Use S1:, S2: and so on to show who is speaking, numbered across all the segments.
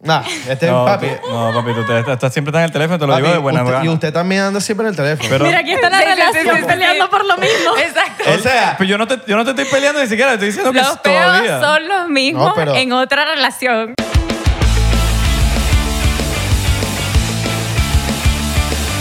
S1: Nah, este
S2: No,
S1: papi.
S2: tú- no, papi, tú te- estás siempre estás en el teléfono, te lo digo
S1: papi,
S2: de buena
S1: usted-
S2: gana.
S1: Y usted también anda siempre en el teléfono.
S2: Pero-
S3: Mira, aquí está la
S4: Sí, sí, sí,
S3: relación
S4: sí, sí.
S3: peleando por lo mismo.
S4: Exacto.
S1: o sea,
S2: Pero yo no, te, yo no te estoy peleando ni siquiera, te estoy diciendo
S4: Los
S2: que
S4: peos
S2: todavía.
S4: son los mismos
S1: No, pero-
S4: en otra relación.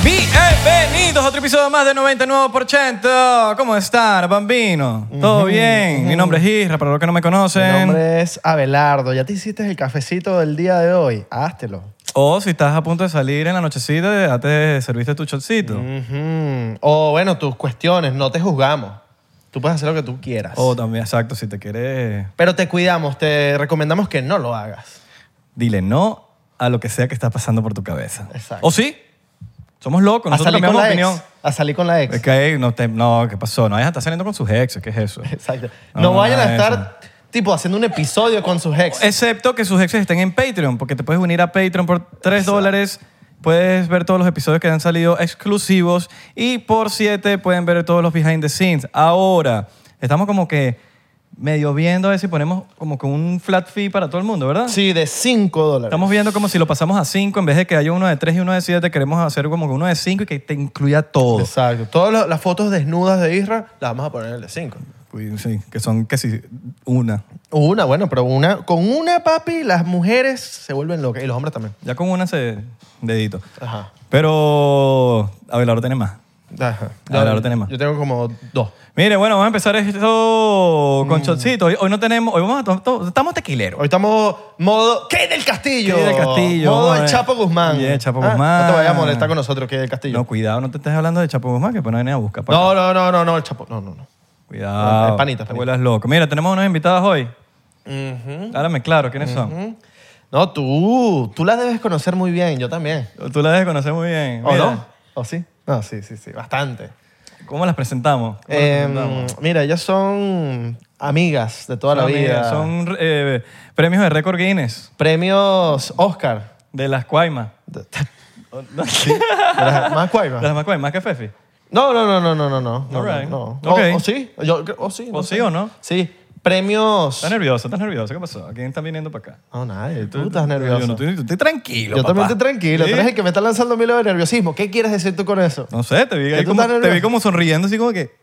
S2: Bienvenidos a otro episodio más de 99%. ¿Cómo están, bambino? ¿Todo bien? Mi nombre es Isra, para los que no me
S1: mi
S2: conocen.
S1: nombre es Abelardo. ¿Ya te hiciste el cafecito del día de hoy? Háztelo.
S2: O si estás a punto de salir en la nochecita, ya te serviste tu chocito.
S1: Ujú. O bueno, tus cuestiones, no te juzgamos. Tú puedes hacer lo que tú quieras.
S2: O también, exacto, si te quieres,
S1: Pero te cuidamos, te recomendamos que no lo hagas.
S2: dile no a lo que sea que está pasando por tu cabeza.
S1: Exacto.
S2: O sí, somos locos,
S1: A
S2: nosotros
S1: salir, con
S2: cambiamos
S1: la
S2: opinión.
S1: ex, a salir con la ex.
S2: Es que ahí no, te- no, ¿qué pasó? No, ella está saliendo con sus exes, ¿qué es eso?
S1: Exacto. No,
S2: No, no,
S1: vayan a
S2: Ah, eso.
S1: estar tipo haciendo un episodio con sus ex.
S2: Excepto que sus exes estén en Patreon, porque te puedes unir a Patreon por 3 dólares. Puedes ver todos los episodios que han salido exclusivos y por 7 pueden ver todos los behind the scenes. Ahora, estamos como que medio viendo a ver si ponemos como que un flat fee para todo el mundo, ¿verdad?
S1: Sí, de 5 dólares.
S2: Estamos viendo como si lo pasamos a 5 en vez de que haya uno de 3 y uno de 7, queremos hacer como que uno de 5 y que te incluya todo.
S1: Exacto. Todas las- las fotos desnudas de Isra las vamos a poner en el de 5.
S2: Uy, Sí, que son que si una.
S1: Una, bueno, pero una, con una, papi, las mujeres se vuelven locas. Y los hombres también.
S2: Ya con una se dedito.
S1: Ajá.
S2: Pero Abelardo tiene más.
S1: Ajá.
S2: Ah, ahora tenés más.
S1: Yo tengo como dos.
S2: Mire, bueno, vamos a empezar esto
S1: Mm.
S2: con chocitos. Hoy, hoy no tenemos, hoy vamos a to- to- estamos tequileros.
S1: Hoy estamos modo ¿Qué del Castillo?
S2: Key del Castillo,
S1: Modo
S2: vamos a
S1: el
S2: ver.
S1: Chapo Guzmán.
S2: Bien, Chapo
S1: Ah, No
S2: Guzmán.
S1: te vayas a molestar con nosotros, ¿Qué del Castillo?
S2: No, cuidado, no te estés hablando de Chapo Guzmán, que pues no viene a buscar. pa' acá.
S1: No, no, no, no, no, el Chapo. No, no, no.
S2: Cuidado.
S1: Es panita, es
S2: Te
S1: panita.
S2: vuelas loco. Mira, tenemos unos invitados hoy. Háblame claro, ¿quiénes
S1: No, tú, tú las debes conocer muy bien, yo también.
S2: son? Tú las debes conocer muy bien.
S1: ¿O
S2: Mira,
S1: no? ¿O sí? No, sí, sí, sí, bastante.
S2: ¿Cómo las presentamos? ¿Cómo las
S1: Eh,
S2: presentamos?
S1: mira, ellas son amigas de toda
S2: Son
S1: la vida.
S2: amigas, Son eh, premios de récord Guinness
S1: premios Oscar.
S2: de las Cuaymas.
S1: De-
S2: ¿No? ¿De
S1: Las más cuaimas.
S2: las más Cuaymas más que Fefi?
S1: No, no, no, no, no, no, no. no,
S2: Alright.
S1: no.
S2: Ok.
S1: O, o sí, yo, o sí.
S2: O sí
S1: sé.
S2: o no.
S1: Sí, premios...
S2: ¿Estás nervioso? ¿Estás nervioso? ¿Qué pasó? ¿Quién está viniendo para acá?
S1: No, nadie, tú
S2: Yo-
S1: estás
S2: yo
S1: nervioso.
S2: no estoy, yo estoy tranquilo.
S1: Yo también
S2: papá.
S1: estoy tranquilo.
S2: ¿Sí?
S1: Tú eres el que me está lanzando mil de nerviosismo. ¿Qué quieres decir tú con eso?
S2: No sé, te vi,
S1: ¿Que
S2: ahí
S1: tú
S2: como,
S1: estás
S2: te vi
S1: nervioso?
S2: como sonriendo, así como que.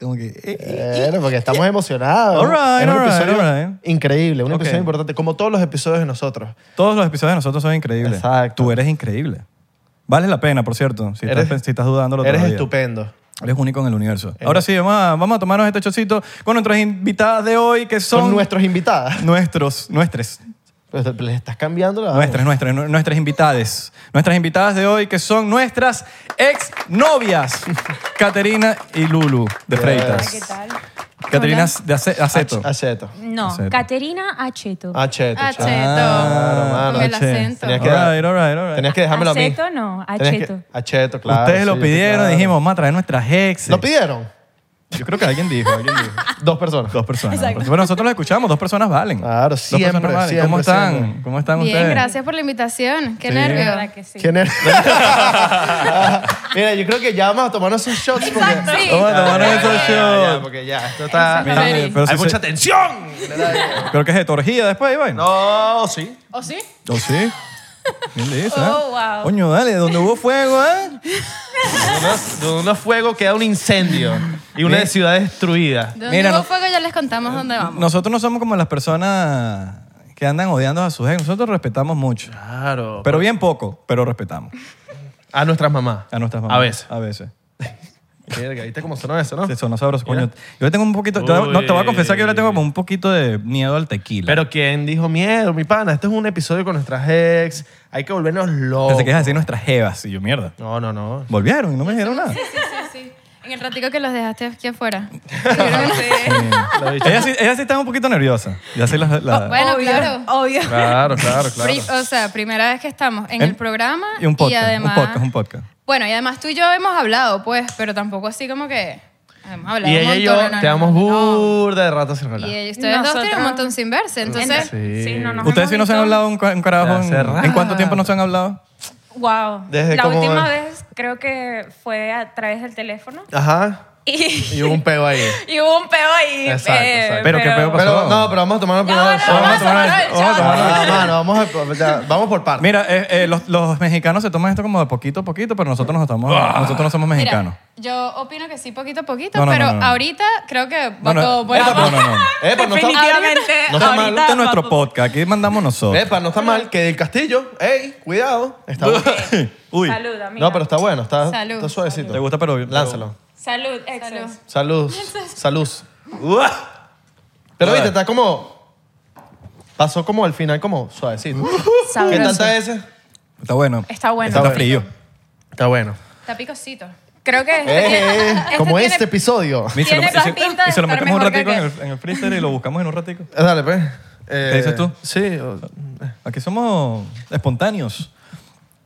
S2: Como que eh, eh.
S1: Bueno, porque estamos emocionados.
S2: All right,
S1: es un
S2: all right,
S1: episodio
S2: all right.
S1: increíble, un
S2: Ok.
S1: episodio importante, como todos los episodios de nosotros.
S2: Todos los episodios de nosotros son increíbles.
S1: Exacto.
S2: Tú eres increíble. Vales la pena, por cierto, si,
S1: Eres-
S2: estás, si estás dudándolo
S1: Eres
S2: todavía.
S1: estupendo.
S2: Eres único en el universo. Ahora sí, vamos a, vamos a tomarnos este chocito con nuestras invitadas de hoy, que son.
S1: Son, nuestros invitadas.
S2: Nuestros, nuestros,
S1: Pues, Les estás cambiando la.
S2: nuestras, nuestras, nu- nuestras invitadas. Nuestras invitadas de hoy, que son nuestras exnovias, Caterina y Lulu de
S1: Yeah.
S2: Freitas.
S4: ¿Qué tal?
S2: Caterina
S4: Hola.
S2: de Ace- Aceto.
S1: Acheto.
S4: No,
S2: Aceto.
S4: Caterina Acheto.
S2: Ah,
S1: Acheto.
S3: Acheto.
S1: chao. mano.
S3: Con el
S2: Ache.
S3: acento.
S1: Tenías que-
S2: All right, all right, all right.
S1: Tenías que dejármelo a mí.
S4: Aceto no,
S1: Tenías que-
S4: acheto.
S1: Acheto, claro.
S2: Ustedes
S1: sí,
S2: lo pidieron,
S1: claro.
S2: dijimos, vamos a traer nuestras exes.
S1: ¿Lo pidieron?
S2: Yo creo que alguien dijo, alguien dijo.
S1: Dos personas.
S2: Dos personas. Bueno, nosotros lo escuchamos, dos personas valen.
S1: Claro,
S2: Dos
S1: siempre,
S2: personas valen.
S1: siempre,
S2: ¿Cómo están?
S1: siempre.
S2: ¿Cómo están
S3: Bien,
S2: ustedes?
S3: gracias por la invitación. Qué
S2: Sí.
S3: nervio.
S4: ¿Verdad que sí?
S1: ¿Quién era? Mira, yo creo que ya vamos a tomarnos esos shots porque.
S3: Exacto, sí.
S2: Vamos a tomar
S1: Ah, Ya,
S2: estos
S1: ya, ya,
S2: shots.
S1: porque ya, esto está.
S2: Mira,
S3: Ready.
S2: pero si
S1: Hay
S2: se-
S1: mucha tensión.
S2: Creo que es de torgida después, Iván.
S1: No, sí.
S3: ¿O sí?
S2: ¿O sí? Bien dice, ¿eh?
S4: Oh, wow.
S2: Coño, dale, donde hubo fuego, ¿eh?
S1: De unos fuegos queda un incendio y una
S2: Sí.
S1: ciudad destruida.
S3: De
S2: Mira,
S3: Mira,
S2: no-
S3: fuego ya les contamos dónde vamos.
S2: Nosotros no somos como las personas que andan odiando a sus ex. Nosotros respetamos mucho.
S1: Ah, Claro.
S2: Pero bien poco, pero respetamos
S1: A nuestras mamás.
S2: a nuestras mamás.
S1: A veces.
S2: A veces.
S1: Verga, ¿Viste cómo sonó eso, no?
S2: Eso, no sabroso,
S1: Ah. Mira.
S2: coño. Yo le tengo un poquito, te, no, te voy a confesar que yo le tengo como un poquito de miedo al tequila.
S1: Pero ¿quién dijo miedo, mi pana? Este es un episodio con nuestras ex. Hay que volvernos locos.
S2: Pensé que ibas a decir nuestras jevas. Y yo, mierda.
S1: No, no, no.
S2: Volvieron y no me dijeron nada.
S3: Sí, sí, sí. En el ratico que los dejaste aquí afuera.
S1: Lo he dicho.
S2: Ellas sí, ellas sí están un poquito nerviosas. Ya sé las... las-
S3: Ah, Bueno,
S4: obvio,
S3: claro.
S4: Obvio.
S1: Claro, claro,
S3: Pri-
S1: claro.
S3: O sea, primera vez que estamos en,
S2: En-
S3: el programa
S2: y un podcast,
S3: además,
S2: un podcast, un podcast.
S3: Bueno, y además tú y yo hemos hablado, pues, pero tampoco así como que hemos hablado
S1: Y
S3: un
S1: ella
S3: montón.
S1: y yo
S3: no, no,
S1: te
S3: no,
S1: damos
S3: no.
S1: burda de rato sin hablar.
S3: Y ellos- ustedes dos
S4: Nosotros-
S3: tienen un montón sin verse, entonces...
S1: Sí.
S4: Sí, no, no.
S2: Ustedes sí no se han hablado un, ca- un carajo.
S1: Hace
S2: En,
S1: rato.
S2: ¿en cuánto tiempo no se han hablado?
S4: Wow.
S1: Desde
S4: la
S1: como-
S4: última vez creo que fue a través del teléfono.
S1: Ajá.
S4: Y,
S1: Y hubo un peo ahí.
S4: y hubo un peo ahí. eh,
S1: Exacto, exacto.
S2: Pero qué peo pasó.
S1: Pero, no, pero vamos a tomar una
S4: No,
S1: primera
S4: no,
S1: vez.
S4: no,
S2: Vamos a
S4: no,
S2: tomar-
S4: no,
S2: vamos
S4: no,
S2: a
S1: No,
S2: tomar-
S1: no, no, no, vamos, a- ya, vamos por partes.
S2: Mira, eh, eh, los, los mexicanos se toman esto como de poquito a poquito, pero nosotros nos estamos,
S1: Ah.
S2: nosotros no somos
S3: Mira,
S2: mexicanos.
S3: yo opino que sí, poquito a poquito,
S2: No, no,
S3: pero
S2: no, no, no.
S3: ahorita creo que va
S2: No, no,
S3: todo por
S2: epa,
S3: abajo.
S2: no, no, no.
S1: Eh, pues no está-
S4: Definitivamente.
S1: No está mal,
S4: ahorita
S2: Este es nuestro
S4: va-
S2: podcast, aquí mandamos nosotros.
S1: Epa, no está mal que del castillo, ey, cuidado. Está bueno.
S2: Uy,
S4: Salud, amiga.
S1: No, pero está bueno, está,
S3: Salud,
S1: está suavecito.
S2: te gusta, pero...
S1: Lánzalo.
S4: Salud, excelente.
S3: Salud.
S1: Salud. Salud.
S2: Uah.
S1: Pero viste,
S2: Uah.
S1: está como. Pasó como al final, como suavecito.
S4: Uh,
S1: ¿Qué tal está ese?
S2: Está bueno.
S3: Está bueno.
S2: Está,
S1: Está bueno.
S2: frío.
S1: Está bueno.
S3: Está picosito. Creo que este tiene-
S1: Eh,
S3: este
S1: como
S3: tiene-
S1: este episodio.
S2: Y se lo-
S3: Tiene
S2: y se-
S3: más pinta de
S2: y se lo
S3: estar
S2: metemos un
S3: mejor que
S2: ratico en
S3: aquel.
S2: el, en el freezer y lo buscamos en un ratico.
S1: Eh, Dale, pues. Eh,
S2: ¿Qué dices tú?
S1: Sí. o- eh.
S2: Aquí somos espontáneos.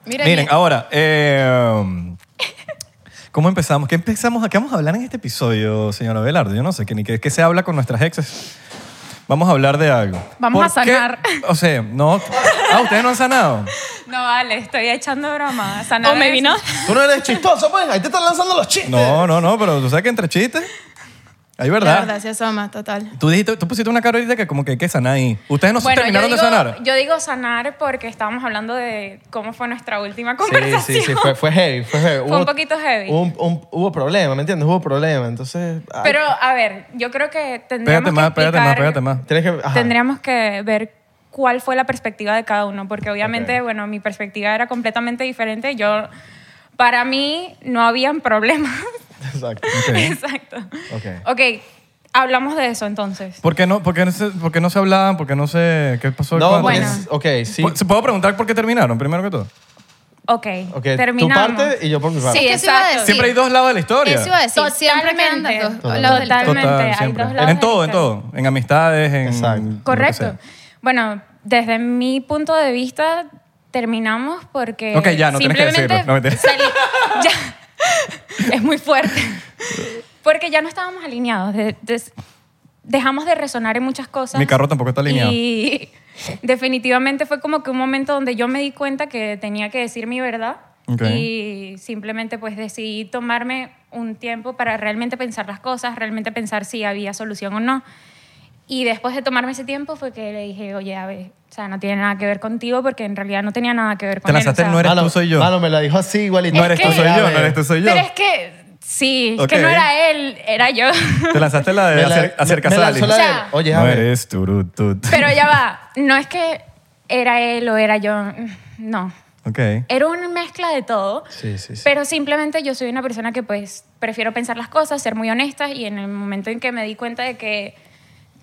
S3: Miren,
S2: Miren, ahora, eh, ¿cómo empezamos? ¿Qué empezamos? ¿A qué vamos a hablar en este episodio, señora Velardo? Yo no sé, que ni qué, qué se habla con nuestras exes. Vamos a hablar de algo.
S4: Vamos
S2: ¿Por
S4: a
S2: qué?
S4: sanar.
S2: O sea, no. Ah, ustedes no han sanado.
S4: No vale, estoy echando broma. Sana
S3: O Oh, me vino-
S1: Tú no eres chistoso, pues. Ahí te están lanzando los chistes.
S2: No, no, no, pero tú sabes que entre chistes. Hay
S3: la
S2: verdad.
S3: verdad se asoma, total.
S2: Tú, dijiste, tú pusiste una cara ahorita que como que hay que sanar ahí. Ustedes no se
S4: Bueno, yo
S2: terminaron
S4: digo,
S2: de sanar.
S4: yo digo sanar porque estábamos hablando de cómo fue nuestra última
S1: Sí,
S4: conversación.
S1: sí, sí, fue, fue heavy, fue heavy.
S4: Fue un poquito heavy.
S1: Hubo, un- un- hubo problema, ¿me entiendes? Hubo problema, entonces... ay,
S4: Pero a ver, yo creo que
S2: Pégate
S4: tendríamos
S2: más,
S4: que
S2: pégate más,
S4: explicar-
S2: pégate más.
S1: tienes que... ajá.
S4: Tendríamos que ver cuál fue la perspectiva de cada uno, porque obviamente,
S1: Ok.
S4: bueno, mi perspectiva era completamente diferente. Yo, para mí, no habían problemas.
S1: Exacto.
S2: Ok.
S4: Exacto.
S1: Ok.
S4: Ok, hablamos de eso entonces.
S2: ¿Por qué no, por qué no, se, por qué no se hablaban? ¿Por qué no se... ¿Qué pasó?
S1: No,
S2: ¿Cuándo?
S1: porque
S4: Bueno.
S1: es- ok, sí.
S2: ¿Se puedo preguntar por qué terminaron, primero que todo?
S4: Ok,
S1: Ok,
S4: terminamos.
S1: tu parte y yo por mi parte.
S4: Sí,
S3: Es que eso iba a
S4: exacto.
S3: decir.
S2: Siempre hay dos lados de la historia.
S3: Eso iba a decir, siempre quedan
S4: Totalmente.
S3: los dos.
S1: Total.
S3: los-
S4: Total. Totalmente, hay
S2: siempre.
S4: dos lados
S2: En
S4: de
S2: todo,
S4: la
S2: en todo. En amistades, en...
S1: Exacto.
S2: en lo que
S4: Correcto.
S2: sea.
S4: Bueno, desde mi punto de vista, terminamos porque.
S2: Ok, ya, no tienes que
S4: simplemente
S2: decirlo. No, mentira.
S4: salí- ya. Es muy fuerte. Porque ya no estábamos alineados. de- des- dejamos de resonar en muchas cosas.
S2: Mi carro tampoco está alineado.
S4: Y definitivamente fue como que un momento donde yo me di cuenta que tenía que decir mi verdad.
S2: Ok.
S4: Y simplemente pues decidí tomarme un tiempo para realmente pensar las cosas, realmente pensar si había solución o no. Y después de tomarme ese tiempo fue que le dije, oye, a ver, o sea, no tiene nada que ver contigo porque en realidad no tenía nada que ver con
S2: Te
S4: él,
S2: lanzaste
S4: o sea,
S2: el no eres
S1: Mano,
S2: tú, soy yo.
S1: Mano, me la dijo así igualito.
S2: No eres tú,
S4: que-
S2: soy yo, no eres tú, soy yo.
S4: Pero es que sí, es
S2: Ok.
S4: que no era él, era yo.
S2: Te lanzaste la de
S1: Me la-
S2: hacer, hacer
S1: me- me
S2: casal.
S1: lanzó la
S4: O
S1: de-
S4: sea-
S1: Oye, a
S2: No
S1: ver,
S2: eres turutut.
S4: Pero ya va, no es que era él o era yo, no.
S2: Ok.
S4: Era una mezcla de todo.
S1: Sí, sí, sí.
S4: Pero simplemente yo soy una persona que pues prefiero pensar las cosas, ser muy honesta y en el momento en que me di cuenta de que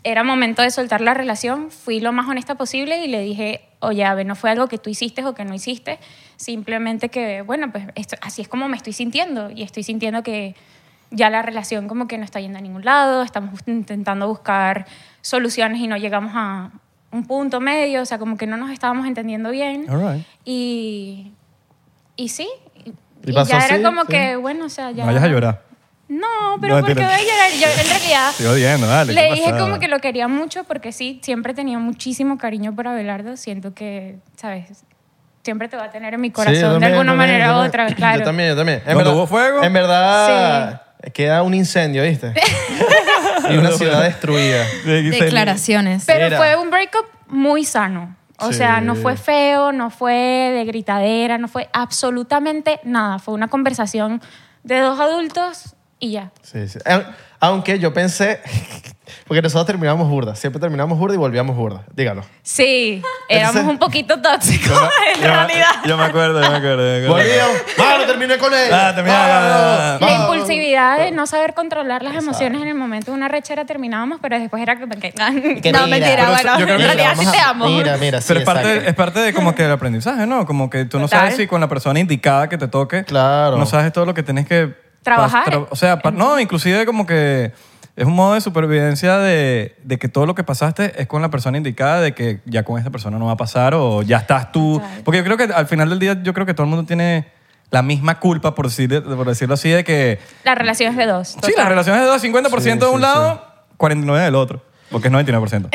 S4: era momento de soltar la relación, fui lo más honesta posible y le dije, oye, Ave, no fue algo que tú hiciste o que no hiciste, simplemente que, bueno, pues esto- así es como me estoy sintiendo y estoy sintiendo que ya la relación como que no está yendo a ningún lado, estamos intentando buscar soluciones y no llegamos a un punto medio, o sea, como que no nos estábamos entendiendo bien.
S2: All right.
S4: Y, y sí.
S1: Y pasó
S4: ya
S1: así,
S4: era como
S1: sí.
S4: que, bueno, o sea, ya.
S2: No vayas a llorar.
S4: No, pero
S2: No,
S4: ¿por qué voy
S2: mentira.
S4: a llorar? Yo en realidad
S2: Estoy odiando, dale.
S4: le
S2: ¿qué
S4: dije
S2: pasa?
S4: como que lo quería mucho porque sí, siempre tenía muchísimo cariño por Abelardo. Siento que, ¿sabes? Siempre te va a tener en mi
S1: Sí, yo
S4: corazón de
S1: también,
S4: alguna
S1: yo también,
S4: manera
S1: yo
S4: u
S1: también.
S4: otra, claro.
S1: Yo también, yo también. En
S2: ¿Cuando hubo fuego?
S1: En verdad, queda un incendio, ¿viste? y una ciudad destruida.
S3: Declaraciones.
S4: Pero
S1: Era.
S4: fue un breakup muy sano. O
S1: Sí.
S4: sea, no fue feo, no fue de gritadera, no fue absolutamente nada. Fue una conversación de dos adultos y ya.
S1: Sí, sí. Eh, Aunque yo pensé, porque nosotros terminamos burda, siempre terminamos burda y volvíamos burda. Dígalo.
S4: Sí, éramos
S1: Entonces-
S4: un poquito tóxicos
S2: Yo me-
S4: en
S2: yo me-
S4: realidad.
S2: Yo me acuerdo, yo me acuerdo. yo me acuerdo.
S1: Volvíamos. ¡Mano, terminé con él!
S2: Ah, terminé,
S1: ¡Mano!
S2: ah, ah,
S4: La
S1: ¡Mano!
S4: impulsividad de no saber controlar las emociones en el momento de una rechera terminábamos, pero después era como que...
S1: Que
S3: No, mentira,
S2: Pero
S3: bueno,
S2: yo creo
S3: en
S2: que
S3: realidad sí
S1: vamos
S3: te
S1: a-
S3: amo.
S1: Mira, mira, sí,
S2: Pero es parte,
S1: exacto.
S2: es parte de como que el aprendizaje, ¿no? Como que tú no
S4: Total.
S2: sabes si con la persona indicada que te toque,
S1: Claro.
S2: no sabes todo lo que tienes que
S4: Trabajar.
S2: pas- o sea, pa- no, inclusive como que es un modo de supervivencia de, de que todo lo que pasaste es con la persona indicada, de que ya con esta persona no va a pasar o ya estás tú.
S4: Total.
S2: Porque yo creo que al final del día, yo creo que todo el mundo tiene la misma culpa, por, decir- por decirlo así, de que...
S4: La relación es de dos.
S2: Sí, las relaciones de dos, 50% de
S1: Sí,
S2: un
S1: sí,
S2: lado, 49% del otro, porque es 99%.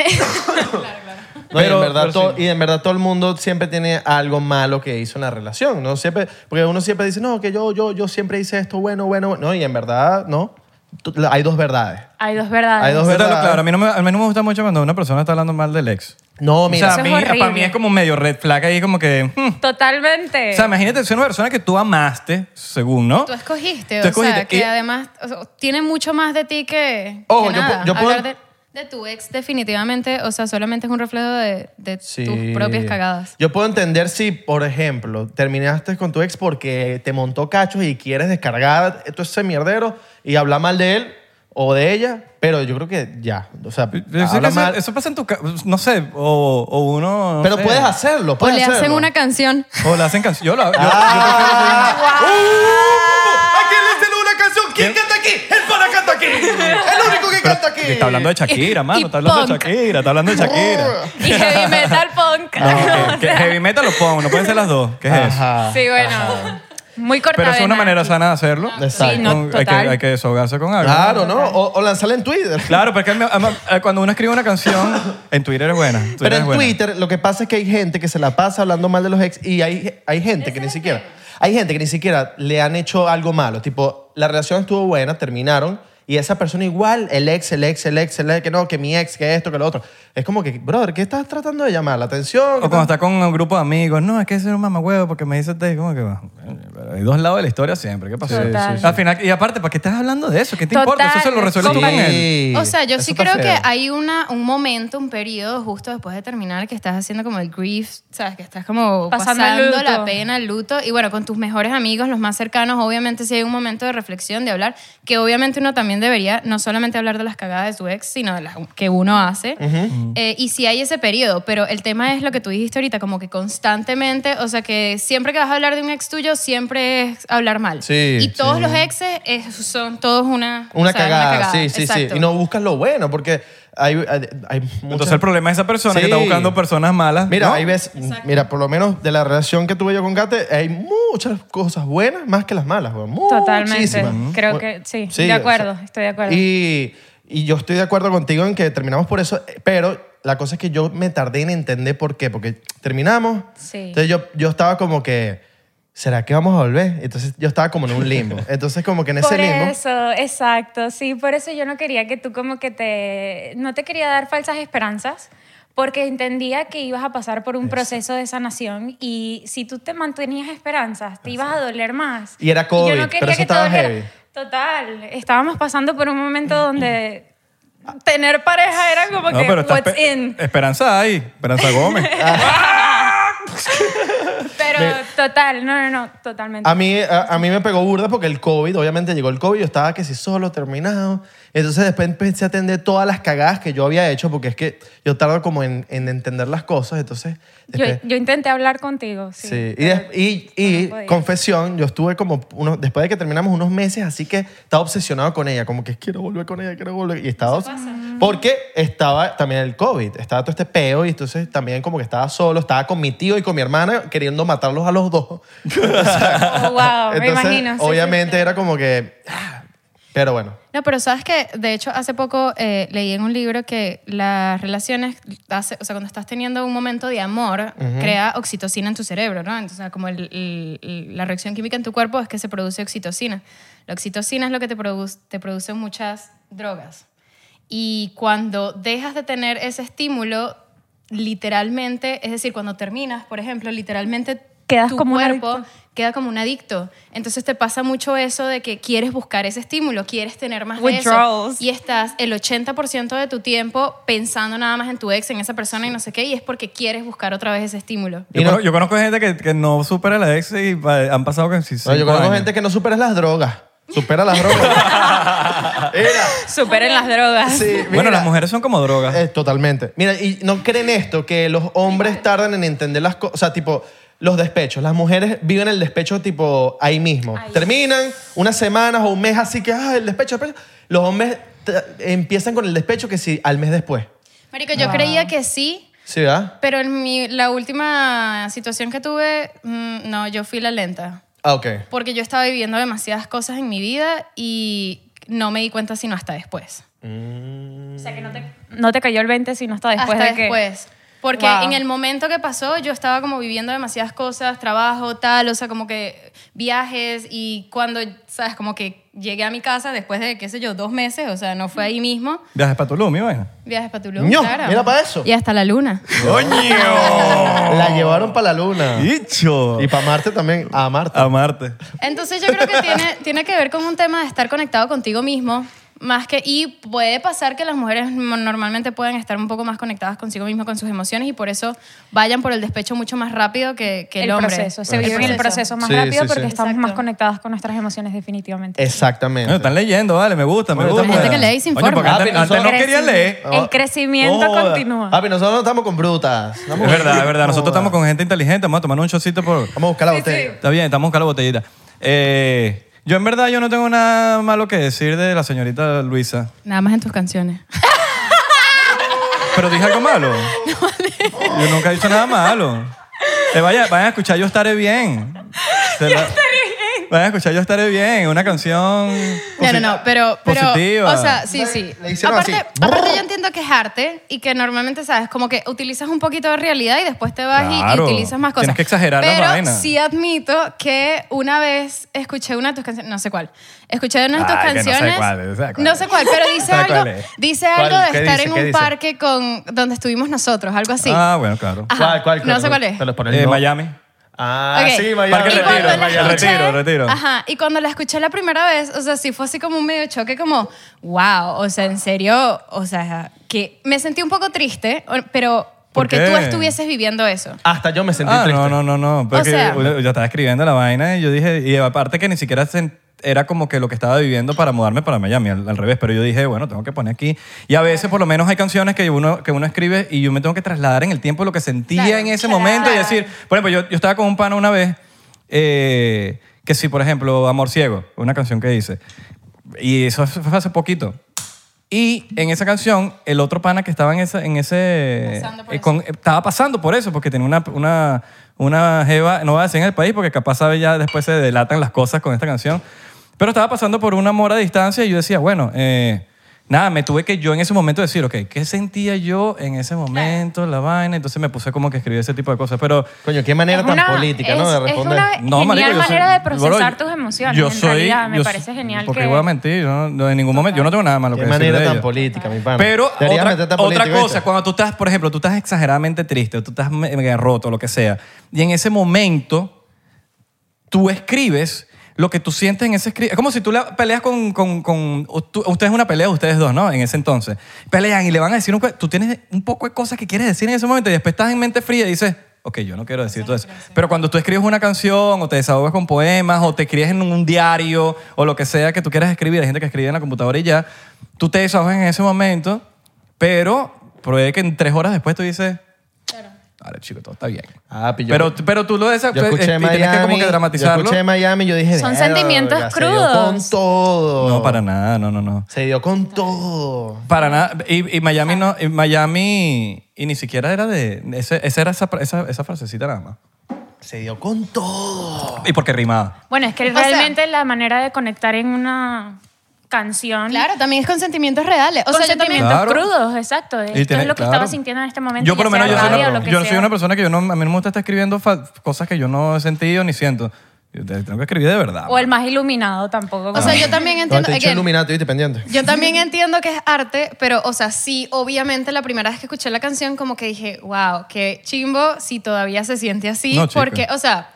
S1: No, y
S2: Pero-
S1: en verdad
S2: pero
S1: todo,
S2: sí.
S1: y en verdad todo el mundo siempre tiene algo malo que hizo en la relación, ¿no? Siempre, porque uno siempre dice, no, que yo, yo, yo siempre hice esto bueno, bueno, bueno. No, y en verdad, no. tú- la- hay dos verdades.
S4: Hay dos verdades.
S1: Hay dos
S2: Yo te hablo
S1: verdad.
S2: claro, a mí, no me, a mí no me gusta mucho cuando una persona está hablando mal del ex.
S1: No,
S2: o
S1: mira.
S2: sea, a
S4: Eso es
S2: mí- para mí
S4: horrible. Eh.
S2: es como medio red flag ahí como que... hmm.
S4: Totalmente.
S2: O sea, imagínate, soy una persona que tú amaste, según, ¿no?
S3: Tú escogiste,
S2: Tú
S3: o
S2: escogiste,
S3: sea, que
S2: y-
S3: además o sea, tiene mucho más de ti que,
S1: Ojo,
S3: que
S1: yo
S3: nada.
S1: pu- yo puedo-
S3: Hablar de, de tu ex definitivamente, o sea, solamente es un reflejo de, de
S1: Sí.
S3: tus propias cagadas.
S1: Yo puedo entender si, por ejemplo, terminaste con tu ex porque te montó cachos y quieres descargar todo ese mierdero y hablar mal de él o de ella, pero yo creo que ya. O sea,
S2: Yo sé que
S1: habla
S2: eso,
S1: mal.
S2: eso pasa en tu casa, no sé, o, o uno... no
S1: pero
S2: sé.
S1: puedes hacerlo,
S3: O
S1: puedes
S3: le hacen
S1: hacerlo.
S3: una canción.
S2: O la hacen canción. Yo lo hago. Yo,
S1: Ah. ¿A quién le hacen una este canción? ¿Quién canta aquí? ¡El pana canta aquí! ¡El único que canta aquí!
S2: yo- está hablando de Shakira, mano.
S3: Y
S2: Está hablando
S3: punk.
S2: de Shakira, está hablando de Shakira.
S4: y heavy metal punk.
S2: No, que-
S4: O
S2: que
S4: sea,
S2: heavy metal lo pongo, no pueden ser las dos. ¿Qué es eso?
S1: Ajá.
S4: sí, bueno. Muy corta.
S2: Pero es una
S4: vena
S2: manera
S4: aquí.
S2: sana de hacerlo.
S1: Exacto.
S4: Sí, no,
S2: Con- hay, que,
S4: total.
S2: hay que desahogarse con algo.
S1: Claro, ¿no? O, o lanzarla en Twitter.
S2: Claro, porque a mí- a mí- a- cuando uno escribe una canción, en Twitter es buena. Twitter
S1: Pero
S2: es
S1: en
S2: buena.
S1: Twitter lo que pasa es que hay gente que se la pasa hablando mal de los ex y hay, hay gente que ni siquiera hay gente que ni siquiera le han hecho algo malo, tipo la relación estuvo buena, terminaron y esa persona igual el ex, el ex, el ex, el ex, que no, que mi ex, que esto, que lo otro. Es como que, brother, ¿qué estás tratando de llamar la atención?
S2: O cuando está con un grupo de amigos, no, es que ese es un mamahuevo porque me dice te, como que va. Hay dos lados de la historia siempre, ¿qué pasó?
S4: Total.
S2: Al final, y aparte, ¿para qué estás hablando de eso? ¿Qué te
S4: Total.
S2: importa? Eso se lo resuelve
S4: Sí.
S2: con él.
S3: O sea, yo
S1: eso
S3: sí
S1: está
S3: creo
S1: feo.
S3: que hay una, un momento, un periodo justo después de terminar que estás haciendo como el grief, ¿sabes? Que estás como
S4: Pasando
S3: pasando,
S4: el luto.
S3: la pena, el luto. Y bueno, con tus mejores amigos, los más cercanos, obviamente sí hay un momento de reflexión, de hablar, que obviamente uno también debería no solamente hablar de las cagadas de su ex, sino de las que uno hace. Eh, y sí hay ese periodo, pero el tema es lo que tú dijiste ahorita, como que constantemente, o sea, que siempre que vas a hablar de un ex tuyo, siempre es hablar mal.
S1: Sí,
S3: y todos
S1: sí.
S3: los exes es- son todos una...
S1: Una,
S3: o sea,
S1: cagada, sí, sí,
S3: exacto.
S1: sí. Y no buscas lo bueno porque hay, hay, hay
S2: Entonces
S1: muchas-
S2: el problema es esa persona que
S1: Sí.
S2: está buscando personas malas.
S1: Mira,
S2: ¿no?
S1: hay veces, mira, por lo menos de la relación que tuve yo con Kate, hay muchas cosas buenas más que las malas, güey.
S4: Totalmente.
S1: Muchísimas.
S4: Creo
S1: Mu-
S4: que sí, de acuerdo, estoy de acuerdo.
S1: Y, y yo estoy de acuerdo contigo en que terminamos por eso, eh, pero la cosa es que yo me tardé en entender por qué, porque terminamos.
S4: Sí.
S1: Entonces yo, yo estaba como que, ¿será que vamos a volver? Entonces yo estaba como en un limbo. Entonces como que en ese
S4: por
S1: limbo...
S4: eso, exacto. Sí, por eso yo no quería que tú como que te... No te quería dar falsas esperanzas porque entendía que ibas a pasar por un proceso de sanación y si tú te mantenías esperanzas, te ibas a doler más.
S1: Y era
S4: yo
S1: COVID,
S4: no
S1: pero
S4: quería
S1: eso
S4: que te
S1: estaba
S4: doliera.
S1: heavy.
S4: Total, estábamos pasando por un momento donde tener pareja era como
S2: No,
S4: que
S2: pero está
S4: what's
S2: espe-
S4: in.
S2: Esperanza ahí, Esperanza Gómez.
S4: Pero total, no, no, no, totalmente.
S1: A mí, a, a mí me pegó burda porque el COVID, obviamente llegó el COVID, yo estaba que si solo, terminado. Entonces después empecé a atender todas las cagadas que yo había hecho porque es que yo tardo como en, en entender las cosas, entonces...
S4: yo,
S1: después-
S4: yo intenté hablar contigo, sí.
S1: este sí. Y, des- y, y
S4: no podía.
S1: confesión, yo estuve como, unos, después de que terminamos unos meses, así que estaba obsesionado con ella, como que quiero volver con ella, quiero volver. Y estaba... Porque estaba también el COVID, estaba todo este peo y entonces también como que estaba solo, estaba con mi tío y con mi hermana queriendo matarlos a los dos.
S4: Oh, wow, me
S1: Entonces,
S4: imagino. sí, sí,
S1: Obviamente
S4: sí.
S1: era como que. ah, Pero bueno.
S3: No, pero sabes que, de hecho, hace poco eh, leí en un libro que las relaciones, hace- o sea, cuando estás teniendo un momento de amor, crea oxitocina en tu cerebro, ¿no? Entonces, o sea, como el- el- el- la reacción química en tu cuerpo es que se produce oxitocina. La oxitocina es lo que te, produce, te producen muchas drogas. Y cuando dejas de tener ese estímulo, literalmente, es decir, cuando terminas, por ejemplo, literalmente
S4: Quedas
S3: tu
S4: como un
S3: cuerpo
S4: adicto.
S3: queda como un adicto. Entonces te pasa mucho eso de que quieres buscar ese estímulo, quieres tener más de
S4: Withdrawals.
S3: eso. Y estás el 80% de tu tiempo pensando nada más en tu ex, en esa persona y no sé qué, y es porque quieres buscar otra vez ese estímulo.
S2: Yo,
S1: Y no-
S2: cono- yo conozco gente que, que no supera la ex y pa- han pasado casi
S1: No, yo
S2: cinco
S1: conozco
S2: años.
S1: gente que no supera las drogas. Supera las drogas. Era.
S4: Superen las drogas.
S1: Sí,
S2: Bueno,
S1: mira,
S2: las mujeres son como drogas.
S1: eh, totalmente. Mira, y no creen esto, que los hombres tardan en entender las cosas. O sea, tipo, los despechos. Las mujeres viven el despecho, tipo, ahí mismo. Terminan unas semanas o un mes así que, ah, el despecho, el despecho. Los hombres ta- empiezan con el despecho que sí, al mes después.
S3: Marico, yo creía que sí,
S1: ¿Sí, verdad?
S3: pero en mi, la última situación que tuve, mm, no, yo fui la lenta.
S1: Ah, ok.
S3: Porque yo estaba viviendo demasiadas cosas en mi vida y no me di cuenta sino hasta después.
S4: O sea, que no te, no te cayó el 20, sino hasta después
S3: hasta
S4: de que...
S3: después. Porque
S4: Wow.
S3: en el momento que pasó, yo estaba como viviendo demasiadas cosas, trabajo, tal, o sea, como que viajes y cuando, ¿sabes? Como que llegué a mi casa después de, qué sé yo, dos meses, o sea, no fue ahí mismo.
S2: Viajes para Tulum, mi vaina.
S3: Viajes para Tulum,
S1: Ño,
S3: claro.
S1: mira pa' eso.
S3: Y hasta la luna.
S2: ¡Coño!
S1: La llevaron para la luna.
S2: ¡Dicho!
S1: Ah. Y para Marte también, a Marte.
S2: Amarte.
S3: Entonces yo creo que tiene, tiene que ver con un tema de estar conectado contigo mismo. Más que, y puede pasar que las mujeres m- normalmente pueden estar un poco más conectadas consigo mismas, con sus emociones, y por eso vayan por el despecho mucho más rápido que, que el,
S4: el
S3: hombre.
S4: proceso. Se vive en el proceso más
S1: Sí,
S4: rápido
S1: sí,
S4: porque
S1: sí.
S4: estamos
S3: Exacto.
S4: más conectadas con nuestras emociones definitivamente.
S2: Bueno,
S1: Exactamente.
S2: están leyendo, vale, me gusta, me
S1: Bueno,
S2: gusta.
S1: hay gente
S2: pues.
S1: que
S3: lee y se
S2: Coño, porque
S3: informa.
S2: antes,
S1: Ah, pero
S2: antes no
S1: nosotros-
S2: quería leer. Oh.
S4: El crecimiento
S2: Joda. Ah.
S4: continúa.
S1: Papi, nosotros no estamos con brutas.
S2: Es verdad, es verdad. Nosotros estamos con gente inteligente. Vamos a tomar un chocito por...
S1: Vamos a buscar la botella.
S2: Está bien, estamos buscando la botellita. Eh, yo en verdad yo no tengo nada malo que decir de la señorita Luisa.
S3: Nada más en tus canciones.
S2: Pero dije algo malo. Yo nunca he dicho nada malo. Eh, vaya, vayan a escuchar Yo Estaré Bien. yo estaré bien. Vayan a escuchar Yo Estaré Bien, una canción...
S3: No, no,
S2: posi-
S3: no, pero, pero
S2: Positiva.
S3: o sea, sí, sí.
S1: Le hicieron
S3: Aparte,
S1: así.
S3: aparte yo entiendo que es arte y que normalmente, sabes, como que utilizas un poquito de realidad y después te vas y-
S2: Claro.
S3: y, utilizas más cosas.
S2: Tienes que exagerar la
S3: Pero
S2: vaina.
S3: sí admito que una vez escuché una de tus canciones, no sé cuál, escuché una de tus
S2: Ay, que no sé
S3: canciones.
S2: cuál es, o sea, cuál
S3: no
S2: es.
S3: sé cuál, pero dice
S2: ¿Sabe cuál
S3: algo,
S2: es?
S3: dice
S1: ¿Cuál?
S3: algo de
S1: ¿Qué
S3: estar
S1: dice?
S3: en
S1: ¿Qué
S3: un
S1: dice?
S3: parque con, donde estuvimos nosotros, algo así.
S2: Ah, bueno, claro.
S3: Ajá. No sé cuál es.
S1: Te los ponen,
S2: Eh,
S1: ¿no?
S2: Miami.
S1: Ah,
S3: Ok.
S1: sí, Miami.
S2: Parque
S3: Y cuando
S2: Retiro,
S3: la
S2: Miami.
S3: escuché-
S2: Retiro, retiro.
S3: Ajá, y cuando la escuché la primera vez, o sea, sí fue así como un medio choque, como, wow, o sea, en serio, o sea, que me sentí un poco triste, o- pero
S2: ¿Por
S3: porque
S2: qué?
S3: tú estuvieses viviendo eso.
S1: Hasta yo me sentí
S2: Ah,
S1: triste.
S2: no, no, no, no. Pero
S3: O
S2: que
S3: sea-
S2: yo, yo estaba escribiendo la vaina y yo dije, y aparte que ni siquiera sen- era como que lo que estaba viviendo para mudarme para Miami, al, al revés, pero yo dije, bueno, tengo que poner aquí. Y a veces por lo menos hay canciones que uno, que uno escribe y yo me tengo que trasladar en el tiempo lo que sentía
S3: Claro,
S2: en ese
S3: claro.
S2: momento y decir, por ejemplo, yo, yo estaba con un pana una vez, eh, que sí, por ejemplo, Amor Ciego, una canción que hice, y eso fue hace poquito. Y en esa canción, el otro pana que estaba en, esa, en ese...
S3: Pasando por
S2: eh, con- estaba pasando por eso, porque tenía una, una, una jeva, no voy a decir en el país, porque capaz sabe ya después se delatan las cosas con esta canción, pero estaba pasando por un amor a distancia y yo decía, bueno, eh, nada, me tuve que yo en ese momento decir, ok, ¿qué sentía yo en ese momento, la vaina? Entonces me puse como que escribí ese tipo de cosas, pero...
S1: Coño, qué manera
S4: Es
S1: tan
S4: una-
S1: política,
S4: es-
S1: ¿no? De
S4: es
S1: responder.
S4: una-
S2: No,
S4: Genial
S2: marico, yo
S4: manera
S2: soy-
S4: de procesar
S2: bro,
S4: tus emociones,
S2: Yo
S4: en
S2: soy,
S4: realidad, me
S2: yo-
S4: parece genial
S2: Porque
S4: que-
S2: voy a mentir, yo no, en ningún momento, yo no tengo nada malo que
S1: qué
S2: decir
S1: manera
S2: de
S1: tan
S2: ello.
S1: política, mi pana.
S2: Pero
S1: Deberías
S2: otra,
S1: meterte a
S2: otra
S1: política,
S2: cosa,
S1: ¿viste?
S2: cuando tú estás, por ejemplo, tú estás exageradamente triste, o tú estás mega roto, lo que sea, y en ese momento tú escribes lo que tú sientes en ese escrito. Es como si tú la peleas con... con, con o tú- ustedes una pelea, ustedes dos, ¿no? En ese entonces. Pelean y le van a decir un... cu- Tú tienes un poco de cosas que quieres decir en ese momento y después estás en mente fría y dices... Ok, yo no quiero decir todo eso. Pero cuando tú escribes una canción o te desahogas con poemas o te escribes en un diario o lo que sea que tú quieras escribir, hay gente que escribe en la computadora y ya, tú te desahogas en ese momento, pero puede que en tres horas después tú dices, vale, chico, todo está bien.
S1: Ah, pillo.
S2: pero, pero tú lo
S1: Yo
S2: desa- pues,
S1: escuché
S2: este, y
S1: Miami,
S2: tienes que como que
S1: Yo
S2: dramatizarlo.
S1: escuché Miami y yo dije...
S4: Son
S1: "Verga,
S4: sentimientos
S1: se dio
S4: crudos".
S1: con todo.
S2: No, para nada, no, no, no.
S1: Se dio con todo.
S2: Para nada. Y, y Miami no, y Miami, y ni siquiera era de, ese- esa era esa, esa, esa frasecita nada más.
S1: Se dio con todo.
S2: Y porque rimaba.
S4: Bueno, es que
S3: O sea-
S4: realmente la manera de conectar en una canción
S3: Claro, también es con sentimientos reales. O
S4: con
S3: sea, yo también...
S4: sentimientos
S2: Claro.
S4: crudos, exacto. Esto
S2: tiene-
S4: Pues, es lo que
S2: claro.
S4: estaba sintiendo en este momento.
S2: Yo
S4: ya
S2: por lo menos
S4: sea
S2: yo soy,
S4: rabia
S2: una,
S4: o lo que
S2: yo no soy
S4: sea.
S2: una persona que yo no, a mí no me gusta estar escribiendo fa- cosas que yo no he sentido ni siento. Yo te- tengo que escribir de verdad.
S4: O el más iluminado tampoco.
S3: O sea, yo también
S1: No,
S3: entiendo...
S1: te he dicho
S3: again,
S1: Illuminati, viste, pendiente.
S3: Yo también entiendo que es arte, pero, o sea, sí, obviamente la primera vez que escuché la canción como que dije, wow, qué chimbo si todavía se siente así,
S2: No, chica.
S3: porque, o sea,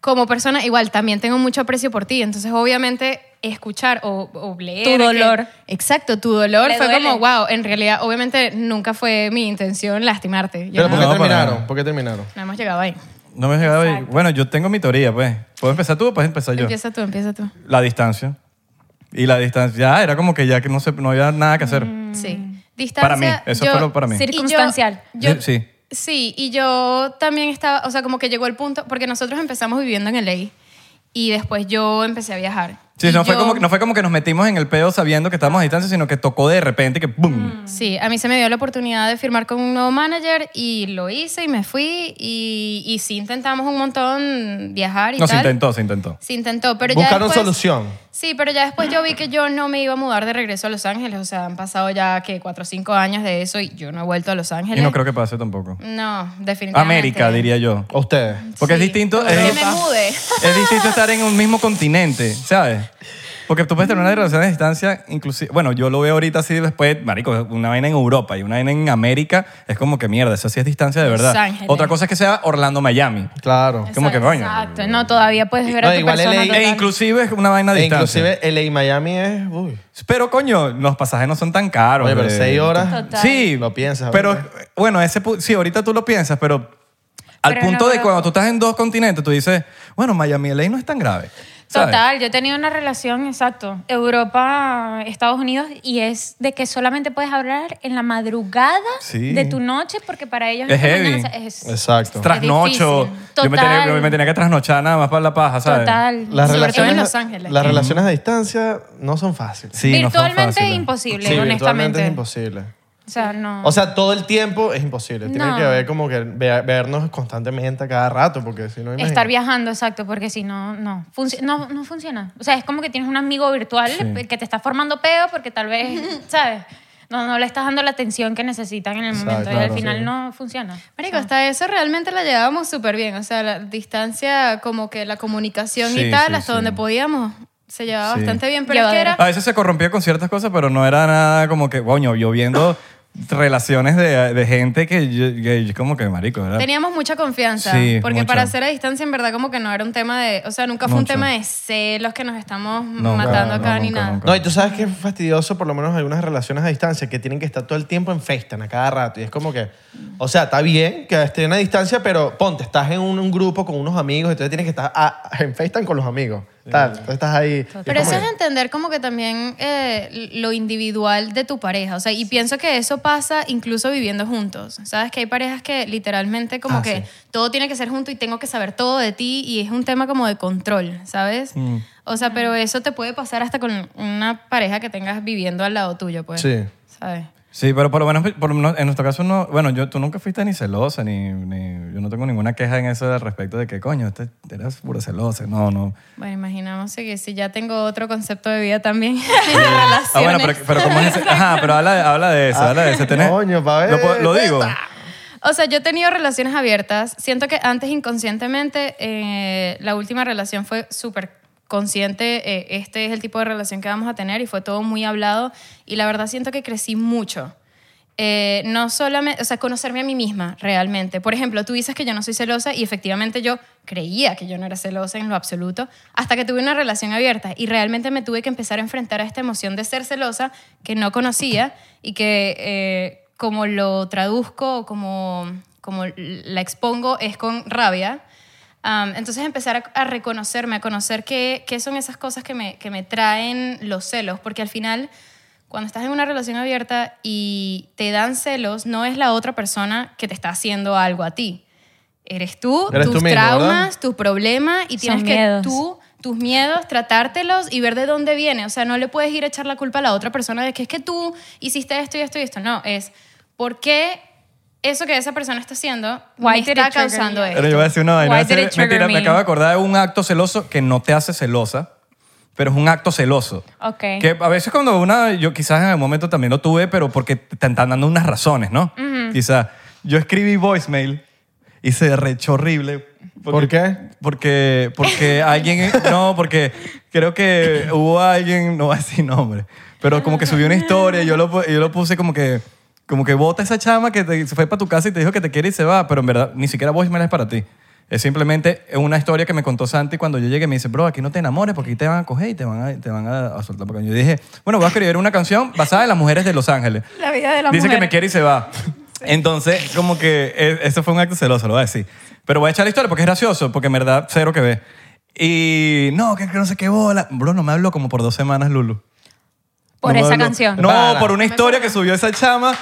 S3: como persona igual también tengo mucho aprecio por ti, entonces obviamente escuchar o, o leer...
S4: Tu
S3: que-
S4: dolor.
S3: exacto, tu dolor
S4: Le
S3: fue
S4: duele.
S3: como, wow, en realidad obviamente nunca fue mi intención lastimarte. Yo
S1: Pero ¿por
S3: no,
S1: qué
S2: No, para
S1: terminaron?
S2: nada.
S1: ¿Por qué terminaron?
S3: no hemos llegado ahí.
S2: No me he llegado ahí. Bueno, yo tengo mi teoría, pues. ¿Puedo empezar tú o puedes empezar yo?
S3: Empieza tú, empieza tú.
S2: La distancia. Y la distancia. Ya, era como que ya que no, se, no había nada que hacer.
S4: Mm.
S3: Sí. Distancia,
S2: Para mí, eso fue lo para mí.
S3: y yo-
S4: Circunstancial.
S3: yo-
S2: Yo- sí.
S3: Sí, y yo también estaba, o sea, como que llegó el punto, porque nosotros empezamos viviendo en LA y después yo empecé a viajar.
S2: Sí,
S3: Y
S2: no, fue
S3: yo-
S2: como, que- no fue como que nos metimos en el pedo sabiendo que estábamos a distancia, sino que tocó de repente que ¡boom!
S3: Sí, a mí se me dio la oportunidad de firmar con un nuevo manager y lo hice y me fui y, y sí intentamos un montón viajar y
S2: No, se
S3: tal.
S2: intentó, se intentó.
S3: Se intentó, pero ya
S1: Buscaron
S3: después-
S1: solución.
S3: Sí, pero ya después yo vi que yo no me iba a mudar de regreso a Los Ángeles, o sea, han pasado ya que cuatro o cinco años de eso y yo no he vuelto a Los Ángeles.
S2: Y no creo que pase tampoco.
S3: No, definitivamente.
S2: América, diría yo.
S1: ¿A ustedes?
S2: Porque es
S3: Sí,
S2: distinto.
S3: pero
S2: Es,
S3: que me mude.
S2: es distinto estar en un mismo continente, ¿sabes? Porque tú puedes tener una relación a distancia, inclusive, bueno, yo lo veo ahorita así después, marico, una vaina en Europa y una vaina en América, es como que mierda, eso sí es distancia de verdad.
S3: Los Ángeles.
S2: Otra cosa es que sea Orlando-Miami.
S1: Claro.
S2: Como que coño.
S4: Exacto, no, todavía puedes ver a
S1: No,
S4: tu
S1: igual
S4: persona.
S1: LA.
S4: total.
S2: E inclusive es una vaina a
S1: E
S2: distancia.
S1: inclusive LA y Miami es... Uy.
S2: Pero coño, los pasajes no son tan caros.
S1: Oye, pero
S2: eh.
S1: seis horas...
S4: Total.
S2: Sí.
S1: Lo piensas
S2: Pero
S1: ahorita.
S2: bueno, ese pu- sí, ahorita tú lo piensas, pero al
S4: Pero
S2: punto
S4: no,
S2: de
S4: pero-
S2: cuando tú estás en dos continentes, tú dices, bueno, Miami LA no es tan grave. ¿sabes?
S4: Total, yo he tenido una relación, exacto, Europa, Estados Unidos, y es de que solamente puedes hablar en la madrugada
S2: Sí.
S4: de tu noche, porque para ellos
S2: Es
S4: esta
S2: heavy.
S4: mañana es-
S1: Exacto.
S2: Trasnocho.
S4: Es difícil.
S2: Yo me tenía,
S4: Total.
S2: yo me tenía que trasnochar nada más para la paja, ¿sabes?
S4: total.
S1: Las
S3: Sobre todo en
S1: relaciones,
S3: Los Ángeles.
S1: Las relaciones a distancia no son fáciles.
S2: Sí, no son
S4: virtualmente
S2: fáciles.
S4: imposible,
S1: Sí, virtualmente
S4: honestamente.
S1: es imposible.
S4: O sea,
S3: Ah.
S4: no.
S1: O sea, todo el tiempo es imposible. Tiene
S4: No.
S1: que haber como que ve- vernos constantemente a cada rato, porque si no imagínate.
S4: Estar viajando, exacto, porque si no, no, Funci- no, no funciona. O sea, es como que tienes un amigo virtual
S2: Sí.
S4: que te está formando peo porque tal vez, ¿sabes? No, no le estás dando la atención que necesitan en el
S1: Exacto,
S4: momento y
S1: claro,
S4: al final
S1: sí.
S4: no funciona.
S3: Marico, hasta eso realmente la llevábamos súper bien. O sea, la distancia, como que la comunicación
S2: Sí,
S3: y tal,
S2: sí,
S3: hasta
S2: sí.
S3: donde podíamos, se llevaba
S2: Sí.
S3: bastante bien. Pero es que
S4: Llevadera.
S3: era...
S2: A veces se corrompía con ciertas cosas, pero no era nada como que, coño, yo viendo relaciones de, de gente que yo, que yo como que, marico, ¿verdad?
S3: Teníamos mucha confianza.
S2: Sí,
S3: porque
S2: mucha.
S3: para hacer a distancia, en verdad, como que no era un tema de. O sea, nunca fue un
S2: Mucho.
S3: tema de celos que nos estamos
S2: Nunca,
S3: matando
S2: no,
S3: acá ni
S2: nunca,
S3: nada.
S2: nunca.
S1: No, y tú sabes que es fastidioso, por lo menos algunas relaciones a distancia, que tienen que estar todo el tiempo en FaceTime a cada rato. Y es como que, o sea, está bien que estén a distancia, pero ponte, estás en un, un grupo con unos amigos, entonces tienes que estar a- en FaceTime con los amigos. Tal, entonces estás ahí. Y
S3: Pero
S1: es como
S3: eso es
S1: que-
S3: entender como que también eh, lo individual de tu pareja. O sea, y pienso que eso pasa incluso viviendo juntos. Sabes que hay parejas que literalmente como
S1: Ah,
S3: que
S1: sí.
S3: todo tiene que ser junto y tengo que saber todo de ti y es un tema como de control, ¿sabes? O sea, pero eso te puede pasar hasta con una pareja que tengas viviendo al lado tuyo, pues.
S1: Sí.
S3: ¿Sabes?
S2: Sí, pero por lo menos, por lo menos en nuestro caso no. Bueno, yo, tú nunca fuiste ni celosa, ni, ni- Yo no tengo ninguna queja en eso al respecto de que, coño, este, eras pura celosa. No, no.
S3: Bueno, imaginamos que si ya tengo otro concepto de vida también de relaciones.
S2: Ah, bueno, pero, pero ¿cómo es ese? Ajá, pero habla de, habla de eso, habla de eso. ¿Tenés-
S1: coño, pa' ver.
S2: Lo, puedo- lo digo.
S3: O sea, yo he tenido relaciones abiertas. Siento que antes inconscientemente eh, la última relación fue súper consciente. eh, este es el tipo de relación que vamos a tener y fue todo muy hablado. Y la verdad siento que crecí mucho. Eh, no solamente, o sea, conocerme a mí misma realmente. Por ejemplo, tú dices que yo no soy celosa y efectivamente yo creía que yo no era celosa en lo absoluto hasta que tuve una relación abierta y realmente me tuve que empezar a enfrentar a esta emoción de ser celosa que no conocía y que eh, como lo traduzco o como, como la expongo es con rabia. Am, entonces empezar a, a reconocerme, a conocer qué, qué son esas cosas que me, que me traen los celos, porque al final cuando estás en una relación abierta y te dan celos, no es la otra persona que te está haciendo algo a ti. Eres tú,
S1: Eres tú
S3: tus
S1: mismo,
S3: traumas,
S1: ¿verdad?
S3: tus problemas y
S4: Son
S3: tienes que
S4: miedos.
S3: tú, tus miedos, tratártelos y ver de dónde viene. O sea, no le puedes ir a echar la culpa a la otra persona de que es que tú hiciste esto y esto y esto. No, es por qué eso que esa persona está haciendo me
S4: Why did
S3: está
S4: it trigger
S3: causando
S4: you?
S3: esto.
S2: Pero yo voy a decir una vaina.
S4: Why
S2: voy a decir-
S4: did it trigger
S2: mentira, me
S4: me?
S2: acabo de acordar de un acto celoso que no te hace celosa, pero es un acto celoso.
S4: Ok.
S2: Que a veces cuando una, yo quizás en el momento también lo tuve, pero porque te están dando unas razones, ¿no? Quizás yo escribí voicemail y se rechó horrible.
S1: ¿Por qué?
S2: Porque, porque alguien, no, porque creo que hubo alguien, no voy a decir nombre, pero como que subió una historia y yo lo, pu- y yo lo puse como que, como que vota esa chama que te- se fue para tu casa y te dijo que te quiere y se va, pero en verdad ni siquiera voicemail es para ti. Es simplemente una historia que me contó Santi cuando yo llegué. Me dice, bro, aquí no te enamores porque aquí te van a coger y te van a, te van a, a soltar. Porque yo dije, bueno, voy a escribir una canción basada en las mujeres de Los Ángeles.
S4: La vida de la
S2: Dice que
S4: mujer.
S2: me quiere y se va. Entonces, como que eh, eso fue un acto celoso, lo voy a decir. Pero voy a echar la historia porque es gracioso, porque en verdad cero que ve. Y no, que, que no sé qué bola. Bro, no me habló como por dos semanas, Lulu.
S4: Por
S2: No me
S4: esa
S2: habló.
S4: canción.
S2: No,
S1: Para.
S2: por una historia que subió esa chama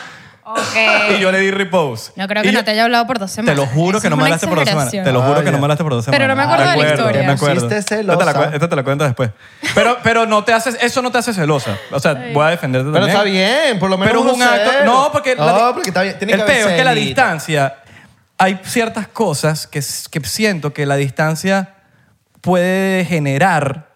S2: y yo le di repose.
S3: No creo que
S2: Y
S3: no
S2: yo-
S3: te haya hablado por dos
S2: Te
S3: semanas.
S2: lo juro
S3: Eso
S2: que
S3: es
S2: no me
S3: una
S2: hablaste por dos semanas. Te
S3: exageración.
S2: lo juro
S1: Ah,
S2: que no
S1: ya.
S2: me hablaste por dos semanas.
S3: Pero no me acuerdo de la historia.
S2: Me acuerdo.
S1: Pusiste
S2: Esta te la cu-
S1: celosa.
S2: Esta te la cuento después. Pero, pero no te haces, eso no te hace celosa. O sea, voy a defenderte
S1: Pero
S2: también.
S1: está bien, por lo menos
S2: Pero es
S1: uno
S2: un acto.
S1: cero.
S2: No, porque. la
S1: No,
S2: di-
S1: porque está bien. Tiene
S2: el
S1: que haber
S2: peor es que la
S1: celito.
S2: distancia. Hay ciertas cosas que, s- que siento que la distancia puede generar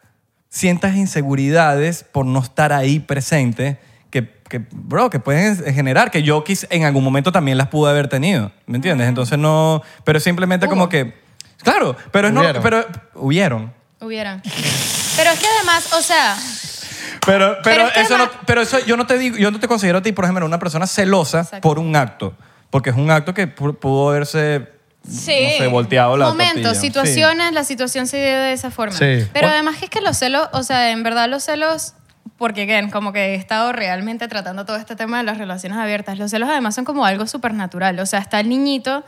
S2: ciertas inseguridades por no estar ahí presente que, que, bro, que pueden eh, generar, que yo quis- en algún momento también las pude haber tenido, ¿me entiendes? Entonces no, pero simplemente como que, claro, pero es no,
S1: Hubieron.
S2: pero hubieron,
S3: Hubiera. Pero es que además, o sea,
S2: Pero, pero,
S3: Pero es que
S2: eso, no,
S3: además-
S2: pero eso yo no te digo, yo no te considero a ti, por ejemplo, una persona celosa
S3: Exacto.
S2: por un acto. Porque es un acto que pu- pudo haberse
S3: Sí.
S2: no sé, volteado la
S3: momentos,
S2: tortilla.
S3: situaciones, la situación se dio de esa forma.
S1: Sí.
S3: Pero
S2: Bueno.
S3: además que es que los celos, o sea, en verdad los celos, porque again, como que he estado realmente tratando todo este tema de las relaciones abiertas, los celos además son como algo supernatural. O sea, está el niñito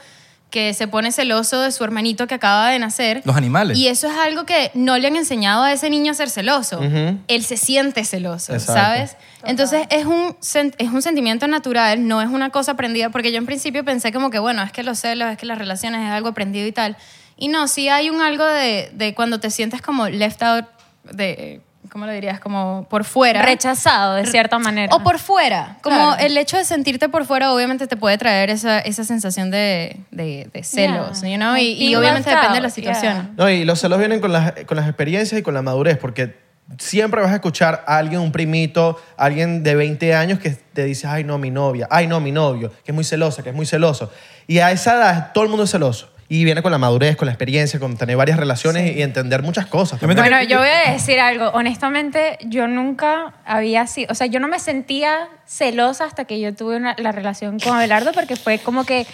S3: que se pone celoso de su hermanito que acaba de nacer.
S2: Los animales.
S3: Y eso es algo que no le han enseñado a ese niño a ser celoso. Él se siente celoso,
S1: Exacto.
S3: ¿sabes? Entonces es un, sen- es un sentimiento natural, no es una cosa aprendida, porque yo en principio pensé como que, bueno, es que los celos, es que las relaciones es algo aprendido y tal. Y no, sí hay un algo de, de cuando te sientes como left out, de, ¿cómo lo dirías? Como por fuera.
S4: Rechazado, de cierta manera.
S3: O por fuera. Como
S4: Claro.
S3: el hecho de sentirte por fuera obviamente te puede traer esa, esa sensación de, de, de celos,
S4: Yeah.
S3: you know? Y, y
S4: Being
S3: obviamente
S4: left
S3: depende de
S4: out,
S3: la situación.
S1: No, y los celos vienen con las, con las experiencias y con la madurez, porque siempre vas a escuchar a alguien, un primito, alguien de 20 años que te dice, ay, no, mi novia, ay, no, mi novio, que es muy celosa, que es muy celoso. Y a esa edad todo el mundo es celoso. Y viene con la madurez, con la experiencia, con tener varias relaciones y entender muchas cosas.
S2: Yo me
S1: también.
S4: Bueno, yo voy a decir algo. Honestamente, yo nunca había sido. O sea, yo no me sentía celosa hasta que yo tuve una- la relación con Abelardo, porque fue como que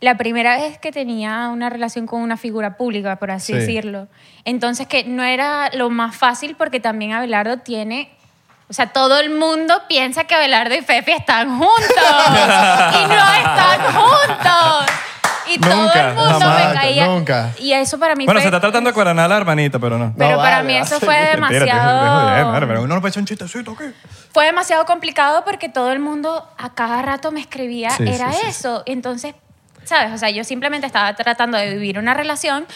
S4: la primera vez que tenía una relación con una figura pública, por así
S1: Sí.
S4: decirlo. Entonces, que no era lo más fácil, porque también Abelardo tiene. O sea, todo el mundo piensa que Abelardo y Fefi están juntos. y no están juntos. Y todo
S2: Nunca,
S4: el mundo
S1: jamás,
S4: me caía.
S1: nunca.
S4: Y eso para mí
S2: Bueno,
S4: fue-
S2: se está tratando de cuarenar a la hermanita, pero no.
S4: pero
S1: No
S4: para
S1: vale,
S4: mí eso
S1: vale.
S4: fue
S2: Mentira, te- te jodí, madre, pero
S4: demasiado.
S2: uno no puede echar un chistecito aquí.
S4: Fue demasiado complicado porque todo el mundo a cada rato me escribía,
S1: Sí,
S4: era
S1: sí, sí,
S4: eso. Entonces, ¿sabes? O sea, yo simplemente estaba tratando de vivir una relación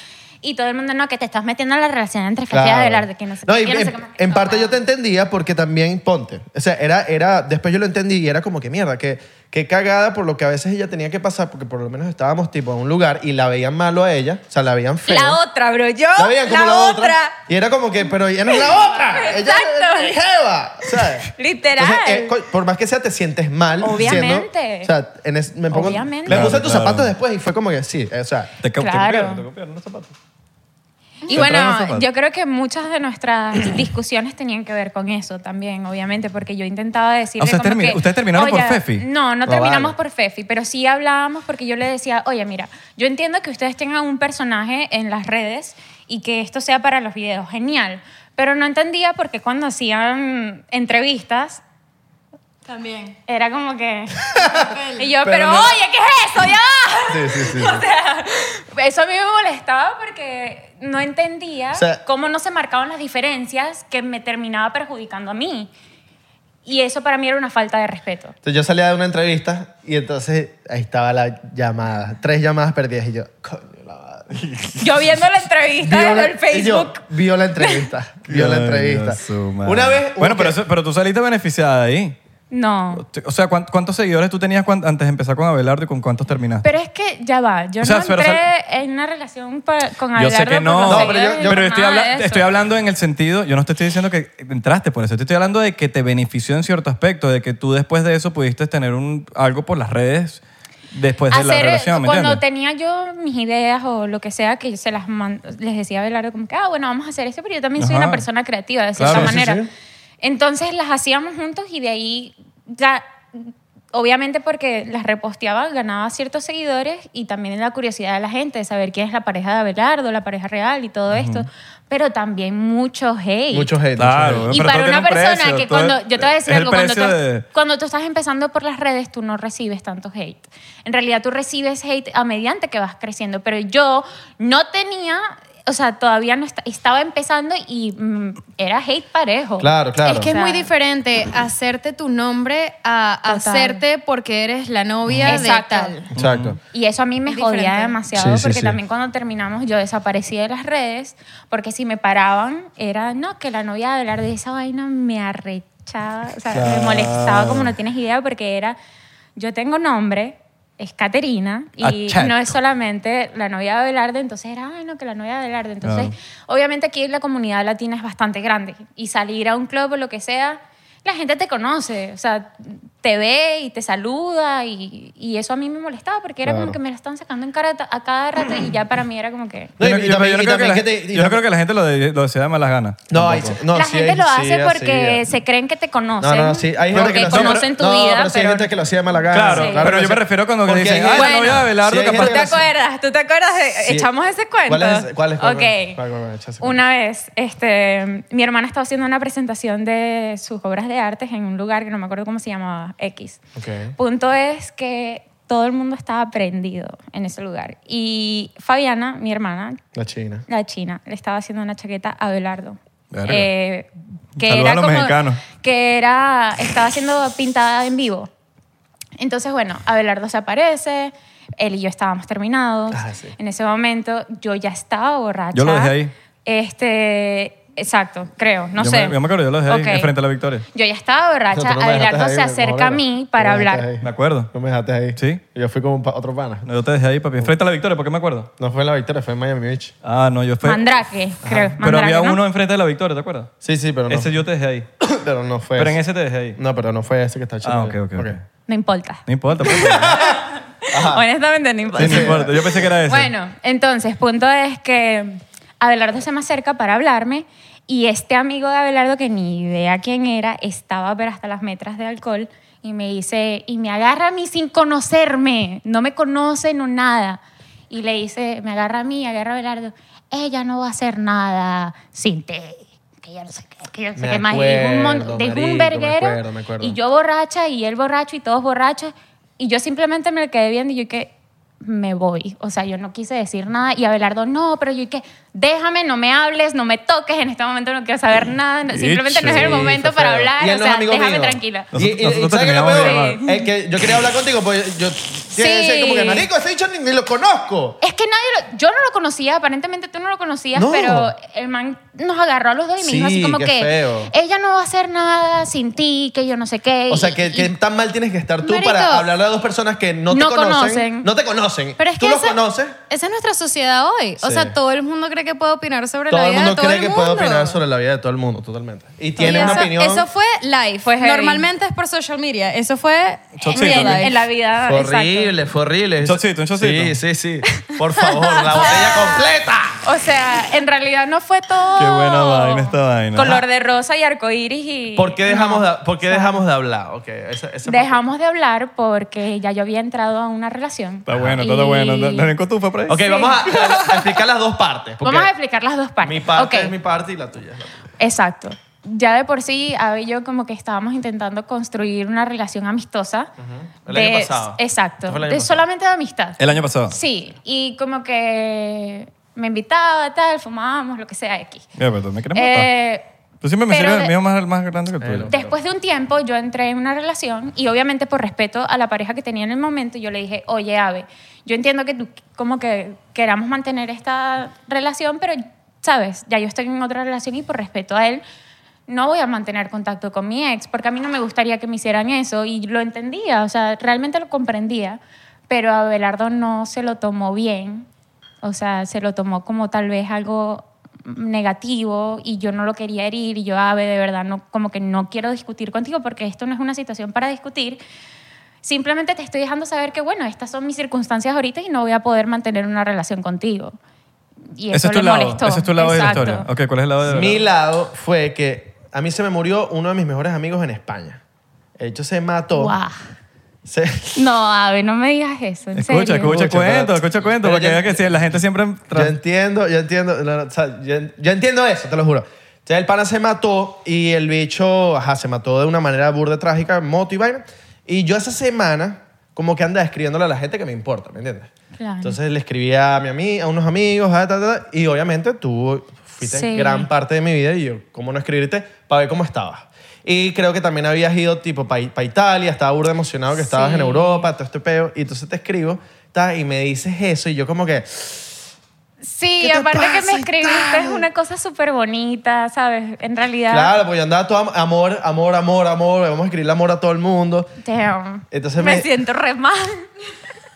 S4: y todo el mundo, no, que te estás metiendo en la relación entre Fefi y
S1: Claro.
S4: Abelardo, que no sé
S1: No,
S4: qué,
S1: y
S4: que no sé
S1: en,
S4: qué más.
S1: en parte yo te
S4: Wow.
S1: entendía porque también, ponte, o sea, era, era, después yo lo entendí y era como que mierda, que, que cagada por lo que a veces ella tenía que pasar, porque por lo menos estábamos tipo en un lugar y la veían malo a ella, o sea, la veían feo.
S4: La otra, bro, yo,
S1: La veían como la, otra.
S4: otra.
S1: Y era como que, pero ella no es la otra. Ella es
S4: Exacto.
S1: jeva, ¿sabes?
S4: Literal.
S1: Entonces, eh, co- por más que sea, te sientes mal.
S4: Obviamente.
S1: siendo- o sea, en es- me, pongo-
S4: Obviamente.
S1: me puse
S2: Claro,
S1: tus
S2: claro.
S1: zapatos después y fue como que sí, eh, o sea,
S2: Te, ca- te
S4: Claro.
S2: copiaron, te copiaron los zapatos. Te
S4: Y
S2: entraron los
S4: bueno,
S2: zapatos.
S4: yo creo que muchas de nuestras discusiones tenían que ver con eso también, obviamente, porque yo intentaba decirle
S2: Ah, o sea,
S4: como
S2: termi-
S4: que,
S2: ¿ustedes terminaron por
S4: "Oye,
S2: Fefi?
S4: No, no
S1: No,
S4: terminamos
S1: vale.
S4: por Fefi, pero sí hablábamos porque yo le decía, oye, mira, yo entiendo que ustedes tengan un personaje en las redes y que esto sea para los videos, genial, pero no entendía por qué cuando hacían entrevistas
S3: También.
S4: era como que... y yo, pero,
S1: Pero no-
S4: oye, ¿qué es eso? ¡Ya!
S1: sí, sí, sí. sí.
S4: O sea, eso a mí me molestaba porque no entendía
S1: O sea-
S4: cómo no se marcaban las diferencias que me terminaba perjudicando a mí. Y eso para mí era una falta de respeto.
S1: Entonces yo salía de una entrevista y entonces ahí estaba la llamada. Tres llamadas perdidas y yo, coño, la madre.
S4: Yo viendo la entrevista en
S1: la-
S4: el Facebook.
S1: yo, vio la entrevista. vio la
S2: Coño,
S1: entrevista.
S2: su madre.
S1: Una vez.
S2: Bueno, pero,
S1: que-
S2: eso- pero tú saliste beneficiada de ahí.
S4: No.
S2: O sea, ¿cuán- ¿cuántos seguidores tú tenías cuan- antes de empezar con Abelardo y con cuántos terminaste?
S4: Pero es que ya va, yo
S2: O sea,
S4: no
S2: pero
S4: entré en una relación pa- con Abelardo.
S2: Yo sé que
S4: por
S2: no.
S4: los
S1: No, pero yo-
S4: seguidores,
S1: yo-
S2: Pero
S4: nada
S2: estoy,
S4: de
S2: habla-
S4: eso.
S2: estoy hablando en el sentido, yo no te estoy diciendo que entraste por eso, te estoy hablando de que te benefició en cierto aspecto, de que tú después de eso pudiste tener un, algo por las redes después de la
S4: hacer-
S2: relación, ¿me
S4: cuando
S2: entiendes?
S4: tenía yo mis ideas o lo que sea que se las man- les decía a Belardo como que ah bueno vamos a hacer esto pero yo también soy
S2: Ajá.
S4: una persona creativa de cierta
S2: Claro, sí,
S4: manera
S1: sí.
S4: entonces las hacíamos juntos y de ahí ya obviamente porque las reposteaba ganaba ciertos seguidores y también la curiosidad de la gente de saber quién es la pareja de Belardo la pareja real y todo esto pero también mucho hate
S1: Muchos haters.
S2: Claro.
S4: y
S2: Pero todo
S4: para una
S2: tiene un
S4: persona
S2: precio,
S4: que
S2: todo
S4: cuando.
S2: es-
S4: Yo te voy a decir
S2: es el
S4: algo. Cuando tú,
S2: precio de-
S4: cuando tú estás empezando por las redes, tú no recibes tanto hate. En realidad, tú recibes hate a mediante que vas creciendo. Pero yo no tenía. O sea, todavía no esta- estaba empezando y mm, era hate parejo.
S1: Claro, claro.
S3: Es que es
S4: O sea-
S3: muy diferente hacerte tu nombre a
S4: Total.
S3: hacerte porque eres la novia
S4: Exacto.
S3: de tal.
S1: Exacto.
S4: Y eso a mí me
S3: Es diferente.
S4: jodía demasiado
S1: Sí, sí,
S4: porque
S1: sí.
S4: también cuando terminamos yo desaparecí de las redes porque si me paraban era, no, que la novia de hablar de esa vaina me arrechaba, o sea,
S1: Claro.
S4: me molestaba como no tienes idea porque era, yo tengo nombre, es Caterina y
S2: Achac.
S4: no es solamente la novia de Abelardo, entonces era, ay, no, que la novia de Abelardo. Entonces, obviamente aquí la comunidad latina es bastante grande y salir a un club o lo que sea, la gente te conoce, o sea, te ve y te saluda y, y eso a mí me molestaba porque era
S1: Claro.
S4: como que me la estaban sacando en cara ta- a cada rato y ya para mí era como que...
S1: No, y-
S2: Yo no-
S1: y
S2: yo-
S1: también-
S2: yo no
S1: y
S2: creo que
S1: también
S2: la-
S1: que te- y
S2: yo no
S1: también-
S2: creo que la gente lo, de- lo desea de malas ganas.
S1: No, hay-
S2: tampoco.
S1: no,
S4: la
S1: sí
S4: gente
S1: hay-
S4: lo
S1: sí,
S4: hace
S1: así
S4: porque
S1: es.
S4: se creen que te conocen.
S1: No, no, no, sí. Hay gente
S4: o que
S1: que lo hace, pero-
S4: conocen tu
S1: no,
S4: vida.
S1: Pero sí hay gente que lo hacía de mala gana.
S2: Claro,
S1: claro
S2: pero
S1: que
S2: yo me
S1: sí.
S2: refiero cuando que
S1: Porque
S2: dicen,
S1: hay
S2: ay,
S1: gente-
S2: la novia de Abelardo,
S1: Sí, hay
S2: capaz
S1: gente
S4: ¿Tú te
S1: que-
S4: acuerdas? ¿Tú te acuerdas? de-
S1: Sí.
S4: Echamos ese cuento.
S1: ¿Cuál es? ¿Cuál es? ¿Cuál es?
S4: Ok.
S1: ¿Cuál- cuál- cuál- echa ese cuento?
S4: Una vez, este, mi hermana estaba haciendo una presentación de sus obras de artes en un lugar que no me acuerdo cómo se llamaba, X.
S1: Ok.
S4: Punto es que todo el mundo estaba prendido en ese lugar. Y Fabiana, mi hermana,
S1: La china.
S4: la china, le estaba haciendo una chaqueta a Abelardo.
S2: Verga.
S4: Eh, que
S2: Saluda
S4: era
S2: a los
S4: como-
S2: mexicanos.
S4: Que era, estaba siendo pintada en vivo. Entonces, bueno, Abelardo se aparece, él y yo estábamos terminados.
S1: Ah, sí.
S4: En ese momento yo ya estaba borracha.
S2: Yo lo dejé ahí.
S4: Este, exacto, creo, no
S2: yo
S4: sé.
S2: Me, yo me acuerdo, yo lo dejé
S4: Ok.
S2: ahí, enfrente a la victoria.
S4: Yo ya estaba
S1: No, tú
S4: borracha,
S1: no me dejaste
S4: Abelardo
S1: ahí,
S4: se
S1: me-
S4: acerca a
S1: Morena.
S4: mí
S1: Tú
S4: para
S1: me dejaste
S4: hablar.
S1: ahí.
S2: Me acuerdo.
S1: No me dejaste ahí.
S2: Sí.
S1: Yo fui con un pa- otro pana.
S2: Yo te dejé ahí, papi. Enfrente a la victoria, ¿por qué me acuerdo?
S1: No fue en la victoria, fue en Miami Beach.
S2: Ah, no, yo fui.
S4: Mandrake, creo.
S2: Pero
S4: Mandrake,
S2: había
S4: ¿no?
S2: uno enfrente de la victoria, ¿te acuerdas?
S1: Sí, sí, pero no.
S2: Ese yo te dejé ahí.
S1: Pero no fue.
S2: Pero en ese te dejé ahí.
S1: No, pero no fue ese que está
S2: Ah,
S1: chino.
S2: ok, ok, ok.
S4: No importa.
S2: No importa. pues.
S4: Honestamente, no importa.
S2: Sí, no importa. Yo pensé que era ese.
S4: Bueno, entonces, punto es que Abelardo se me acerca para hablarme y este amigo de Abelardo, que ni idea quién era, estaba pero hasta las metras de alcohol y me dice, y me agarra a mí sin conocerme, no me conoce, no nada. Y le dice, me agarra a mí, agarra a Abelardo, ella no va a hacer nada sin ti. Que yo no sé qué, que yo no sé
S1: Me
S4: qué más. Y dijo un, mon-
S1: acuerdo,
S4: dijo
S1: marico,
S4: un
S1: me
S4: verguero.
S1: acuerdo, me acuerdo.
S4: Y yo borracha y él borracho y todos borrachos. Y yo simplemente me quedé viendo y yo que me voy. O sea, yo no quise decir nada. Y Abelardo, no, pero yo que déjame, no me hables, no me toques. En este momento no quiero saber
S1: Mm.
S4: nada. no- Simplemente no es el
S2: Bicho.
S4: momento para hablar. O sea, déjame tranquila.
S1: Y, y, y,
S2: Nosotros
S1: ¿sabes qué es lo
S2: terminamos
S1: peor?
S4: de
S1: Es que yo quería hablar contigo, pues yo. Sí.
S4: Sí.
S1: como que, marico, ese dicho ni, ni lo conozco.
S4: Es que nadie lo, yo no lo conocía, aparentemente tú no lo conocías,
S1: No.
S4: pero el man nos agarró a los dos y me
S1: Sí,
S4: dijo así como
S1: qué
S4: que
S1: feo.
S4: ella no va a hacer nada sin ti, que yo no sé qué.
S1: O sea,
S4: y-
S1: que,
S4: y-
S1: que tan mal tienes que estar tú
S3: Marico.
S1: para hablarle a dos personas que no te
S4: No
S1: conocen,
S4: conocen.
S1: No te conocen.
S3: Pero es
S1: tú
S3: que
S1: los
S3: esa-
S1: conoces.
S3: Esa es nuestra sociedad hoy. O
S1: Sí.
S3: sea, todo el mundo cree que puede opinar sobre
S1: Todo
S3: la
S1: el
S3: vida
S1: mundo
S3: de todo
S1: cree
S3: el
S1: que
S3: mundo.
S1: puede opinar sobre la vida de todo el mundo, totalmente. Y tiene
S3: Y
S1: una
S3: eso,
S1: opinión.
S3: Eso fue live.
S4: Fue heavy.
S3: Normalmente es por social media. Eso fue
S2: Yo sí,
S3: real
S2: también.
S3: life.
S4: en la vida.
S1: Fue
S4: Ah, exacto.
S1: horrible, fue horrible.
S2: Un shotcito, un shotcito.
S1: Sí, sí, sí. Por favor, la botella completa.
S4: O sea, en realidad no fue todo.
S2: Qué buena vaina esta vaina.
S4: Color de rosa y arcoíris y.
S1: ¿Por qué dejamos,
S4: No.
S1: de, por qué dejamos de hablar? Ok, esa, esa
S4: Dejamos de hablar porque ya yo había entrado a una relación.
S2: Está bueno, está bueno.
S4: Y-
S2: ¿La encotufa por ahí?
S1: Ok, vamos a, a- a explicar las dos partes. porque
S4: Vamos a explicar las dos partes.
S1: Mi parte
S4: Ok,
S1: es mi parte y la tuya es la tuya.
S4: Exacto. Ya de por sí, Abby y yo como que estábamos intentando construir una relación amistosa.
S1: El año pasado.
S4: Exacto.
S1: Esto fue el año
S4: de-
S1: pasado.
S4: solamente de amistad.
S2: El año pasado.
S4: Sí, y como que me invitaba, tal, fumábamos, lo que sea, X.
S2: Mira, pero tú me quieres matar.
S4: Eh,
S2: Tú siempre me
S4: pero
S2: sirves
S4: de-
S2: el mío más, más grande que el tuyo.
S1: Eh,
S4: Después de un tiempo yo entré en una relación y obviamente por respeto a la pareja que tenía en el momento yo le dije, oye Ave, yo entiendo que tú como que queramos mantener esta relación, pero sabes, ya yo estoy en otra relación y por respeto a él no voy a mantener contacto con mi ex porque a mí no me gustaría que me hicieran eso y lo entendía, o sea, realmente lo comprendía, pero Abelardo no se lo tomó bien, o sea, se lo tomó como tal vez algo negativo y yo no lo quería herir y yo, Ave, de verdad, no, como que no quiero discutir contigo porque esto no es una situación para discutir. Simplemente te estoy dejando saber que, bueno, estas son mis circunstancias ahorita y no voy a poder mantener una relación contigo. Y eso
S2: Ese es tu
S4: le
S2: lado.
S4: molestó.
S2: Ese es tu lado
S4: Exacto.
S2: de la historia. Ok, ¿cuál es el lado de la
S1: Mi lado fue que a mí se me murió uno de mis mejores amigos en España. El hecho se mató.
S4: Guau.
S1: Se-
S4: No, Ave, no me digas eso. En
S2: Escucha,
S4: serio.
S2: escucha
S1: Escucha,
S2: cuento,
S1: pero-
S2: escucha cuento,
S1: pero
S2: porque
S1: yo-
S2: veas que sí, la gente siempre...
S1: yo
S2: tra-
S1: entiendo, yo entiendo. no, no, o sea, yo, en- yo entiendo eso, te lo juro. Entonces el pana se mató y el bicho, ajá, se mató de una manera burda, trágica, en moto y vaina. Y yo esa semana como que andaba escribiéndole a la gente que me importa, ¿me entiendes?
S4: Claro.
S1: Entonces le escribía a, mi ami- a unos amigos, ah, ta, ta, ta, y obviamente tú fuiste
S4: Sí.
S1: gran parte de mi vida y yo, ¿cómo no escribirte? Para ver cómo estabas. Y creo que también habías ido tipo para Italia, estaba burda emocionado que estabas
S4: Sí.
S1: en Europa, todo este peo. Y entonces te escribo ta, y me dices eso y yo como que...
S4: Sí,
S1: ¿Qué te
S4: aparte que
S1: pasa
S4: me
S1: y
S4: escribiste
S1: tal?
S4: es una cosa súper bonita, ¿sabes? En realidad...
S1: Claro, porque yo andaba todo am- amor, amor, amor, amor, vamos a escribirle amor a todo el mundo.
S4: Damn.
S1: Entonces
S4: me,
S1: me-
S4: siento re mal.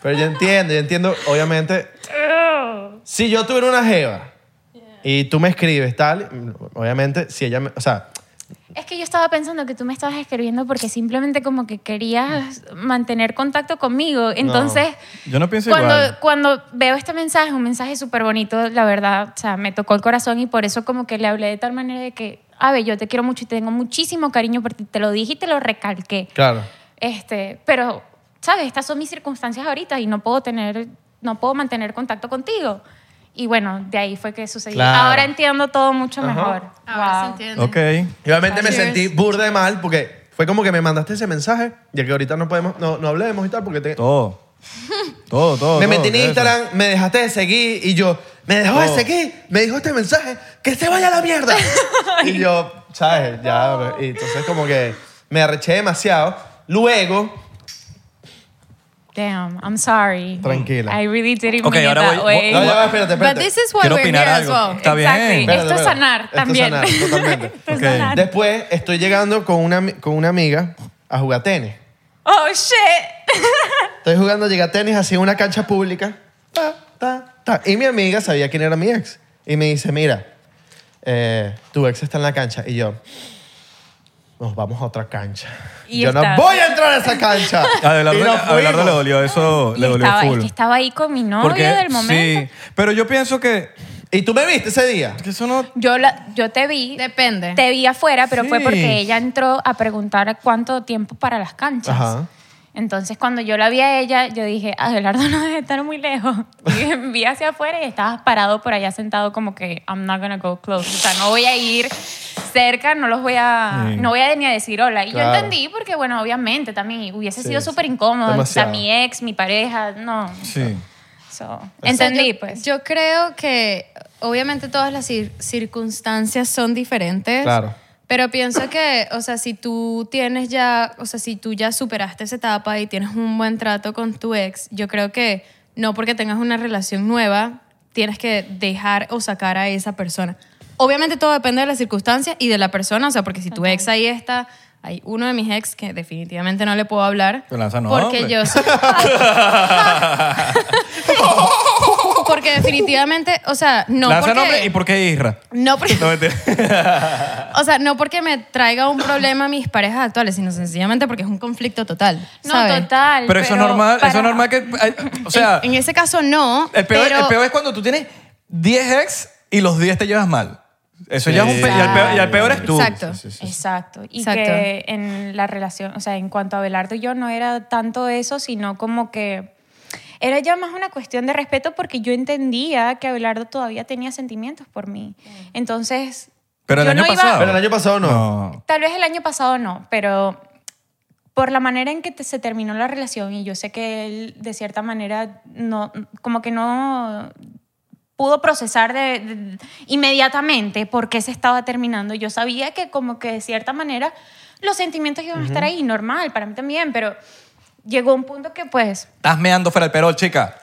S1: Pero yo entiendo, yo entiendo, obviamente, si yo tuviera una jeva y tú me escribes tal, obviamente, si ella, me- o sea,
S4: Es que yo estaba pensando que tú me estabas escribiendo porque simplemente como que querías mantener contacto conmigo. Entonces,
S2: Yo no pienso
S4: cuando,
S2: igual.
S4: cuando veo este mensaje, un mensaje súper bonito, la verdad, o sea, me tocó el corazón y por eso como que le hablé de tal manera de que, a ver, yo te quiero mucho y tengo muchísimo cariño por ti, te lo dije y te lo recalqué.
S1: Claro.
S4: Este, pero, ¿sabes? Estas son mis circunstancias ahorita y no puedo tener, no puedo mantener contacto contigo. Y bueno, de ahí fue que sucedió.
S1: Claro.
S4: Ahora entiendo todo mucho
S1: Ajá.
S4: mejor.
S3: Ah, Ahora
S4: Wow.
S3: se entiende.
S2: Ok.
S1: Y obviamente me
S3: Cheers.
S1: sentí burda de mal porque fue como que me mandaste ese mensaje y que ahorita no podemos, no, no hablemos y tal porque te-
S2: Todo. Todo, todo.
S1: me
S2: todo,
S1: metí en
S2: eso.
S1: Instagram, me dejaste de seguir y yo, me dejó de
S2: Todo.
S1: seguir, me dijo este mensaje, que se vaya a la mierda. y yo, ¿sabes? Ya, y entonces como que me arreché demasiado. Luego,
S4: Damn, I'm sorry.
S1: Tranquila.
S4: I really did it
S2: Ok,
S4: in
S2: ahora
S4: that
S2: voy-
S4: way.
S1: no, ya va, espérate,
S3: But
S1: espérate.
S3: this is why
S2: Quiero
S3: we're here
S2: opinar
S3: as well.
S2: algo. Está
S4: Exactly.
S2: bien.
S1: Espérate,
S4: Esto es
S1: espérate.
S4: sanar
S1: Esto es
S4: también.
S1: sanar, totalmente.
S4: Esto es
S2: Ok.
S4: sanar.
S1: Después estoy llegando con una, ami- con una amiga a jugar tenis.
S4: Oh, shit.
S1: Estoy jugando llega tenis así en una cancha pública. Ta, ta, ta. Y mi amiga sabía quién era mi ex. Y me dice, mira, eh, tu ex está en la cancha. Y yo, nos vamos a otra cancha.
S4: Y
S1: yo
S4: está.
S1: no voy a entrar a esa cancha.
S2: A Abelardo,
S1: Y
S2: le-
S1: nos
S2: a Abelardo
S1: fuimos.
S2: le dolió eso,
S4: Y
S2: le dolió
S4: estaba, es
S2: full.
S4: que estaba ahí con mi novio
S2: Porque-
S4: del momento.
S2: Sí, pero yo pienso que,
S1: Y tú me viste ese día.
S2: que eso no...
S4: Yo, la, yo te vi.
S3: Depende.
S4: Te vi afuera, pero fue
S2: Sí.
S4: porque ella entró a preguntar cuánto tiempo para las canchas.
S1: Ajá.
S4: Entonces, cuando yo la vi a ella, yo dije, Abelardo no debe estar muy lejos. Y vi hacia afuera y estabas parado por allá sentado como que, I'm not gonna go close. O sea, no voy a ir cerca, no los voy a,
S2: Sí.
S4: no voy a ni a decir hola. Y
S1: Claro.
S4: yo entendí porque, bueno, obviamente también hubiese
S1: Sí,
S4: sido
S1: sí.
S4: súper incómodo.
S1: Demasiado.
S4: O sea, mi ex, mi pareja, no.
S2: Sí.
S4: So,
S3: O sea,
S4: entendí,
S3: yo-
S4: pues.
S3: Yo creo que obviamente todas las cir- circunstancias son diferentes.
S1: Claro.
S3: Pero pienso que, o sea, si tú tienes ya, o sea, si tú ya superaste esa etapa y tienes un buen trato con tu ex, yo creo que no porque tengas una relación nueva, tienes que dejar o sacar a esa persona. Obviamente todo depende de las circunstancias y de la persona, o sea, porque si tu ex ahí está, hay uno de mis ex que definitivamente no le puedo hablar.
S2: Pero lanza nombre.
S3: porque yo Porque definitivamente, o sea, no
S2: Lanza
S3: porque...
S2: nombre y por qué Isra.
S3: No porque...
S2: No, mentira.
S3: O sea, no porque me traiga un problema a mis parejas actuales, sino sencillamente porque es un conflicto total.
S4: no,
S3: ¿sabes?
S4: total.
S2: pero eso es normal, eso
S4: para-
S2: es normal que... ay, O sea,
S3: en, en ese caso no.
S2: el peor,
S3: pero-
S2: el peor es cuando tú tienes 10 ex y los 10 te llevas mal. Eso ya es un... pe- Y el peor, y el peor es tú.
S3: Exacto.
S4: Exacto. Y
S3: Exacto.
S4: que en la relación, o sea, en cuanto a Belardo y yo, no era tanto eso, sino como que era ya más una cuestión de respeto porque yo entendía que Abelardo todavía tenía sentimientos por mí. Entonces,
S2: Pero el
S4: yo
S2: año
S4: no iba-
S2: pasado.
S1: Pero el año pasado no.
S2: No.
S4: tal vez el año pasado no, pero por la manera en que te- se terminó la relación y yo sé que él de cierta manera no como que no pudo procesar de, de- inmediatamente por qué se estaba terminando. Yo sabía que como que de cierta manera los sentimientos iban a estar ahí, normal, para mí también, pero llegó un punto que pues...
S2: Estás meando fuera del perol, chica.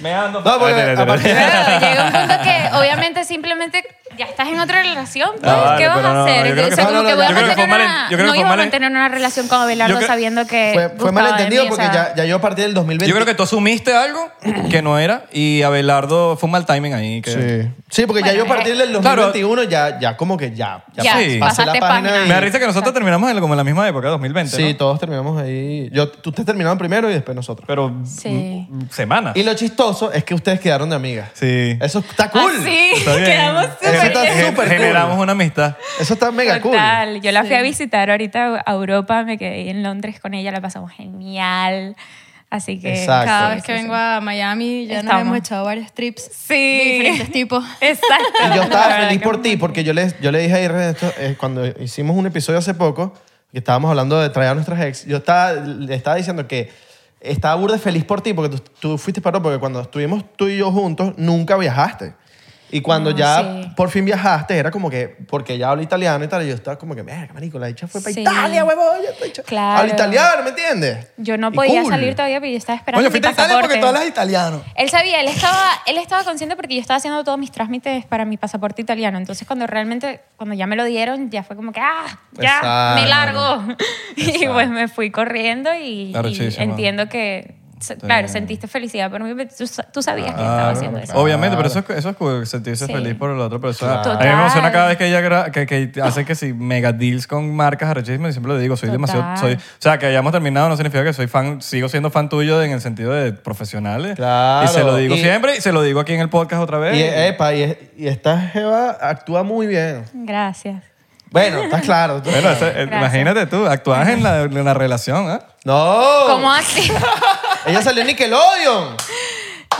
S2: meando
S1: No, porque
S2: Espérate, espérate,
S1: a partir-
S2: espérate.
S4: Claro, llega un punto que obviamente simplemente ya estás en otra relación, pues,
S2: Ah, vale,
S4: ¿qué vas
S2: pero
S4: a
S2: no,
S4: hacer?
S2: yo creo
S4: O
S2: que
S4: sea,
S1: fue-
S4: como
S1: no,
S4: que
S1: no,
S4: voy a
S1: yo creo que
S4: mantener
S2: fue mal-
S4: una-
S2: yo creo que
S4: no
S2: fue
S4: iba a
S2: mal-
S4: mantener una relación con Abelardo
S2: Yo creo-
S4: sabiendo que
S1: Fue, fue
S4: gustaba de
S1: malentendido
S4: mí, o
S1: porque
S4: sea,
S1: ya, ya yo a partir del 2020.
S2: Yo creo que tú asumiste algo que no era y Abelardo fue un mal timing ahí. Que
S1: Sí. Sí, porque ya
S4: Bueno, eh,
S1: yo a partir del
S2: claro.
S1: 2021 ya, ya como que ya.
S4: Ya,
S1: pasé
S4: pasaste página.
S1: y-
S2: Me da risa que nosotros terminamos en- como en la misma época, 2020.
S1: Sí,
S2: ¿no?
S1: todos terminamos ahí. Yo, tú- ustedes terminaron primero y después nosotros.
S2: Pero
S4: Sí.
S2: mm, semanas.
S1: Y lo chistoso es que ustedes quedaron de amigas.
S2: Sí.
S1: Eso está cool.
S4: Ah, sí,
S2: Está bien.
S4: quedamos
S1: Eso
S4: súper
S1: está
S4: bien.
S2: Gen-
S1: súper cool.
S2: Generamos una amistad.
S1: Eso está mega cool.
S4: Total, yo la fui a visitar ahorita a Europa, me quedé en Londres con ella, la pasamos genial. Así que
S1: Exacto.
S3: Cada
S1: Sí,
S3: vez
S4: sí,
S3: que
S4: sí.
S3: vengo a Miami ya
S4: Estamos.
S3: nos hemos echado varios trips de
S4: Sí.
S3: diferentes tipos.
S4: Exacto.
S1: Y yo
S4: La
S1: estaba
S4: verdad
S1: feliz
S4: que
S1: por
S4: es
S1: ti
S4: muy-
S1: porque yo le, yo le dije a Irene esto eh, cuando hicimos un episodio hace poco que estábamos hablando de traer a nuestras ex. Yo estaba, le estaba diciendo que estaba burda feliz por ti porque tú, tú fuiste para porque cuando estuvimos tú y yo juntos nunca viajaste. Y cuando
S4: No,
S1: ya
S4: Ah, sí.
S1: por fin viajaste era como que porque ya habla italiano y tal y yo estaba como que, "Verga, marico, la hecha fue para
S4: Sí.
S1: Italia, huevón, ya está hecha.
S4: Claro.
S1: Habla italiano, ¿me entiendes?
S4: Yo no
S1: Y
S4: podía
S1: cool.
S4: salir todavía, pero yo estaba esperando
S2: Coño,
S4: mi
S2: fuiste a Italia porque
S4: pasaporte.
S2: tú hablas italiano.
S4: Él sabía, él estaba, él estaba consciente porque yo estaba haciendo todos mis trámites para mi pasaporte italiano. Entonces, cuando realmente, cuando ya me lo dieron, ya fue como que, ah, ya, me
S1: Exacto.
S4: largo. Y pues me fui corriendo y,
S2: Arrechísimo.
S4: y entiendo que s- claro, sentiste felicidad por mí, pero tú, sa- tú sabías
S1: Ah,
S4: que estaba haciendo eso.
S2: Ah, Obviamente, pero eso es, eso es cool, sentirse
S4: Sí.
S2: feliz por la otra persona.
S4: Claro.
S2: A mí me emociona
S4: Total.
S2: cada vez que ella gra- que, que hace que si mega deals con marcas arrechísimas, siempre le digo, soy demasiado,
S4: Total.
S2: soy, o sea, que hayamos terminado no significa que soy fan, sigo siendo fan tuyo en el sentido de profesionales.
S1: Claro.
S2: Y se lo digo
S1: Y-
S2: siempre y se lo digo aquí en el podcast otra vez.
S1: Y, eh, epa, y, y esta jeva actúa muy bien.
S4: Gracias.
S1: Bueno, está claro. está
S2: Bueno,
S1: claro.
S2: ese- eh, imagínate tú, actúas en la, en la relación, ¿ah?
S1: No.
S4: ¿Cómo así?
S1: Ella salió en Nickelodeon.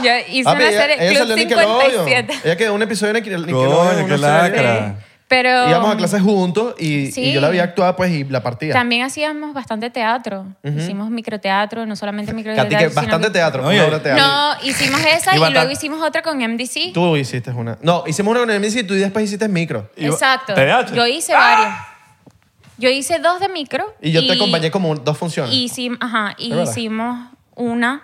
S4: Yo hice
S1: Papi,
S4: una
S1: ella,
S4: serie
S1: ella salió
S4: Club
S1: en Nickelodeon.
S4: 57.
S1: Ella quedó un episodio en Nickel-
S2: Coño,
S1: Nickelodeon.
S2: qué
S1: una serie.
S2: lacra.
S4: Pero
S1: Íbamos a clases juntos y,
S4: Sí.
S1: y yo la veía actuar pues y la partía.
S4: también hacíamos bastante teatro. Hicimos microteatro, no solamente microteatro.
S1: Katy, que
S4: sino
S1: bastante
S4: mic-
S1: teatro.
S2: No,
S1: una
S2: y-
S1: obra de teatro.
S4: No, hicimos esa
S2: Y
S4: y, luego
S2: bastante-
S4: hicimos otra con MDC.
S1: Tú hiciste una. No, hicimos una con el y tú después hiciste micro.
S2: Y-
S4: Exacto.
S2: TDAH.
S4: Yo hice varias. Yo hice dos de micro.
S1: ¡Ah! Y yo te acompañé como dos funciones.
S4: y hicim- ajá, y
S1: Es verdad.
S4: hicimos una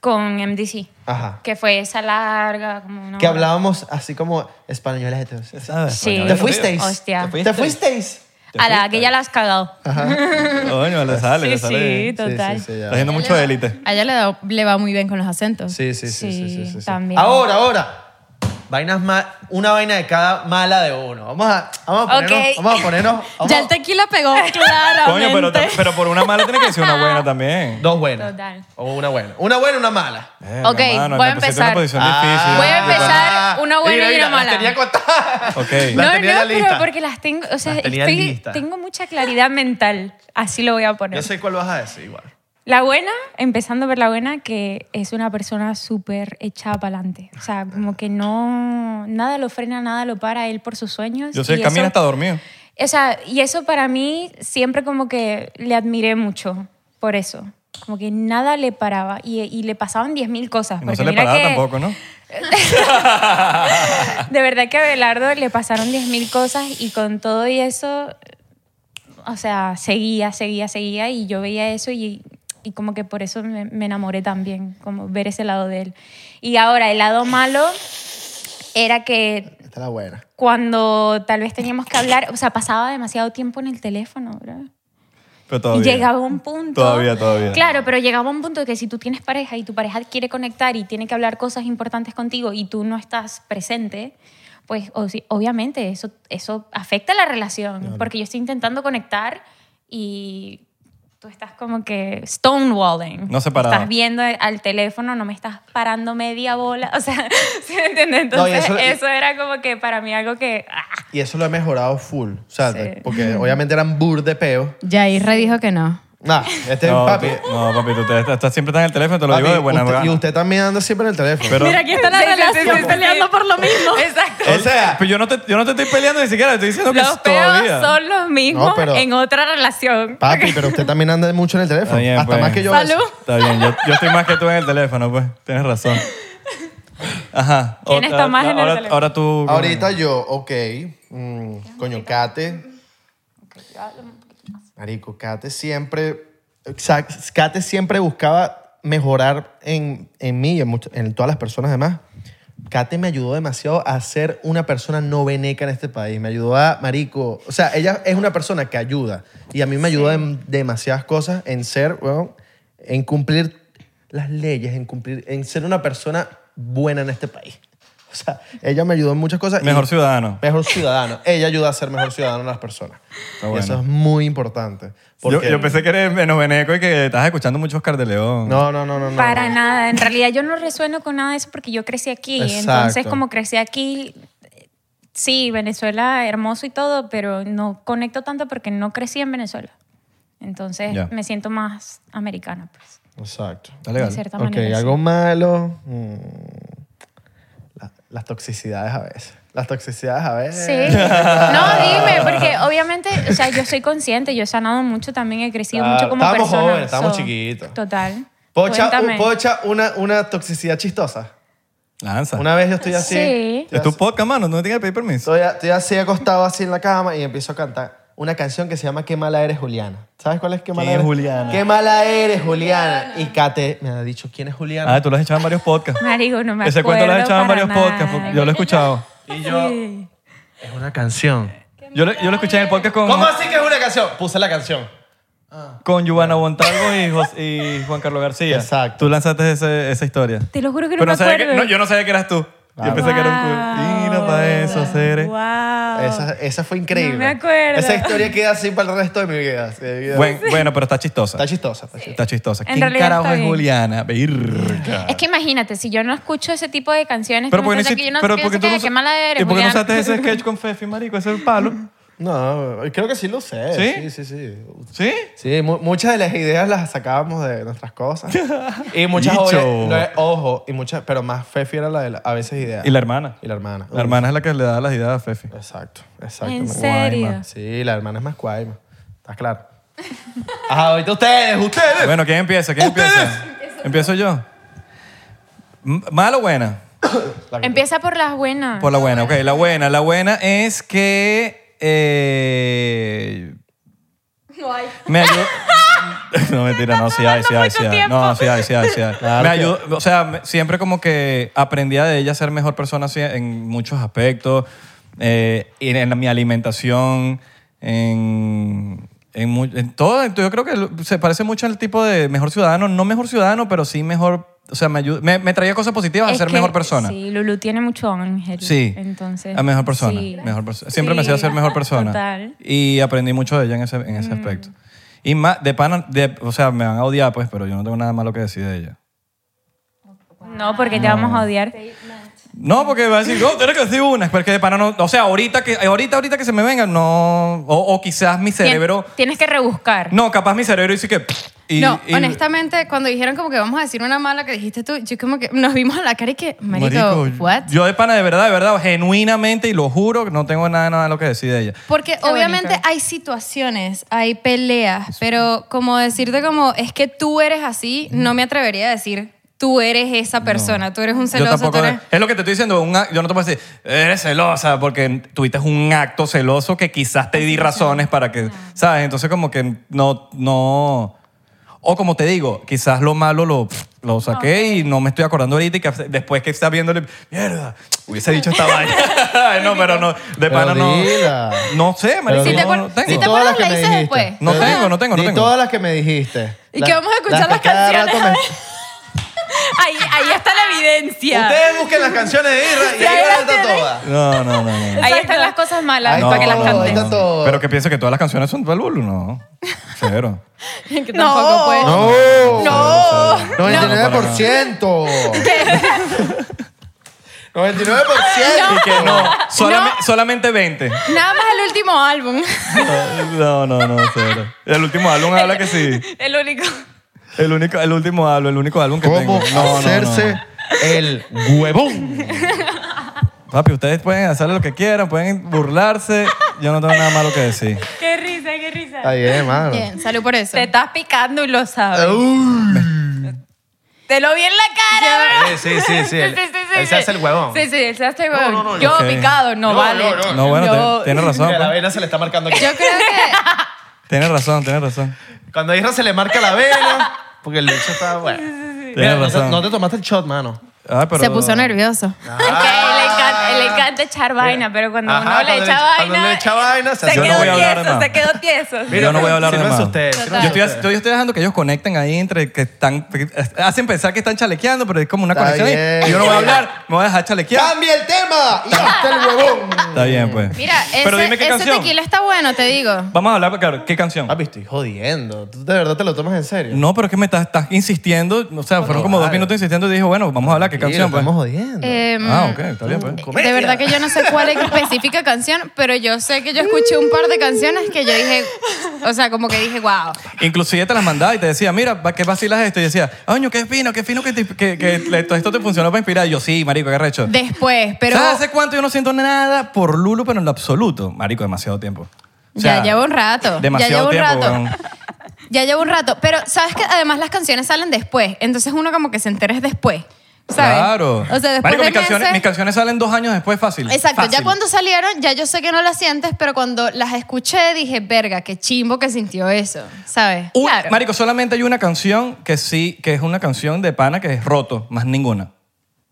S4: con MDC.
S1: Ajá.
S4: Que fue esa larga, como una
S1: que
S4: hora.
S1: hablábamos así como españoles. entonces.
S2: ¿Sabes?
S4: Sí.
S2: Coño,
S1: ¿Te fuisteis?
S4: Hostia.
S1: ¿Te fuisteis?
S4: A la que ya la has cagado.
S1: Ah,
S2: Coño, le sale, le
S4: sí,
S2: sale.
S4: sí, total.
S1: Sí, sí, sí,
S2: Está
S1: ya.
S2: haciendo mucho élite.
S3: A ella le, da- le va muy bien con los acentos.
S1: Sí, sí, sí, sí, sí, sí, sí.
S4: también.
S1: Ahora, ahora. Vainas mal, una vaina de cada mala de uno. Vamos a, vamos a ponernos,
S4: Ok.
S1: vamos a ponernos, vamos
S3: Ya
S1: a-
S3: el tequila pegó claramente.
S2: Coño, pero, pero por una mala tiene que decir una buena también.
S1: dos buenas.
S4: Total.
S1: O una buena, una buena, y una mala.
S2: Verga,
S4: Ok,
S2: mano,
S4: voy
S2: me
S4: a
S2: pusiste en
S4: empezar.
S2: Una posición
S1: Ah.
S4: Voy a
S2: difícil.
S4: empezar. una buena
S1: Mira,
S4: y una
S1: mira, las
S4: mala.
S1: tenía contadas.
S2: Ok.
S1: Las
S4: no,
S1: tenía
S4: no,
S1: ya listas.
S4: pero porque las tengo, o sea,
S1: Las tenía
S4: estoy-
S1: listas.
S4: tengo mucha claridad mental. Así lo voy a poner.
S1: Yo sé cuál vas a decir igual.
S4: La buena, empezando por la buena, que es una persona súper echada para adelante. O sea, como que no. Nada lo frena, nada lo para él por sus sueños.
S2: Yo sé,
S4: Y
S2: camina
S4: eso-
S2: hasta dormido.
S4: O sea, y eso para mí siempre como que le admiré mucho por eso. Como que nada le paraba y, y le pasaban 10.000 cosas.
S2: No
S4: porque
S2: se le
S4: mira
S2: paraba
S4: que-
S2: tampoco, ¿no?
S4: De verdad que a Abelardo le pasaron 10.000 cosas y con todo y eso, o sea, seguía, seguía, seguía y yo veía eso y, y como que por eso me, me enamoré también, como ver ese lado de él. Y ahora, el lado malo era que
S1: Esta es la buena.
S4: cuando tal vez teníamos que hablar, o sea, pasaba demasiado tiempo en el teléfono, ¿verdad?
S2: Pero todavía.
S4: Y llegaba un punto.
S2: Todavía, todavía.
S4: Claro, pero llegaba un punto de que si tú tienes pareja y tu pareja quiere conectar y tiene que hablar cosas importantes contigo y tú no estás presente, pues o si- obviamente eso, eso afecta la relación. Porque yo estoy intentando conectar y tú estás como que stonewalling.
S2: No se paraba.
S4: Estás viendo al teléfono, no me estás parando media bola. O sea, ¿sí me entiendes?
S1: No, y
S4: Entonces,
S1: eso-
S4: eso, era como que para mí algo que. ah,
S1: Y eso lo he mejorado full. O sea,
S4: Sí.
S1: porque obviamente eran bur de peo.
S3: Yair redijo que no.
S1: Nah, este
S2: No,
S1: papi.
S2: tú- no, papi, tú te- estás, estás siempre estás en el teléfono, te lo digo
S1: papi,
S2: de buena
S1: usted-
S2: gana.
S1: Y usted también anda siempre en el teléfono.
S2: Pero,
S3: Mira, aquí está la
S4: Sí, sí, sí,
S3: relación
S4: sí, sí.
S3: peleando por lo mismo.
S4: Exacto.
S1: o sea,
S2: pero yo, no te, yo no te estoy peleando ni siquiera, estoy diciendo que
S4: Los
S2: todavía.
S4: peos son los mismos
S1: No, pero-
S4: en otra relación.
S1: papi, pero usted también anda mucho en el teléfono.
S2: Está bien,
S1: Hasta
S2: pues.
S1: más que yo.
S3: Salud.
S2: Está bien, yo, yo estoy más que tú en el teléfono, pues. Tienes razón. Ajá.
S4: ¿Quién
S2: O-
S4: está más en el
S2: ahora-
S4: teléfono?
S2: Ahora tú.
S1: Ahorita yo, ok. mm, coño, Kate. Marico, Kate siempre. exact- Kate siempre buscaba mejorar en, en mí y en, much- en todas las personas además. Kate me ayudó demasiado a ser una persona no veneca en este país. Me ayudó a, marico, o sea, ella es una persona que ayuda. Y a mí me ayudó en demasiadas cosas, en ser, weón, en cumplir las leyes, en cumplir, en ser una persona buena en este país. O sea, ella me ayudó en muchas cosas. y-
S2: Mejor ciudadano.
S1: Mejor ciudadano. Ella ayuda a ser mejor ciudadano a las personas.
S2: Está
S1: Y
S2: bueno.
S1: eso es muy importante.
S2: Yo,
S1: porque-
S2: yo pensé que eres menos veneco y que estás escuchando mucho Oscar de León.
S1: No, no, no, no. no.
S4: Para nada. En realidad yo no resueno con nada de eso porque yo crecí aquí.
S1: Exacto.
S4: Entonces, como crecí aquí, sí, Venezuela hermoso y todo, pero no conecto tanto porque no crecí en Venezuela. Entonces,
S2: Ya.
S4: me siento más americana, pues.
S1: Exacto.
S2: Está legal.
S4: De cierta
S1: Ok,
S4: manera. sí.
S1: algo malo. mm, la- las toxicidades a veces. Las toxicidades a veces.
S4: Sí. No, dime, porque obviamente, o sea, yo soy consciente, yo he sanado mucho también, he crecido
S1: Claro,
S4: mucho como
S1: estábamos
S4: persona.
S1: Ah, jóvenes, estábamos chiquitos.
S4: Total.
S1: Pocha,
S4: Cuéntame.
S1: una, una toxicidad chistosa.
S2: Lanza.
S1: Una vez yo estoy así.
S4: Sí.
S1: estoy
S2: Es tu
S1: así-
S2: podcast, mano. No tienes que pedir permiso.
S1: Estoy, estoy así acostado así en la cama y empiezo a cantar una canción que se llama Qué mala eres, Juliana. ¿Sabes cuál es Qué mala
S2: ¿Quién
S1: eres?
S2: es Juliana?
S1: Qué mala eres, Juliana. Y Kate me ha dicho quién es Juliana.
S2: Ah, tú lo has echado en varios podcasts.
S4: Marico, no me
S2: Ese cuento lo has
S4: acuerdo
S2: echado en
S4: para
S2: varios
S4: nada.
S2: podcasts. porque Yo lo he escuchado.
S1: y yo. Es una canción.
S2: Yo lo, yo lo escuché en el podcast con.
S1: ¿Cómo así que es una canción? Puse la canción.
S2: con Giovanna Montalvo y, Jos- y Juan Carlos García.
S1: Exacto.
S2: Tú lanzaste ese- esa historia.
S4: Te lo juro que
S2: Pero no
S4: no me
S2: sabía que-
S4: acuerdo.
S2: no, yo no sabía que eras tú.
S1: Ah,
S2: Yo pensé que era un cool. Mira para eso, Cere.
S4: Wow.
S1: Esa, esa fue increíble.
S4: No me acuerdo.
S1: Esa historia queda así para el resto de mi vida. así de vida.
S2: Buen- Bueno, pero está chistosa.
S1: Está chistosa. Está chistosa.
S2: Está chistosa.
S4: En
S2: ¿Quién
S4: realidad
S2: carajo
S4: está
S2: es
S4: bien.
S2: Juliana? Verga.
S4: Es que imagínate, si yo no escucho ese tipo de canciones,
S2: Pero
S4: tú me
S2: porque no
S4: piensas
S2: hiciste-
S4: que yo no
S2: pero
S4: sé
S2: porque
S4: qué,
S2: tú no
S4: qué mala
S2: sa-
S4: eres.
S2: ¿Y por qué no
S4: Julián.
S2: usaste ese sketch con Fefi, marico? Ese palo.
S1: No, creo que sí lo sé.
S2: ¿Sí?
S1: Sí, sí, sí.
S2: ¿Sí?
S1: Sí, mu- muchas de las ideas las sacábamos de nuestras cosas. Y muchas
S2: Bicho.
S1: oye- no, eh, ojo, y muchas, pero más Fefi era la de la- a veces ideas.
S2: Y la hermana.
S1: Y la hermana.
S2: La hermana es la que le da las ideas a Fefi.
S1: Exacto, exacto.
S4: ¿En
S1: marico.
S4: serio?
S1: Sí, la hermana es más cuaima. ¿Estás claro? Ajá, ahorita ustedes, ustedes.
S2: Bueno, ¿quién empieza? ¿Quién empieza? Empiezo yo. M- ¿Mala o buena?
S1: La que-
S4: Empieza por las buenas.
S2: Por la buena, ok. La buena. La buena es que. eh,
S3: No hay.
S2: me ayudó. No, mentira, no, sí hay, sí hay, sí hay. No, sí hay, sí hay, sí hay.
S1: Claro
S2: Me
S1: que-
S2: ayudó, o sea, me- siempre como que aprendía de ella a ser mejor persona así en muchos aspectos, eh, y en, la- mi alimentación, en, en, mu- en todo. Yo creo que se parece mucho al tipo de mejor ciudadano, no mejor ciudadano, pero sí mejor, o sea, me, ayud- me, me traía cosas positivas a
S4: Es
S2: ser
S4: que-
S2: mejor persona.
S4: Sí, Lulu tiene mucho ángel.
S2: Sí.
S4: Entonces.
S2: A mejor persona.
S4: sí.
S2: Mejor perso- Siempre me
S4: Sí.
S2: hacía ser mejor persona.
S4: Total. Mm.
S2: Y aprendí mucho de ella en ese, en ese aspecto. Y más, de pana, de- o sea, me van a odiar, pues, pero yo no tengo nada malo que decir de ella.
S4: No, porque te vamos a odiar.
S2: No, porque va a decir, no, tienes que decir una. Porque de pana no. O sea, ahorita que, ahorita, ahorita que se me venga, no. O, o quizás mi
S4: Tien-
S2: cerebro.
S4: Tienes que rebuscar.
S2: No, capaz mi cerebro dice que. y-
S3: no,
S2: y-
S3: honestamente, cuando dijeron como que vamos a decir una mala que dijiste tú, yo como que nos vimos a la cara y que, marico,
S2: Marico,
S3: ¿what?
S2: Yo de pana, de verdad, de verdad, genuinamente, y lo juro, no tengo nada, nada malo que decir de ella.
S3: Porque
S4: Qué
S3: obviamente
S4: bonito.
S3: hay situaciones, hay peleas, pero como decirte como es que tú eres así, no me atrevería a decir tú eres esa persona, tú eres un
S2: Yo
S3: celoso, tú
S2: tampoco.
S3: eres...
S2: Es lo que te estoy diciendo. un ac- yo no te puedo decir, eres celosa, porque tuviste un acto celoso que quizás te di razones para que. ¿Sabes? Entonces, como que no. no o como te digo, quizás lo malo lo, lo saqué y no me estoy acordando ahorita y que después que está viéndole, mierda, hubiese dicho esta vaina. Ay, no, pero no, de
S1: Pero
S2: pana no.
S1: dila.
S2: No sé,
S1: Pero
S2: marico,
S3: Si te
S2: no,
S3: acuer-
S2: no
S3: si
S2: tengo.
S3: te
S1: todas las
S3: acuerdas,
S1: que
S3: la
S1: me
S3: dices
S1: dijiste.
S3: después.
S2: No
S1: Pero-
S2: tengo, no tengo, no
S1: Ni
S2: tengo.
S1: todas las que me dijiste.
S3: Y
S1: La-
S3: que vamos a escuchar las
S1: que cada
S3: canciones.
S1: rato
S4: Ahí, ahí está la
S1: me-
S4: evidencia.
S1: Ustedes busquen las canciones de Irra y
S4: ahí
S1: ahí
S4: las
S1: van a estar todas.
S2: No, no, no, no.
S4: Ahí están las cosas malas
S1: Ahí
S2: No,
S4: para que las
S1: todo, ahí
S4: cantes.
S1: está todo.
S2: Pero que pienso que todas las canciones son del Lulu, no. Cero.
S3: que tampoco
S4: No.
S3: puedes-
S1: No.
S2: No.
S1: 99%. 99%.
S2: Y que no, solame- solamente 20.
S3: Nada más el último álbum.
S2: No, no, no, cero. El último álbum habla que sí.
S4: El único.
S2: El, único, el último álbum, el único álbum que
S1: ¿Cómo
S2: tengo. No, no,
S1: hacerse
S2: no.
S1: el huevón?
S2: Papi, ustedes pueden hacer lo que quieran, pueden burlarse. Yo no tengo nada malo que decir.
S4: Qué risa, qué risa.
S1: Ahí es, mano.
S3: Bien, salud por eso.
S4: Te estás picando y lo sabes.
S1: Uy.
S4: Te lo vi en la cara. bro.
S1: Eh, sí, sí, sí, el- él se hace el huevón.
S4: Sí, sí, él se hace el huevón.
S1: no, no,
S4: yo
S2: ok.
S4: picado, no,
S1: No,
S4: vale.
S1: no,
S2: No, bueno,
S4: Yo-
S2: te- tienes razón.
S1: Mira,
S2: pues.
S1: la vena se le está marcando aquí.
S3: Yo creo que
S2: Tienes razón, tienes razón.
S1: Cuando a Isra se le marca la vena, porque el bicho está bueno. Mira, no te-
S2: razón.
S1: No te tomaste el shot, mano.
S2: Ay, pero-
S3: se puso nervioso.
S4: Es que a él le encanta, él le encanta echar vaina, pero cuando
S1: Ah. Ajá,
S4: uno le
S1: cuando
S4: echa
S1: le-
S4: vaina.
S1: cuando le echa vaina, se
S4: se
S1: hace-
S2: Yo no
S4: quedó
S2: voy a hablar
S4: tieso,
S2: más.
S4: se quedó tieso.
S2: Yo no voy a hablar de
S1: sírvanse
S2: más.
S1: ustedes,
S3: Total.
S1: sírvanse
S2: Yo estoy,
S1: ustedes.
S2: yo estoy dejando que ellos conecten ahí entre que están. que hacen pensar que están chalequeando, pero es como una
S1: Está
S2: conexión ahí.
S1: bien.
S2: Yo no voy a hablar, me voy a dejar chalequear.
S1: ¡Cambia el tema! ¡Y hasta el huevón!
S2: Está bien, pues.
S3: Mira, ese,
S2: pero dime qué
S3: ese
S2: canción.
S3: tequila está bueno, te digo.
S2: Vamos a hablar, claro, ¿qué canción?
S1: Papi, estoy jodiendo. ¿Tú de verdad te lo tomas en serio?
S2: No, pero es que me estás, estás insistiendo. O sea, fueron como dos
S1: vale.
S2: minutos insistiendo y dije, bueno, vamos a hablar qué
S1: Sí, lo
S2: canción. Pues.
S1: estamos Eh. jodiendo.
S3: Em,
S2: Ah, ok, está bien, pues.
S1: Comedia.
S3: De verdad que yo no sé cuál es específica canción, pero yo sé que yo escuché un par de canciones que yo dije, o sea, como que dije, wow.
S2: Inclusive te las mandaba y te decía, mira, ¿pa- ¿qué vacilas esto? Y decía, coño, qué fino, qué fino que, te- que, que le- todo esto te funcionó para inspirar. Y yo, sí, marico, qué recho.
S3: Después, pero
S2: ¿Sabes hace cuánto yo no siento nada por Lulu, pero en lo absoluto? Marico, demasiado tiempo. O
S3: ya
S2: sea,
S3: llevo un rato. ya llevo
S2: Demasiado
S3: un
S2: tiempo,
S3: rato.
S2: weón.
S3: Ya llevo un rato. Pero sabes que además las canciones salen después, entonces uno como que se entera es después. ¿Sabes?
S2: Claro.
S3: O sea, después
S2: Marico,
S3: de
S2: mis canciones,
S3: meses-
S2: mis canciones salen dos años después fácil.
S3: Exacto,
S2: Fácil.
S3: ya cuando salieron, ya yo sé que no las sientes, pero cuando las escuché dije, verga, qué chimbo que sintió eso, ¿sabes?
S2: Un-
S3: Claro.
S2: Marico, solamente hay una canción que sí, que es una canción de pana que es roto, más ninguna.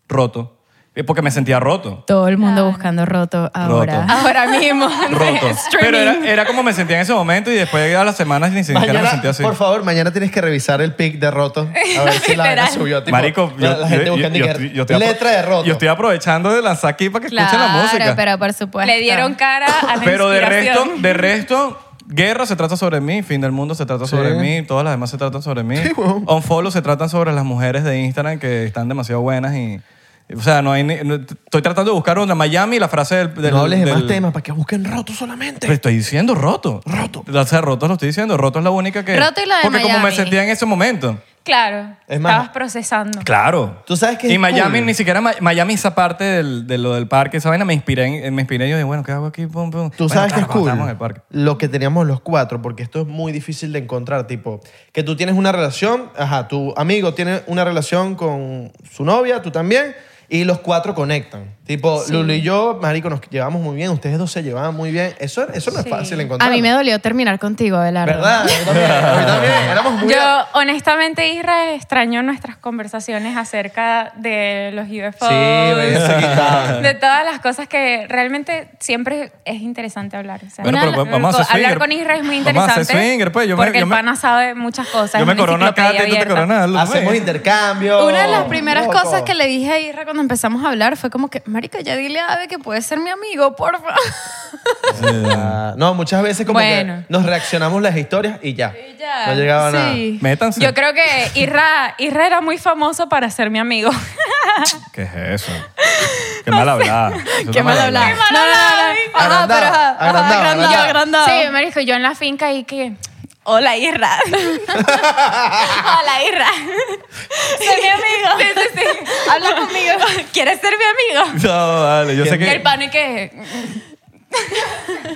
S2: Roto. Eh, Porque me sentía roto.
S3: Todo el mundo buscando roto ahora.
S4: Ahora mismo.
S2: Roto.
S4: Streaming.
S2: Pero era, era como me sentía en ese momento y después a las semanas ni siquiera me
S1: Mañana,
S2: sentía así.
S1: por favor, mañana tienes que revisar el pic de roto. A ver si la vaina
S4: Literal.
S1: subió. Tipo,
S2: Marico, yo,
S1: la, la gente
S2: yo-
S1: buscando y
S2: yo- yo
S1: que
S2: estoy- yo estoy apro-
S1: letra de roto.
S2: Yo estoy aprovechando de lanzar aquí para que escuchen la
S3: Claro,
S2: música.
S3: pero por
S1: Pues
S3: supuesto.
S4: Le dieron cara a la
S2: Pero de resto,
S4: inspiración.
S2: de resto, guerra se trata sobre mí, fin del mundo se trata sobre mí, todas las demás se tratan sobre mí. Unfollow se tratan sobre las mujeres de Instagram que están demasiado buenas y. O sea, no hay ni- no- estoy tratando de buscar una Miami, la frase del. del-
S1: no hables de más
S2: del-
S1: temas para que busquen roto solamente.
S2: Pero estoy diciendo roto. Roto. O sea, roto lo estoy diciendo. Roto es la única que.
S3: Roto y la de
S2: Porque como me
S3: Miami.
S2: sentía en ese momento.
S4: Claro.
S1: Es más-
S4: Estabas procesando.
S2: Claro.
S1: Tú sabes que
S2: Y
S1: es
S2: Miami,
S1: cool.
S2: ni siquiera Ma- Miami, esa parte del- de lo del parque, esa vaina, me inspiré. en- me inspiré y yo dije, bueno, ¿qué hago aquí? Pum, pum.
S1: Tú sabes
S2: Bueno,
S1: que
S2: claro,
S1: es
S2: cuando
S1: cool.
S2: estábamos en el parque.
S1: Lo que teníamos los cuatro, porque esto es muy difícil de encontrar. Tipo, que tú tienes una relación, ajá, tu amigo tiene una relación con su novia, tú también, y los cuatro conectan. Tipo, Lulu y yo, Marico, nos llevamos muy bien, ustedes dos se llevaban muy bien. Eso, eso no es fácil encontrar.
S3: A mí me dolió terminar contigo, Abelardo.
S1: ¿Verdad? A mí también, a mí también. Éramos muy.
S4: Yo, honestamente, Isra, extraño nuestras conversaciones acerca de los UFOs.
S1: Sí, güey, se quitaba.
S4: de todas las cosas que realmente siempre es interesante hablar. o sea,
S2: Bueno, pero
S4: hablar-
S2: vamos a hacer
S4: Hablar
S2: swinger.
S4: con Isra es muy
S2: Vamos a
S4: interesante.
S2: hacer swinger, pues, yo me-
S4: porque
S2: yo
S4: el
S2: me-
S4: pana sabe muchas cosas.
S2: Yo
S4: es
S2: me
S4: una
S2: corono a Katy, tú
S4: enciclopedia
S2: te pues.
S4: abierta.
S2: coronas a Lulu.
S1: Hacemos intercambio.
S3: Una de las primeras
S1: loco.
S3: cosas que le dije a Isra cuando empezamos a hablar fue como que, marica, ya dile a Abe que puede ser mi amigo, porfa.
S1: Ah, no, muchas veces como
S4: Bueno.
S1: que nos reaccionamos las historias y ya.
S3: Y ya.
S1: No llegaba
S3: Sí.
S1: nada.
S2: Métanse.
S4: Yo creo que Isra, Isra era muy famoso para ser mi amigo.
S2: ¿Qué es eso? Qué mal hablada. Eso está
S3: Qué mal hablar.
S2: hablada.
S3: No, no, no. Ajá,
S1: Agrandado,
S3: pero ajá, ajá,
S1: agrandado,
S3: agrandado,
S1: agrandado.
S3: agrandado.
S4: Sí, me dijo yo en la finca y que... Hola, Isra. Hola, Isra. Soy mi amigo. Sí, sí, sí. Habla conmigo. ¿Quieres ser mi amigo?
S2: No, vale. Yo sé
S4: Y el
S2: que.
S4: pana y que...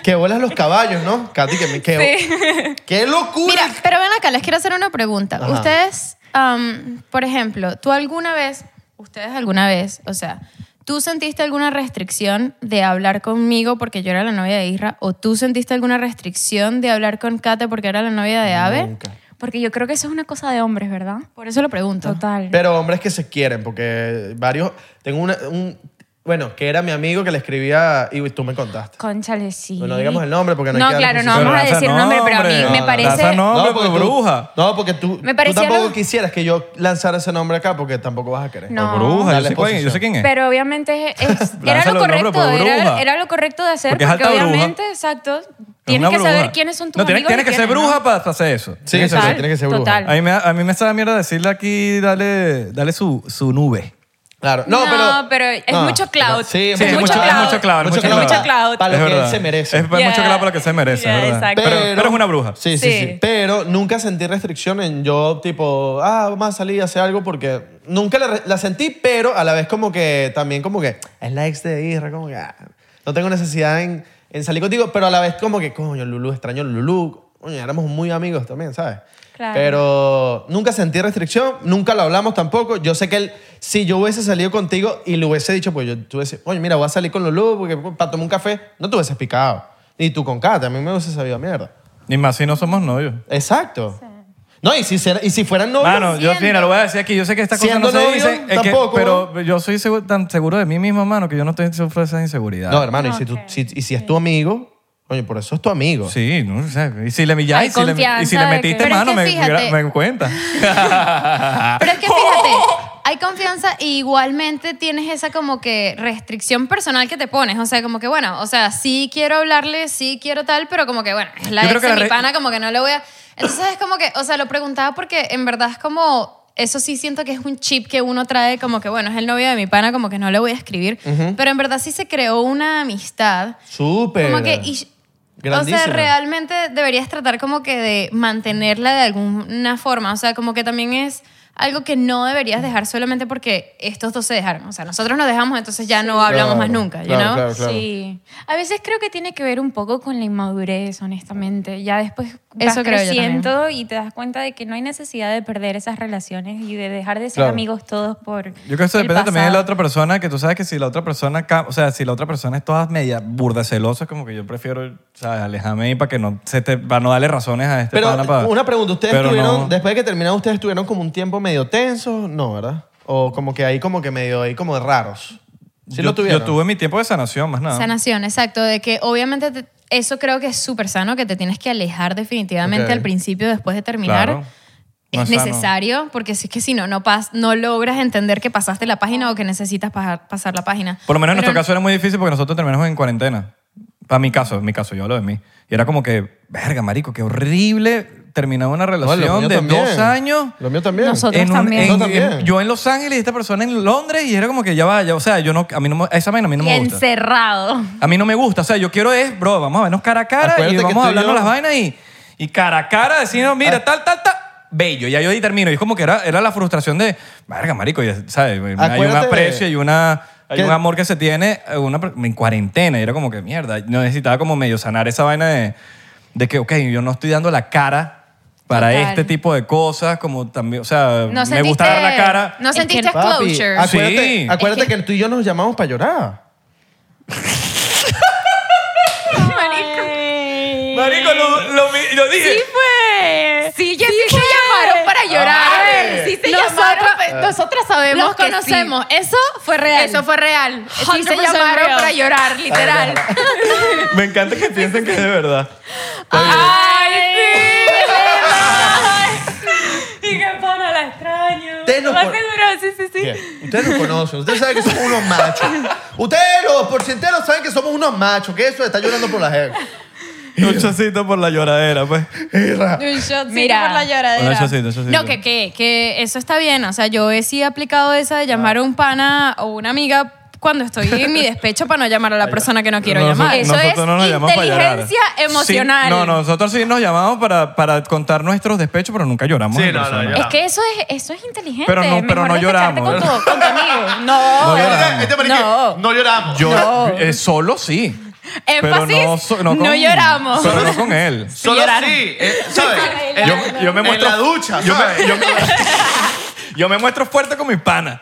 S1: Que vuelas los caballos, ¿no? Katy, que me que, ¡Qué locura!
S3: Mira, pero ven acá, les quiero hacer una pregunta.
S1: Ajá.
S3: Ustedes, am, por ejemplo, tú alguna vez, ustedes alguna vez, o sea, ¿tú sentiste alguna restricción de hablar conmigo porque yo era la novia de Isra? ¿O tú sentiste alguna restricción de hablar con Kate porque era la novia de Ave?
S1: Nunca.
S4: Porque yo creo que eso es una cosa de hombres, ¿verdad?
S3: Por eso lo pregunto.
S4: Total.
S1: Pero hombres que se quieren, porque varios. Tengo una- un. Bueno, que era mi amigo que le escribía y tú me contaste.
S4: Conchale, sí.
S1: Bueno, no digamos el nombre porque no hay que
S4: No,
S1: darle
S4: claro, no
S1: posición.
S4: vamos a
S2: Pero
S4: decir
S2: lanza
S4: nombre, pero a mí
S2: nombre,
S4: me
S2: no,
S4: parece...
S2: lanza nombre. No,
S1: porque
S2: pero bruja.
S1: No, porque tú,
S4: Me
S1: tú
S4: parecía
S1: tampoco
S4: lo-
S1: quisieras que yo lanzara ese nombre acá porque tampoco vas a querer.
S4: No.
S2: Bruja, yo
S1: Dale
S2: sé, cuál- yo sé
S1: posición.
S2: quién es.
S4: Pero obviamente es- es- era
S2: Lánzalo
S4: lo
S2: el nombre,
S4: correcto,
S2: pues,
S4: era,
S2: bruja.
S4: era lo correcto de hacer,
S2: Porque
S4: porque,
S2: es alta bruja.
S4: obviamente, exacto, tienes
S2: Una
S4: que saber
S2: bruja.
S4: quiénes son tus
S2: no, tienes-
S4: amigos.
S2: Tienes,
S4: y
S2: que ser
S4: quiénes no.
S2: bruja para hacer eso.
S1: Sí,
S2: Tienes que
S1: sí,
S2: ser-
S1: sí, tiene que ser bruja.
S4: total.
S2: A mí, me, a mí me sabe mierda decirle aquí, dale, dale su, su nube.
S1: Claro. No, pero.
S4: No, pero es mucho clout.
S1: Sí,
S4: Sí, es mucho- es
S1: mucho cloud.
S4: mucho clout,
S2: mucho clout.
S4: Mucho clout.
S1: Para
S2: Es
S1: lo que él
S2: verdad.
S1: se merece.
S2: Es para
S4: Yeah.
S2: mucho claro para lo que se merece.
S4: Yeah,
S2: es verdad.
S4: exacto.
S2: Pero, pero es una bruja.
S1: Sí, sí, sí,
S4: Sí.
S1: Pero nunca sentí restricción en yo, tipo, ah, vamos a salir a hacer algo porque nunca la, la sentí, pero a la vez como que también como que es la ex de Isra, como que ah, no tengo necesidad en, en salir contigo, pero a la vez como que, coño, Lulu, extraño a Lulu. Coño, éramos muy amigos también, ¿sabes?
S4: Claro.
S1: Pero nunca sentí restricción, nunca lo hablamos tampoco. Yo sé que él, si yo hubiese salido contigo y le hubiese dicho, pues yo tú hubiese, oye, mira, voy a salir con Lulu porque pues, para tomar un café, no te hubieses picado. Y tú con Kate, a mí me hubiese sabido mierda.
S2: Ni más si no somos novios.
S1: Exacto. No, y si, ser- y si fueran novios.
S2: Mano, yo, mira, lo voy a decir aquí. Yo sé que estas cosas
S1: Siendo
S2: no se
S1: novio,
S2: dicen. es que-
S1: tampoco.
S2: pero yo soy seguro- tan seguro de mí mismo, mano, que yo no estoy sufriendo esa inseguridad.
S1: no, hermano, y, si tú- si- y si es tu amigo, oye, por eso es tu amigo.
S2: Sí, no, o sea, y si le ya,
S4: Hay
S2: y si le, y si
S4: confianza
S2: le
S4: de que-
S2: metiste
S3: Pero es
S2: mano,
S3: que
S2: me,
S3: fíjate.
S2: hubiera- me cuenta.
S3: Pero es que fíjate, hay confianza y igualmente tienes esa como que restricción personal que te pones. O sea, como que bueno, o sea, sí quiero hablarle, sí quiero tal, pero como que bueno, es la
S2: Yo creo
S3: ex
S2: que
S3: de
S2: la
S3: mi
S2: re-
S3: pana, como que no le voy a... Entonces es como que, o sea, lo preguntaba porque en verdad es como... Eso sí siento que es un chip que uno trae como que, bueno, es el novio de mi pana, como que no le voy a escribir. Pero en verdad sí se creó una amistad.
S1: Súper.
S3: Como que... y- o
S1: Grandísima.
S3: sea, realmente deberías tratar como que de mantenerla de alguna forma. O sea, como que también es algo que no deberías dejar solamente porque estos dos se dejaron. O sea, nosotros nos dejamos, entonces ya no hablamos
S1: Claro,
S3: más nunca, you
S1: claro,
S3: know?
S1: claro, claro.
S4: Sí. A veces creo que tiene que ver un poco con la inmadurez, honestamente. Ya después vas
S3: Eso creo yo
S4: creciendo y te das cuenta de que no hay necesidad de perder esas relaciones y de dejar de ser
S1: Claro.
S4: amigos todos
S2: Yo
S4: por
S2: creo que eso
S4: el
S2: depende también de la
S4: pasado.
S2: otra persona, que tú sabes que si la otra persona, ca- o sea, si la otra persona es toda media burda celosa, es como que yo prefiero, ¿sabes? Alejarme ahí para que no se te, para no darle razones a este
S1: Pero
S2: pana para-
S1: una pregunta, ¿ustedes
S2: Pero
S1: tuvieron,
S2: no.
S1: después de que terminaron, ustedes estuvieron como un tiempo medio tensos? No, ¿verdad? O como que ahí como que medio, ahí como de raros. Sí
S2: yo,
S1: lo tuvieron.
S2: yo tuve mi tiempo de sanación, más nada.
S3: Sanación, exacto. De que obviamente te- eso creo que es súper sano, que te tienes que alejar definitivamente
S1: Ok.
S3: al principio después de terminar.
S2: Claro. No es
S3: Es
S2: sano.
S3: necesario, porque si es que si no, no, pas, no logras entender que pasaste la página o que necesitas pajar- pasar la página.
S2: Por lo menos en
S3: Pero
S2: nuestro caso era muy difícil porque nosotros terminamos en cuarentena. Para mi caso, en mi caso, yo hablo de mí. Y era como que, verga, marico, qué horrible terminar una
S1: No,
S2: relación
S1: lo mío
S2: de
S1: también.
S2: dos años.
S1: Lo mío también.
S4: Nosotros-
S2: En
S4: también.
S2: en-
S1: Yo también.
S2: en- yo en Los Ángeles y esta persona en Londres y era como que ya vaya, o sea, yo no, a mí no, me- esa vaina a mí no
S4: Y
S2: me gusta.
S4: encerrado.
S2: A mí no me gusta, o sea, yo quiero es, bro, vamos a vernos cara a cara
S1: Acuérdate
S2: y
S1: que
S2: vamos
S1: tú
S2: a
S1: y
S2: hablarnos
S1: yo-
S2: las vainas y, y cara a cara decirnos, mira,
S1: Ah.
S2: tal, tal, tal. Bello, ya yo ahí termino. Y es como que era, era la frustración de, verga, marico, ya, ¿sabes? Hay un
S1: Acuérdate de-
S2: aprecio y una, hay
S1: que-
S2: un amor que se tiene eh, una, per- en cuarentena. Y era como que, mierda, yo necesitaba como medio sanar esa vaina de, de que, ok, yo no estoy dando la cara para
S3: Total.
S2: este tipo de cosas, como también, o sea,
S3: No
S2: me gusta dar la
S3: sentiste-
S2: cara.
S3: No
S4: Es que-
S3: sentiste
S1: Papi,
S3: closure.
S1: acuérdate,
S2: Sí.
S1: acuérdate
S3: Es que-
S1: que tú y yo nos llamamos para llorar.
S2: Marico, lo, lo mi- yo dije,
S4: fue.
S3: Sí, sí se llamaron para llorar.
S4: A ver, sí se
S3: Nosotros-
S4: llamaron.
S3: Nosotras sabemos
S4: Los
S3: que sí.
S4: conocemos.
S3: Eso fue real. Eso fue real. Sí se
S4: 100%
S3: llamaron
S4: real.
S3: para llorar, literal.
S2: me encanta que piensen que es de verdad.
S4: ¡Ay, sí! y que pana la extraño.
S1: Te lo
S4: Más
S1: juro.
S4: seguro, sí, sí, sí.
S1: Bien. Ustedes nos conocen, ustedes saben que somos unos machos. Ustedes los porcienteros saben que somos unos machos, que eso está llorando por la gente.
S2: Un chocito por la lloradera, pues.
S5: Un shot
S4: Mira.
S5: por la lloradera.
S2: Un chocito, un chocito.
S3: No, que, que, que eso está bien. O sea, yo he sí aplicado esa de llamar a un pana o una amiga cuando estoy en mi despecho para no llamar a la persona que no quiero
S2: Noso-
S3: llamar.
S4: Eso
S2: nosotros
S4: es
S2: no nos llamamos para llorar.
S4: inteligencia emocional.
S2: Sí, no, no, nosotros sí nos llamamos para, para contar nuestros despechos, pero nunca lloramos.
S1: Sí,
S2: en
S1: no, no,
S2: persona.
S1: lloramos.
S4: Es que eso es, eso es inteligente.
S2: Pero no- pero
S4: Mejor
S2: no
S4: despecharte
S2: lloramos.
S4: Con tu, con tu amigo. No. Este
S2: No
S1: Este
S2: lloramos.
S1: no. no lloramos.
S2: Yo, eh, solo sí. Pero
S3: Énfasis,
S2: no, so- no, con-
S3: no lloramos.
S2: Pero no con él.
S1: Solo
S3: llorar.
S1: sí, eh, ¿sabes?
S2: Yo, yo me
S1: en
S2: muestro,
S1: la ducha,
S2: Yo
S1: ¿sabes?
S2: me, yo, me, yo me muestro fuerte con mi pana.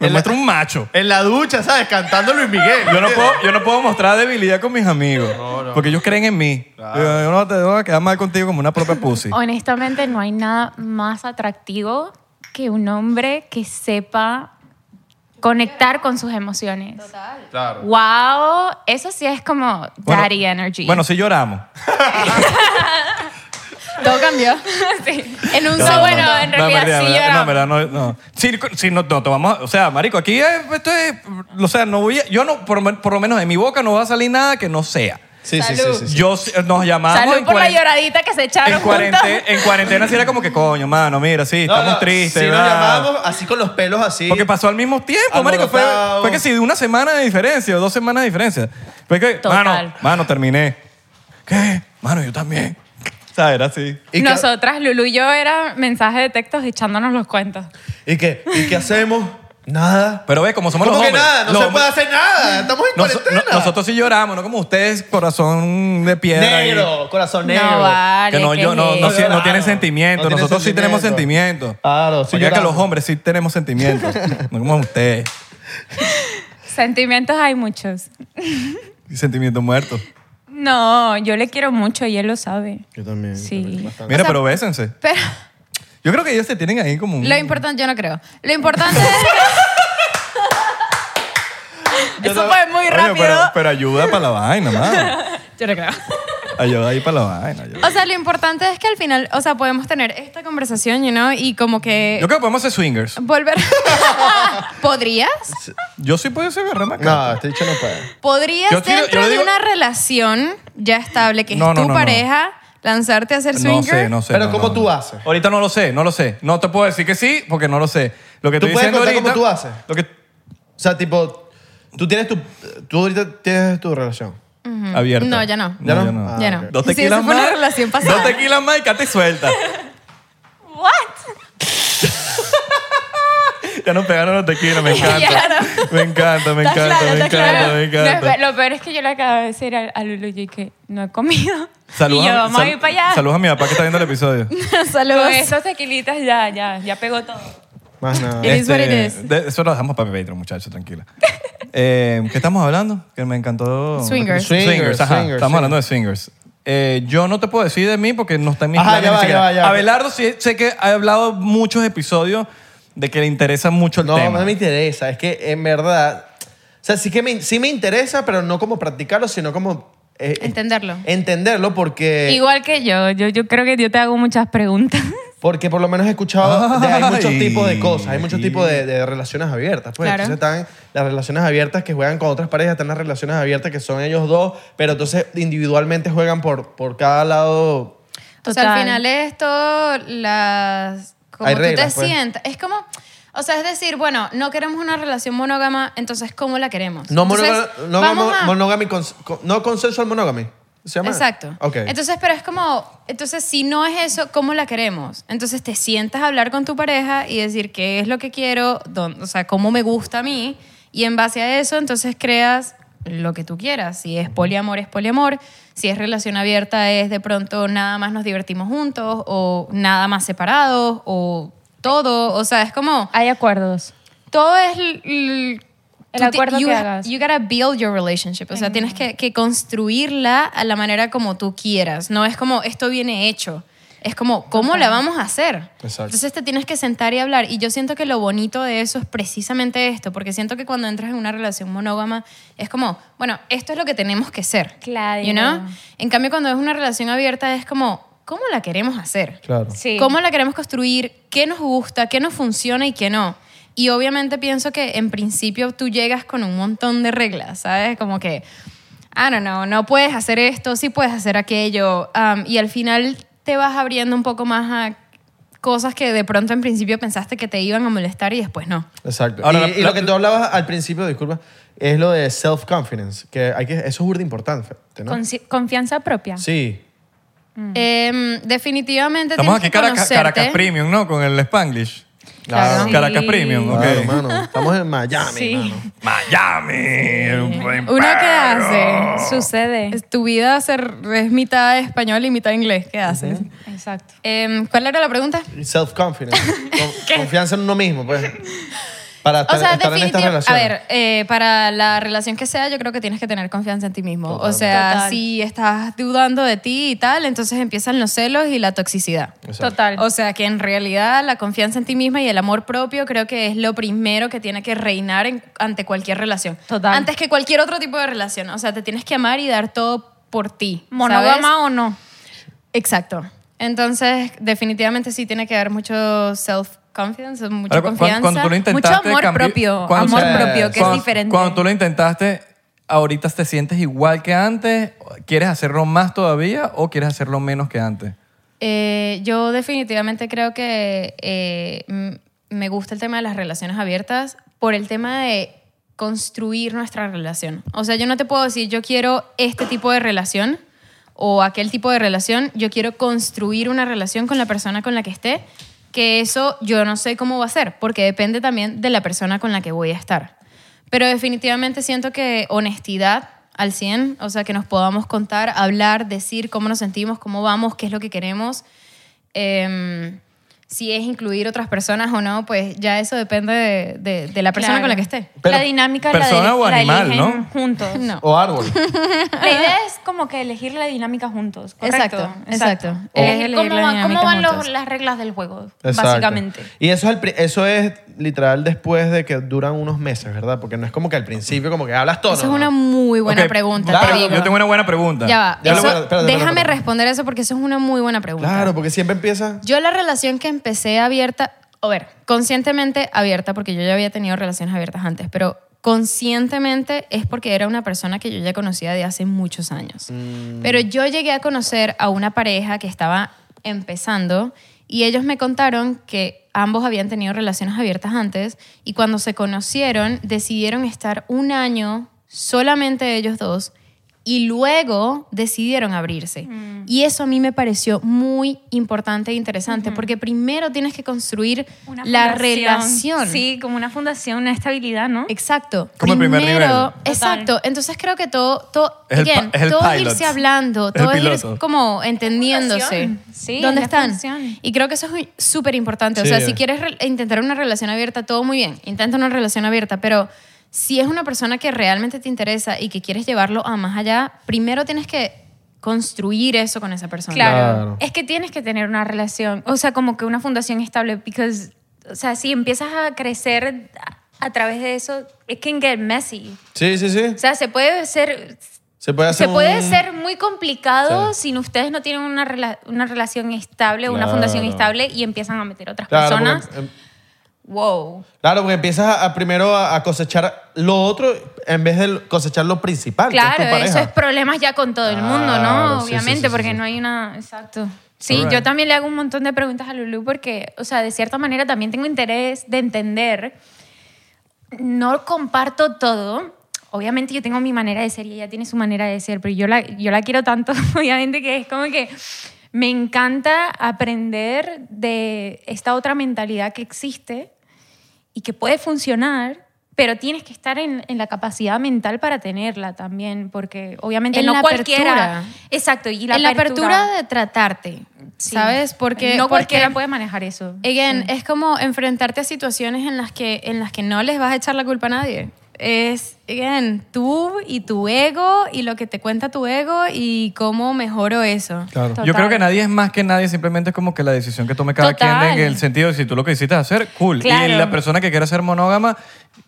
S2: Me
S1: En la-
S2: muestro un macho.
S1: En la ducha, ¿sabes? Cantando Luis Miguel.
S2: Yo no, puedo, yo no puedo mostrar debilidad con mis amigos. Porque ellos creen en mí. Yo, yo no te voy a quedar mal contigo como una propia pussy.
S4: Honestamente, no hay nada más atractivo que un hombre que sepa conectar con sus emociones.
S1: Claro.
S4: Wow, eso sí es como daddy energy.
S2: Bueno, sí lloramos.
S3: Todo cambió. En un
S4: No,
S3: segundo.
S4: bueno, en
S2: No,
S4: realidad
S2: verdad,
S4: sí
S2: verdad,
S4: lloramos.
S2: No, verdad, no, no. Sí, co- sí, no, no, tomamos, o sea, marico, aquí es- esto es, o sea, no voy a- yo no, por, lo men- por lo menos de mi boca no va a salir nada que no sea.
S1: Sí, sí, sí,
S5: Salud.
S1: sí, sí.
S2: Yo, sí- nos llamamos
S4: Salud
S2: en,
S4: por la
S2: cuaren-
S4: lloradita que se
S2: en
S4: echaron juntos.
S2: cuarentena, en cuarentena sí era como que, coño, mano, mira, sí,
S1: No,
S2: estamos
S1: no,
S2: tristes,
S1: Si nos
S2: ¿verdad?
S1: llamamos así con los pelos así.
S2: Porque pasó al mismo tiempo, marico. Fue,
S1: Alborotado.
S2: fue que sí, de una semana de diferencia o dos semanas de diferencia. Fue que,
S4: Total.
S2: mano, mano, terminé. ¿Qué? Mano, yo también. O sea, era así.
S1: ¿Y qué-
S4: Nosotras, Lulu y yo, era mensaje de textos echándonos los cuentos.
S1: ¿Y qué? ¿Y qué hacemos? Nada.
S2: Pero ves, como somos
S1: ¿Cómo
S2: los
S1: que
S2: hombres.
S1: nada? No
S2: los
S1: se
S2: hombres-
S1: puede hacer nada. Estamos en
S2: Nos-
S1: cuarentena.
S2: no- nosotros sí lloramos, no como ustedes, corazón de piedra. ahí.
S1: Negro, corazón negro.
S3: No vale.
S2: Que no,
S3: ¿qué
S2: yo,
S3: es
S2: no, no,
S3: eso?
S2: sí- no
S1: Claro.
S2: tienen sentimientos.
S1: No tienen
S2: nosotros sí tenemos
S1: sentimiento.
S2: sentimientos.
S1: Claro, sí
S2: Porque es que
S1: lloramos.
S2: los hombres sí tenemos sentimientos. no como ustedes.
S4: Sentimientos hay muchos.
S2: Y Sentimientos muertos.
S4: No, yo le quiero mucho y él lo sabe.
S1: Yo también.
S4: Sí. también,
S2: Mira, pero bésense.
S3: Pero
S2: Yo creo que ellos se tienen ahí como un.
S3: lo importante, yo no creo. Lo importante es...
S4: Eso fue muy
S2: Coño,
S4: rápido.
S2: pero, pero ayuda para la vaina, mano.
S3: Yo no creo.
S2: Ayuda ahí para la vaina. ayuda.
S3: O sea, lo importante es que al final, o sea, podemos tener esta conversación, you know, y como que...
S2: Yo creo que podemos ser swingers.
S3: Volver. ¿Podrías?
S2: Yo sí puedo ser agarrar
S1: No, este dicho no puede.
S3: ¿Podrías
S2: Yo quiero-
S3: dentro
S2: yo
S3: de
S2: digo-
S3: una relación ya estable, que
S2: No,
S3: es
S2: no, no,
S3: tu
S2: no.
S3: pareja, lanzarte a ser swinger?
S2: No sé, no sé.
S1: Pero
S2: no,
S1: ¿cómo
S2: no,
S1: tú
S2: no.
S1: haces?
S2: Ahorita no lo sé, no lo sé. No te puedo decir que sí porque no lo sé. Lo que
S1: ¿Tú
S2: estoy
S1: puedes
S2: diciendo
S1: contar cómo
S2: ahorita-
S1: tú haces?
S2: Lo que
S1: O sea, tipo, tú tienes tu. Tú ahorita tienes tu relación.
S2: abierta.
S3: No, ya no.
S1: ¿Ya no?
S2: yo
S1: Ah,
S3: Ya no.
S1: ok.
S2: Dos
S3: Sí,
S2: tequilas
S3: eso fue
S2: más.
S3: una relación pasada.
S2: Dos tequilas más y Katy suelta. ya nos pegaron los tequilas, me
S4: Ya
S2: encanta. Me encanta,
S4: Ah,
S2: me encanta,
S3: claro,
S2: me
S3: está
S2: encanta,
S3: claro.
S2: me
S4: No,
S2: encanta.
S4: es- lo peor es que yo le acabo de decir a, a Lulu y que no he comido.
S2: Saludos
S4: y yo,
S2: a-
S4: vamos a ir
S2: sal-
S4: para allá.
S2: Saludos a mi papá que está viendo el episodio.
S3: Saludos.
S4: Con esos tequilitas ya, ya, ya pegó todo.
S1: Más nada.
S3: It is what it is.
S2: Este, de- eso lo dejamos para Patreon, muchachos, tranquila. Eh, ¿Qué estamos hablando? Que me encantó.
S3: Swingers.
S2: Swingers,
S1: Swingers,
S2: ajá.
S1: swingers,
S2: estamos hablando de swingers. Eh, yo no te puedo decir de mí porque no está en mis
S1: Ajá,
S2: planes
S1: ya
S2: ni
S1: va, ya
S2: siquiera.
S1: va, ya va.
S2: Abelardo sí, sé que ha hablado muchos episodios de que le interesa mucho el
S1: No,
S2: tema.
S1: no me interesa. Es que en verdad sea, sí que me, sí me interesa, pero no como practicarlo, sino como... eh, eh,
S3: Entenderlo.
S1: Entenderlo porque...
S2: Eh.
S4: Igual que yo, yo, yo creo que yo te hago muchas preguntas.
S1: Porque por lo menos he escuchado, de- hay muchos
S2: Ay.
S1: tipos de cosas, hay muchos tipos de, de relaciones abiertas. Pues
S3: Claro.
S1: entonces están las relaciones abiertas que juegan con otras parejas, están las relaciones abiertas que son ellos dos, pero entonces individualmente juegan por, por cada lado.
S3: O sea, al
S4: Total.
S3: final esto, las... Como
S1: Hay
S3: tú
S1: reglas,
S3: te
S1: pues.
S3: sientas. Es como... O sea, es decir, bueno, no queremos una relación monógama, entonces, ¿cómo la queremos?
S1: No,
S3: Entonces,
S1: monoga- no
S3: vamos
S1: mono-
S3: a-
S1: monogamy, cons- con- no consensual monogamy. ¿Se llama?
S3: Exacto.
S1: Ok.
S3: Entonces, pero es como, entonces si no es eso, ¿cómo la queremos? Entonces te sientas a hablar con tu pareja y decir qué es lo que quiero, dónde- o sea, cómo me gusta a mí, y en base a eso entonces creas lo que tú quieras. Si es poliamor, es poliamor. Si es relación abierta, es de pronto nada más nos divertimos juntos o nada más separados o todo. O sea, es como
S4: Hay acuerdos.
S3: todo es l- l-
S4: El
S3: tú ti-
S4: acuerdo
S3: you,
S4: que hagas.
S3: You gotta build your relationship. O sea, tienes que, que construirla a la manera como tú quieras. No es como esto viene hecho. Es como, ¿cómo la vamos a hacer?
S1: Exacto.
S3: Entonces te tienes que sentar y hablar. Y yo siento que lo bonito de eso es precisamente esto, porque siento que cuando entras en una relación monógama es como, bueno, esto es lo que tenemos que ser.
S4: Claro.
S3: You know? En cambio, cuando es una relación abierta es como, ¿cómo la queremos hacer?
S1: Claro.
S4: Sí.
S3: cómo la queremos construir, qué nos gusta, qué nos funciona y qué no. Y obviamente pienso que en principio tú llegas con un montón de reglas, ¿sabes? Como que, ah, no, no, no puedes hacer esto, sí puedes hacer aquello. Am, y al final te vas abriendo un poco más a cosas que de pronto en principio pensaste que te iban a molestar y después no.
S1: Exacto.
S2: Ahora,
S1: y,
S2: la-
S1: y
S2: la-
S1: lo que tú hablabas al principio, disculpa, es lo de self-confidence, que, hay que eso es burda importante, ¿no?
S4: Conci- confianza propia.
S1: Sí.
S3: Em, definitivamente
S2: Estamos
S3: tienes
S2: aquí
S3: que
S2: Caracas,
S3: conocerte. Ah,
S2: Caracas Premium, ¿no? Con el Spanglish.
S1: Claro.
S4: Sí.
S2: Caracas Premium, ok.
S1: Claro, mano. Estamos en Miami,
S4: Sí.
S1: mano.
S2: Miami.
S3: ¿Uno qué hace?
S4: Sucede.
S3: Es tu vida ser, es mitad español y mitad inglés. ¿Qué haces?
S4: Exacto.
S3: Em, ¿Cuál era la pregunta?
S1: Self-confidence. Con- confianza en uno mismo, pues. Para estar,
S3: O sea,
S1: estar en estas
S3: definitiva- a
S1: relaciones.
S3: ver, eh, para la relación que sea, yo creo que tienes que tener confianza en ti mismo. O
S1: Totalmente.
S3: sea,
S4: Total.
S3: si estás dudando de ti y tal, entonces empiezan los celos y la toxicidad.
S1: Exacto.
S4: Total.
S3: O sea, que en realidad la confianza en ti misma y el amor propio creo que es lo primero que tiene que reinar en- ante cualquier relación.
S4: Total.
S3: Antes que cualquier otro tipo de relación. O sea, te tienes que amar y dar todo por ti. ¿sabes?
S4: ¿Monogama o no?
S3: Exacto. Entonces, definitivamente sí tiene que haber mucho self-confidence, mucha
S2: Ahora, cu-
S3: confianza,
S2: cuando tú lo
S3: mucho
S2: intentaste,
S3: amor
S2: cambi-
S3: propio,
S2: cuando-
S3: amor
S1: Sí.
S3: propio, que
S2: cuando-
S3: es diferente.
S2: Cuando tú lo intentaste, ¿ahorita te sientes igual que antes? ¿Quieres hacerlo más todavía o quieres hacerlo menos que antes?
S3: Eh, yo definitivamente creo que eh, m- me gusta el tema de las relaciones abiertas por el tema de construir nuestra relación. O sea, yo no te puedo decir yo quiero este tipo de relación o aquel tipo de relación, yo quiero construir una relación con la persona con la que esté, que eso yo no sé cómo va a ser, porque depende también de la persona con la que voy a estar. Pero definitivamente siento que honestidad al 100, o sea, que nos podamos contar, hablar, decir cómo nos sentimos, cómo vamos, qué es lo que queremos. Em, si es incluir otras personas o no, pues ya eso depende de, de- de la persona
S4: Claro.
S3: con la que esté.
S1: Pero-
S4: la dinámica la,
S2: Persona
S4: de,
S2: o animal,
S4: la eligen
S2: ¿no?
S4: juntos.
S3: No.
S1: O árbol.
S4: La idea es como que elegir la dinámica juntos. ¿correcto?
S3: Exacto, exacto. Es
S4: Elegir
S3: elegir
S4: cómo,
S3: la
S4: van- cómo
S3: dinámica
S4: van los-
S3: juntos.
S4: las reglas del juego,
S1: Exacto.
S4: básicamente.
S1: Y eso es, el pri- eso es literal después de que duran unos meses, ¿verdad? Porque no es como que al principio, como que hablas todo.
S3: Esa es una muy buena
S2: Ok,
S3: pregunta.
S2: pero
S3: te digo.
S2: Yo tengo una buena pregunta.
S3: Ya va.
S1: Ya, espérate,
S3: eso-
S1: espérate, espérate,
S3: déjame
S1: espérate.
S3: responder eso porque eso es una muy buena pregunta.
S1: Claro, porque siempre empieza.
S3: Yo la relación que empecé abierta, a ver, conscientemente abierta, porque yo ya había tenido relaciones abiertas antes, pero conscientemente es porque era una persona que yo ya conocía de hace muchos años. Pero yo llegué a conocer a una pareja que estaba empezando y ellos me contaron que ambos habían tenido relaciones abiertas antes y cuando se conocieron decidieron estar un año solamente ellos dos y luego decidieron abrirse.
S4: Mm.
S3: Y eso a mí me pareció muy importante e interesante, porque primero tienes que construir
S4: Una
S3: la
S4: fundación.
S3: relación.
S4: Sí, como una fundación, una estabilidad, ¿no?
S3: Exacto.
S2: Como el primer
S3: Primero-
S2: nivel.
S3: Exacto. Entonces creo que todo, todo,
S2: Es el
S3: again,
S2: pa- es el
S3: todo es
S2: pilot.
S3: irse hablando,
S2: Es el
S3: todo es ir
S2: piloto.
S3: como entendiéndose.
S4: Fundación. Sí,
S3: ¿Dónde
S4: la
S3: están?
S4: fundación.
S3: Y creo que eso es súper importante. O
S1: Sí.
S3: sea, si quieres re- intentar una relación abierta, todo muy bien. Intenta una relación abierta, pero si es una persona que realmente te interesa y que quieres llevarlo a más allá, primero tienes que construir eso con esa persona.
S4: Claro.
S1: Claro.
S4: Es que tienes que tener una relación, o sea, como que una fundación estable, because, o sea, si empiezas a crecer a través de eso, it can get messy.
S1: Sí, sí, sí.
S4: O sea, se puede ser,
S1: Se puede hacer
S4: se puede
S1: un-
S4: ser muy complicado
S1: Sí.
S4: si ustedes no tienen una, rela- una relación estable, una
S1: Claro.
S4: fundación estable y empiezan a meter otras
S1: Claro,
S4: personas.
S1: porque, eh,
S4: Wow.
S1: claro, porque empiezas a- a primero a a cosechar lo otro en vez de cosechar lo principal. que es tu
S4: Claro, eso
S1: pareja.
S4: es problemas ya con todo el mundo,
S1: Claro,
S4: ¿no?
S1: sí, sí,
S4: Obviamente,
S1: sí, sí,
S4: porque
S1: sí.
S4: no hay una... Exacto. Sí,
S2: Alright.
S4: yo también le hago un montón de preguntas a Lulu porque, o sea, de cierta manera también tengo interés de entender. No comparto todo. Obviamente yo tengo mi manera de ser y ella tiene su manera de ser, pero yo la, yo la quiero tanto, obviamente, que es como que me encanta aprender de esta otra mentalidad que existe y que puede funcionar, pero tienes que estar en, en la capacidad mental para tenerla también, porque obviamente
S3: En
S4: no
S3: la
S4: cualquiera.
S3: apertura.
S4: Exacto, y la
S3: en la apertura de tratarte,
S4: sí.
S3: ¿sabes? Porque,
S4: no
S3: porque
S4: cualquiera puede manejar eso.
S3: Again, es como enfrentarte a situaciones en las, que, en las que no les vas a echar la culpa a nadie. Es, again, tú y tu ego y lo que te cuenta tu ego y cómo mejoro eso.
S2: Claro. Yo
S4: Total.
S2: creo que nadie es más que nadie, simplemente es como que la decisión que tome cada
S4: Total.
S2: quien en el sentido de si tú lo que hiciste es hacer, cool.
S4: Claro.
S2: Y la persona que quiera ser monógama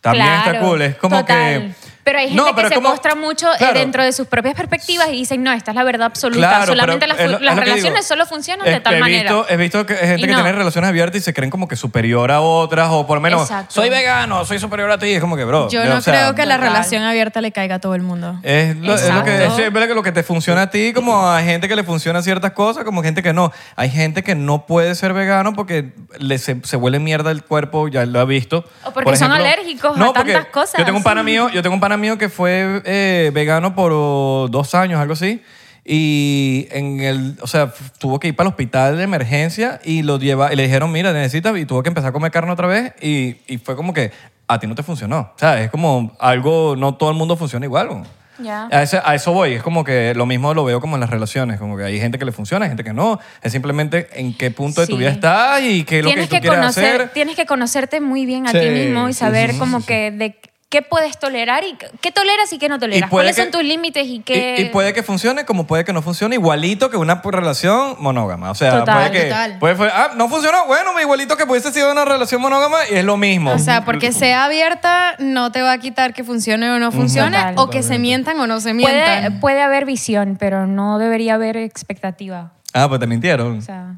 S2: también está
S4: Claro,
S2: cool. Es como
S4: total.
S2: que.
S4: Pero hay gente
S2: No,
S4: que
S2: pero
S4: se
S2: es como-
S4: postra mucho eh,
S2: Claro.
S4: dentro de sus propias perspectivas y dicen, no, esta es la verdad absoluta.
S2: Claro,
S4: Solamente
S2: pero
S4: las,
S2: es lo-
S4: fu-
S2: es
S4: las
S2: lo que digo.
S4: relaciones solo funcionan
S2: He-
S4: de tal
S2: he
S4: manera.
S2: Visto, he visto que hay gente
S4: Y
S2: que
S4: no.
S2: tiene relaciones abiertas y se creen como que superior a otras o por lo menos
S4: Exacto.
S2: soy vegano, soy superior a ti. Es como que, bro.
S3: Yo
S2: o
S3: no
S2: sea, Eh,
S3: creo que la
S4: total.
S3: relación abierta le caiga a todo el mundo.
S2: Es lo, es lo que,
S4: Exacto.
S2: es siempre lo que te funciona a ti, como hay gente que le funciona ciertas cosas, como gente que no. Hay gente que no puede ser vegano porque le se, se huele mierda el cuerpo, ya lo he visto.
S4: O porque son alérgicos a
S2: porque
S4: tantas cosas.
S2: Yo tengo un pana mío, yo tengo un pana mío que fue eh, vegano por oh, dos años, algo así. Y en el, o sea, f- tuvo que ir para el hospital de emergencia y lo lleva, y le dijeron, mira, necesitas, y tuvo que empezar a comer carne otra vez. Y, y fue como que a ti no te funcionó. O sea, es como algo, no todo el mundo funciona igual. ¿no?
S4: Ya.
S2: A, ese- a eso voy, es como que lo mismo lo veo como en las relaciones, como que hay gente que le funciona, hay gente que no, es simplemente en qué punto de tu
S4: Sí.
S2: vida estás y qué es lo que
S4: tienes
S2: tú quieres
S4: conocer,
S2: hacer.
S4: Tienes que conocerte muy bien a
S1: Sí,
S4: ti mismo y
S1: sí,
S4: saber
S1: sí, sí,
S4: como
S1: sí, sí.
S4: que de qué puedes tolerar y qué- qué toleras y qué no
S2: Y
S4: toleras.
S2: puede
S4: ¿Cuáles
S2: que-
S4: son tus límites y qué...?
S2: Y, y puede que funcione como puede que no funcione, igualito que una relación monógama. O sea,
S4: Total.
S2: puede que...
S3: Total.
S2: puede fue- ah, no funcionó, bueno, igualito que pudiese sido una relación monógama y es lo mismo.
S3: O sea, porque sea abierta no te va a quitar que funcione o no funcione,
S4: Total.
S3: o que se mientan o no se
S4: puede, eh,
S3: mientan.
S4: puede haber visión, pero no debería haber expectativa.
S2: Ah, pues te mintieron.
S4: O sea,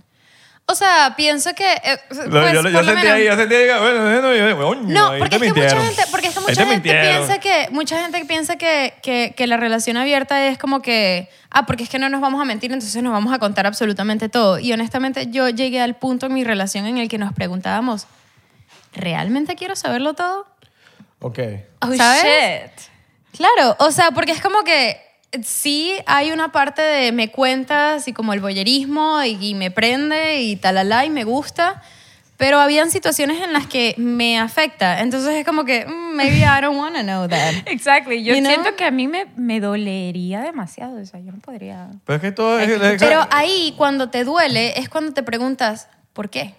S3: O sea, pienso que... eh, pues,
S2: Lo- yo lo- yo
S3: por lo
S2: sentí
S3: menos-
S2: ahí, yo sentí ahí, bueno, bueno, yo- bueno,
S3: No,
S2: ahí
S3: porque
S2: te
S3: es, que mucha
S2: mintieron.
S3: gente, porque es que
S2: Ahí
S3: mucha
S2: te
S3: gente
S2: mintieron.
S3: piensa que mucha gente piensa que, que, que la relación abierta es como que ah, porque es que no nos vamos a mentir, entonces nos vamos a contar absolutamente todo. Y honestamente yo llegué al punto en mi relación en el que nos preguntábamos, ¿realmente quiero saberlo todo?
S1: Ok.
S4: oh,
S3: ¿Sabes?
S4: shit.
S3: Claro, o sea, porque es como que sí hay una parte de me cuentas y como el boyerismo y, y me prende y talala y me gusta, pero habían situaciones en las que me afecta. Entonces es como que, mm, maybe I don't want to know that.
S4: Exactly. Yo
S3: You know?
S4: siento que a mí me, me dolería demasiado. O sea, yo no podría...
S2: Pero es que todo es...
S3: Pero ahí cuando te duele es cuando te preguntas, ¿por qué?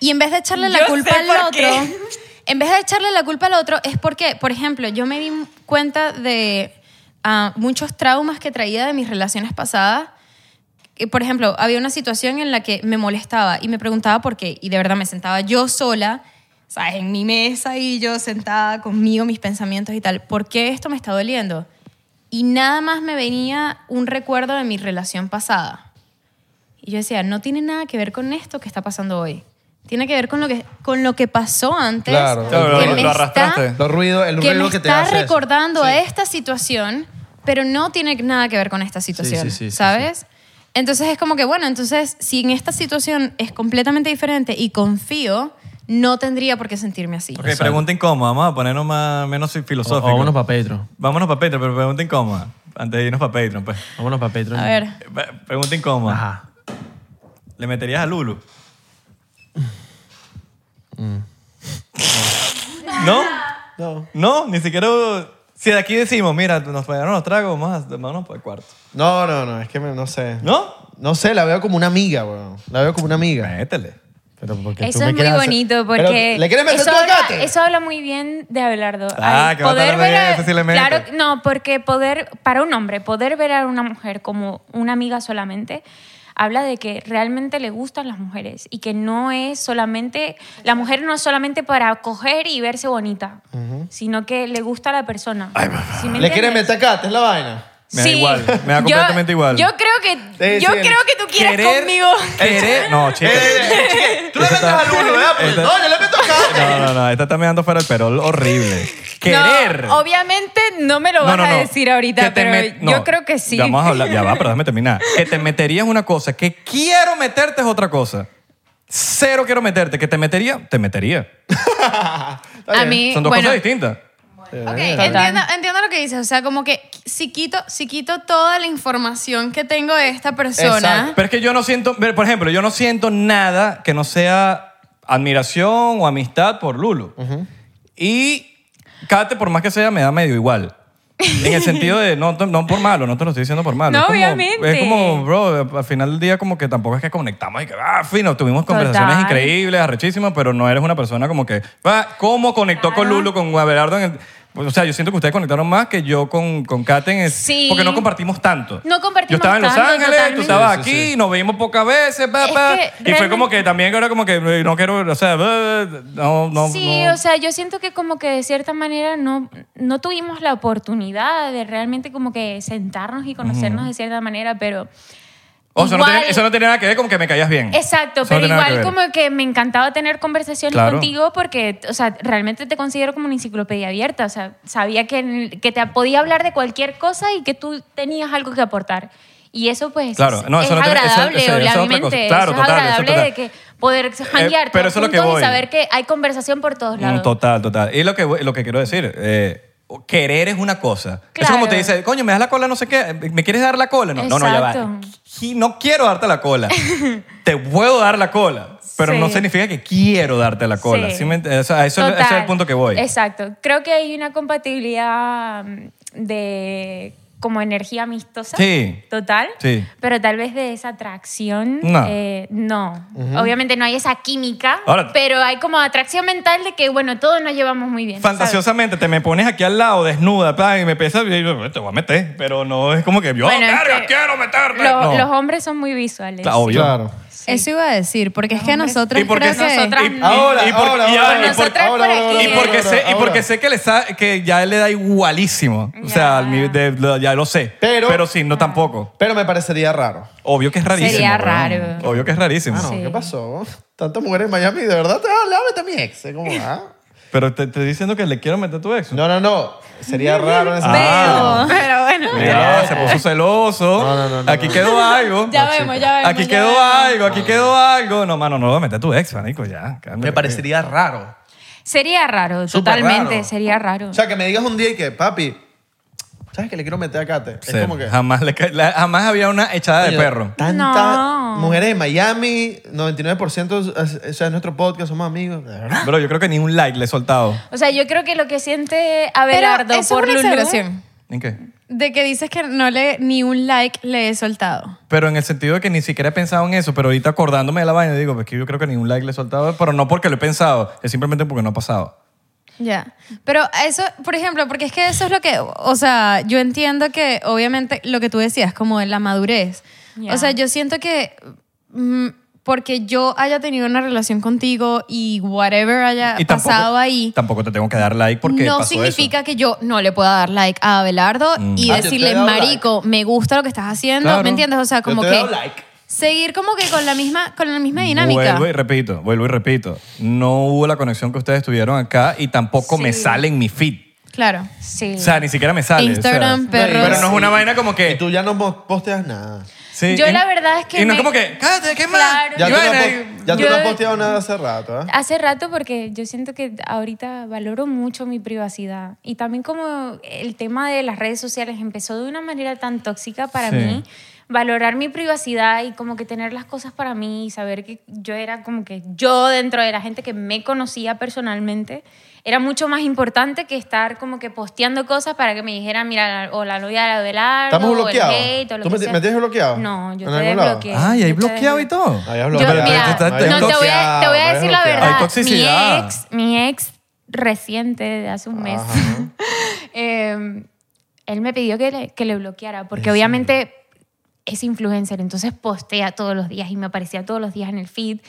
S3: Y en vez de echarle la
S4: Yo
S3: culpa
S4: sé
S3: al
S4: por
S3: otro,
S4: qué.
S3: en vez de echarle la culpa al otro, es porque, por ejemplo, yo me di cuenta de ah, muchos traumas que traía de mis relaciones pasadas. Que, Por ejemplo, había una situación en la que me molestaba y me preguntaba por qué. Y de verdad me sentaba yo sola, ¿sabes? En mi mesa y yo sentada conmigo, mis pensamientos y tal. ¿Por qué esto me está doliendo? Y nada más me venía un recuerdo de mi relación pasada. Y yo decía, no tiene nada que ver con esto que está pasando hoy. Tiene que ver con lo que, con lo que pasó antes.
S1: Claro. Claro,
S3: que
S1: lo-
S3: me
S2: lo
S3: está-
S2: arrastraste.
S1: Los ruidos, el
S3: que me
S1: ruido que te
S3: está
S1: hace eso.
S3: recordando eh. a esta situación, pero no tiene nada que ver con esta situación,
S1: sí, sí, sí,
S3: ¿sabes? Entonces es como que, bueno, entonces si en esta situación es completamente diferente y confío, no tendría por qué sentirme así.
S2: Ok, pregunta incómoda. Vamos a ponernos más, menos
S5: O, o
S2: filosóficos.
S5: vámonos para Patreon.
S2: Vámonos para Patreon, pero pregunta incómoda. Antes de irnos para Patreon, pues.
S5: Vámonos para Patreon.
S3: A ver,
S2: Eh, pe- Pregunta incómoda.
S5: Ajá.
S2: ¿Le meterías a Lulu? ¿No?
S1: No.
S2: No, ni siquiera... Si de aquí decimos, mira, nos pagaron los tragos, más, vámonos para el cuarto.
S1: No, no, no, es que me- no sé.
S2: ¿No?
S1: No sé, la veo como una amiga, weón. La veo como una amiga.
S2: Métele.
S1: Pero porque tú
S4: Eso
S1: me
S4: es muy
S1: quieres hacer-
S4: bonito
S1: Pero,
S4: porque...
S1: ¿Le quieres meter
S4: eso
S1: tu
S4: habla-
S1: agate?
S4: Eso habla muy bien de Abelardo.
S2: Ah,
S4: Al
S2: que va a estar
S4: ver
S2: bien,
S4: a-
S2: eso sí le mete.
S4: Claro, no, porque poder... Para un hombre, poder ver a una mujer como una amiga solamente, habla de que realmente le gustan las mujeres y que no es solamente, la mujer no es solamente para coger y verse bonita, sino que le gusta a la persona. ¿Sí me
S1: ¿Le quieres
S4: entiendes?
S1: meter cata? Es la vaina.
S2: Me da igual, me da
S4: Yo-
S2: completamente igual.
S4: Yo creo que,
S1: Sí,
S4: yo
S1: sí,
S4: creo que tú quieres conmigo.
S2: Querer. No,
S1: Eh,
S2: chicos.
S1: eh, eh, Tú le metes al uno, ¿verdad? Porque,
S2: Esta-
S1: No, yo le meto cata.
S2: No, no, no. Esta está me dando fuera el perol horrible. Querer.
S5: No, obviamente no me lo vas
S2: No, no,
S5: a
S2: no.
S5: decir
S2: Que
S5: ahorita,
S2: te
S5: pero
S2: met-
S5: yo
S2: no,
S5: creo que sí.
S2: Ya, vamos a hablar, ya va, pero déjame terminar. Que te meterías una cosa, que quiero meterte es otra cosa. Cero quiero meterte, que te metería, te metería.
S3: A mí,
S2: Son dos
S3: bueno,
S2: cosas distintas.
S3: ok, entiendo, entiendo lo que dices. O sea, como que si quito, si quito toda la información que tengo de esta persona,
S1: Exacto.
S2: Pero es que yo no siento, ver, por ejemplo, yo no siento nada que no sea admiración o amistad por Lulu. Y Kate, por más que sea, me da medio igual. En el sentido de, no, no por malo, no te lo estoy diciendo por malo.
S4: No,
S2: es como,
S4: obviamente.
S2: Es como, bro, al final del día como que tampoco es que conectamos y que, ah, fino, tuvimos conversaciones
S4: Total.
S2: increíbles, arrechísimas, pero no eres una persona como que, ah, ¿cómo conectó con Lulu, con Abelardo? en el- o sea, yo siento que ustedes conectaron más que yo con, con Kate en el-
S4: Sí.
S2: porque no compartimos tanto.
S4: No compartimos
S2: Yo estaba en Los
S4: tanto,
S2: Ángeles, tú
S4: totalmente.
S2: estabas
S1: Sí, sí,
S2: aquí,
S1: sí.
S2: nos veíamos pocas veces, pa,
S4: Es
S2: pa.
S4: que
S2: y fue
S4: realmente-
S2: como que también era como que eh, no quiero, o sea, eh, no, no.
S4: sí,
S2: no.
S4: o sea, yo siento que como que de cierta manera no, no tuvimos la oportunidad de realmente como que sentarnos y conocernos de cierta manera, pero...
S2: O sea, no
S4: igual-
S2: tenía- eso no tenía nada que ver con que me caías bien.
S4: Exacto,
S2: Eso no
S4: pero
S2: tenía nada que
S4: igual
S2: ver.
S4: como que me encantaba tener conversaciones
S2: Claro.
S4: contigo porque, o sea, realmente te considero como una enciclopedia abierta, o sea, sabía que, que te podía hablar de cualquier cosa y que tú tenías algo que aportar. Y eso pues
S2: Claro, no,
S4: es
S2: eso no tiene- eso-
S4: agradable,
S2: eso- eso es otra cosa.
S4: obviamente.
S2: Claro,
S4: eso es
S2: total, eso
S4: agradable
S2: total. Eh,
S4: de que poder janguear
S2: pero eso es lo que
S4: juntos
S2: voy.
S4: y saber que hay conversación por todos
S2: Mm,
S4: lados.
S2: Total, total. Y lo que, lo que quiero decir, eh, querer es una cosa. Eso
S4: Claro.
S2: como te dice, coño, me das la cola, no sé qué, ¿me quieres dar la cola? No, no, no, ya va.
S4: Exacto.
S2: Y No quiero darte la cola. te puedo dar la cola, pero
S4: Sí.
S2: no significa que quiero darte la cola.
S4: Sí.
S2: ¿Sí me ent- o sea, eso, ese es
S4: Total.
S2: el punto que voy.
S4: Exacto. Creo que hay una compatibilidad mm, de como energía amistosa.
S2: Sí.
S4: Total.
S2: Sí.
S4: Pero tal vez de esa atracción.
S2: No.
S4: eh, no. Obviamente no hay esa química.
S2: Ahora-
S4: pero hay como atracción mental de que, bueno, todos nos llevamos muy bien. ¿sabes?
S2: Fantasiosamente te me pones aquí al lado desnuda pa, y me pesas y yo, te voy a meter. Pero no es como que yo
S4: Bueno, es
S2: "Verga,
S4: que
S2: quiero meterme.
S4: Lo-
S2: No.
S4: Los hombres son muy visuales.
S2: Está obvio.
S1: Claro.
S5: Eso iba a decir, porque es que nosotros
S2: ¿Y por qué
S5: creo que...
S4: nosotras
S2: y- y-
S1: Ahora,
S2: y por-
S1: ahora,
S2: y ahora,
S1: ahora,
S2: y por-
S4: Nosotras por
S1: ahora, ahora,
S4: aquí.
S2: Y
S1: ahora,
S2: porque, sé, y
S1: ahora.
S2: porque sé que, le sa- que ya le da igualísimo. O sea,
S4: Ya. Ah.
S2: mi- de- lo- ya lo sé.
S1: Pero-
S2: sí, no tampoco.
S1: Pero me parecería raro.
S2: Obvio que es rarísimo.
S5: Sería
S2: weón.
S5: raro.
S2: Obvio que es rarísimo.
S1: Ah, no, ¿qué pasó? Tantas mujeres en Miami, de verdad, te ah, le voy a meter a mi ex. ¿eh? ¿Cómo va?
S2: Pero te, te estoy diciendo que le quiero meter a tu ex.
S1: No, no, no. Sería raro en ese
S2: Ah.
S5: Pero bueno.
S2: Mira, se puso celoso.
S1: No, no, no, no,
S2: aquí
S1: no.
S2: quedó algo.
S5: Ya vemos, ya vemos.
S2: Aquí
S5: ya
S2: quedó
S5: vemos.
S2: algo, aquí quedó algo. No, mano, no lo metes a tu ex, manico, ya. cálmate.
S1: Me parecería raro.
S4: Sería raro,
S1: Súper
S4: totalmente.
S1: raro.
S4: Sería raro.
S1: O sea, que me digas un día y que, papi, ¿sabes que le quiero meter a Kate? Es
S2: Cero.
S1: como que.
S2: jamás, le ca- la- jamás había una echada de
S1: Coño,
S2: perro.
S1: Tantas
S4: No.
S1: mujeres en Miami, 99% es, es- es nuestro podcast, somos amigos. De verdad.
S2: Bro, yo creo que ni un like le he soltado.
S4: O sea, yo creo que lo que siente
S3: pero
S4: Abelardo
S3: eso es
S4: por
S3: una
S4: Lulú-
S3: exageración.
S2: ¿En qué?
S3: De que dices que no le, ni un like le he soltado.
S2: Pero en el sentido de que ni siquiera he pensado en eso, pero ahorita acordándome de la vaina, digo, pues que yo creo que ni un like le he soltado, pero no porque lo he pensado, es simplemente porque no ha pasado.
S3: Ya. Pero eso, por ejemplo, porque es que eso es lo que, o sea, yo entiendo que obviamente lo que tú decías, como de la madurez.
S4: Ya.
S3: O sea, yo siento que mm, porque yo haya tenido una relación contigo y whatever haya
S2: Y tampoco-
S3: pasado ahí,
S2: Tampoco te tengo que dar like porque
S3: no
S2: pasó Mm.
S3: significa que yo no le pueda dar like a Abelardo
S1: Ah,
S3: y
S1: yo te he
S3: decirle,
S1: dado
S3: marico, me gusta lo que estás haciendo,
S2: Claro.
S3: ¿me entiendes? O sea,
S1: Yo
S3: como
S1: te he
S3: que
S1: dado like.
S3: seguir como que con la misma, con la misma
S2: eso.
S3: dinámica.
S2: Vuelvo y repito, vuelvo y repito. No hubo la conexión que ustedes tuvieron acá y tampoco me sale en mi feed.
S3: Claro.
S4: Sí.
S2: O sea, ni siquiera me sale. o sea,
S3: Instagram, perros.
S2: Pero no es una vaina como
S1: Y
S2: que...
S1: tú ya no mo- posteas nada.
S2: sí,
S4: Yo
S2: y-
S4: la verdad es que
S2: Y no
S4: me-
S2: es como que, cállate, ¿qué más?
S4: Claro.
S1: Ya,
S2: Y
S1: tú no,
S2: vaina,
S1: pos- ya tú
S4: yo-
S1: no has posteado nada hace rato, ¿eh?
S4: Hace rato porque yo siento que ahorita valoro mucho mi privacidad y también como el tema de las redes sociales empezó de una manera tan tóxica para
S2: Sí.
S4: mí, valorar mi privacidad y como que tener las cosas para mí y saber que yo era como que yo dentro de la gente que me conocía personalmente era mucho más importante que estar como que posteando cosas para que me dijeran, mira, o la novia de Abelardo,
S1: ¿Estamos
S4: o el
S1: bloqueados?
S4: hate, o lo
S1: ¿Tú
S4: que
S1: me-
S4: sea".
S1: me tienes bloqueado?
S4: No, yo
S1: ¿En
S4: te
S1: algún lado?
S4: desbloqueé.
S2: Ah, y ahí
S4: yo te
S2: bloqueado y
S4: desbloqueé.
S2: todo.
S1: Ahí has
S4: Yo,
S1: bloqueado.
S4: mira,
S2: Pero tú estás- estás
S4: no, te voy, a, te voy a
S1: bloqueado,
S4: decir la
S1: bloqueado.
S4: verdad.
S2: Hay toxicidad.
S4: Mi ex, mi ex reciente de hace un mes, em,
S1: Ajá.
S4: eh, él me pidió que le, que le bloqueara, porque obviamente es influencer, entonces postea todos los días y me aparecía todos los días en el feed,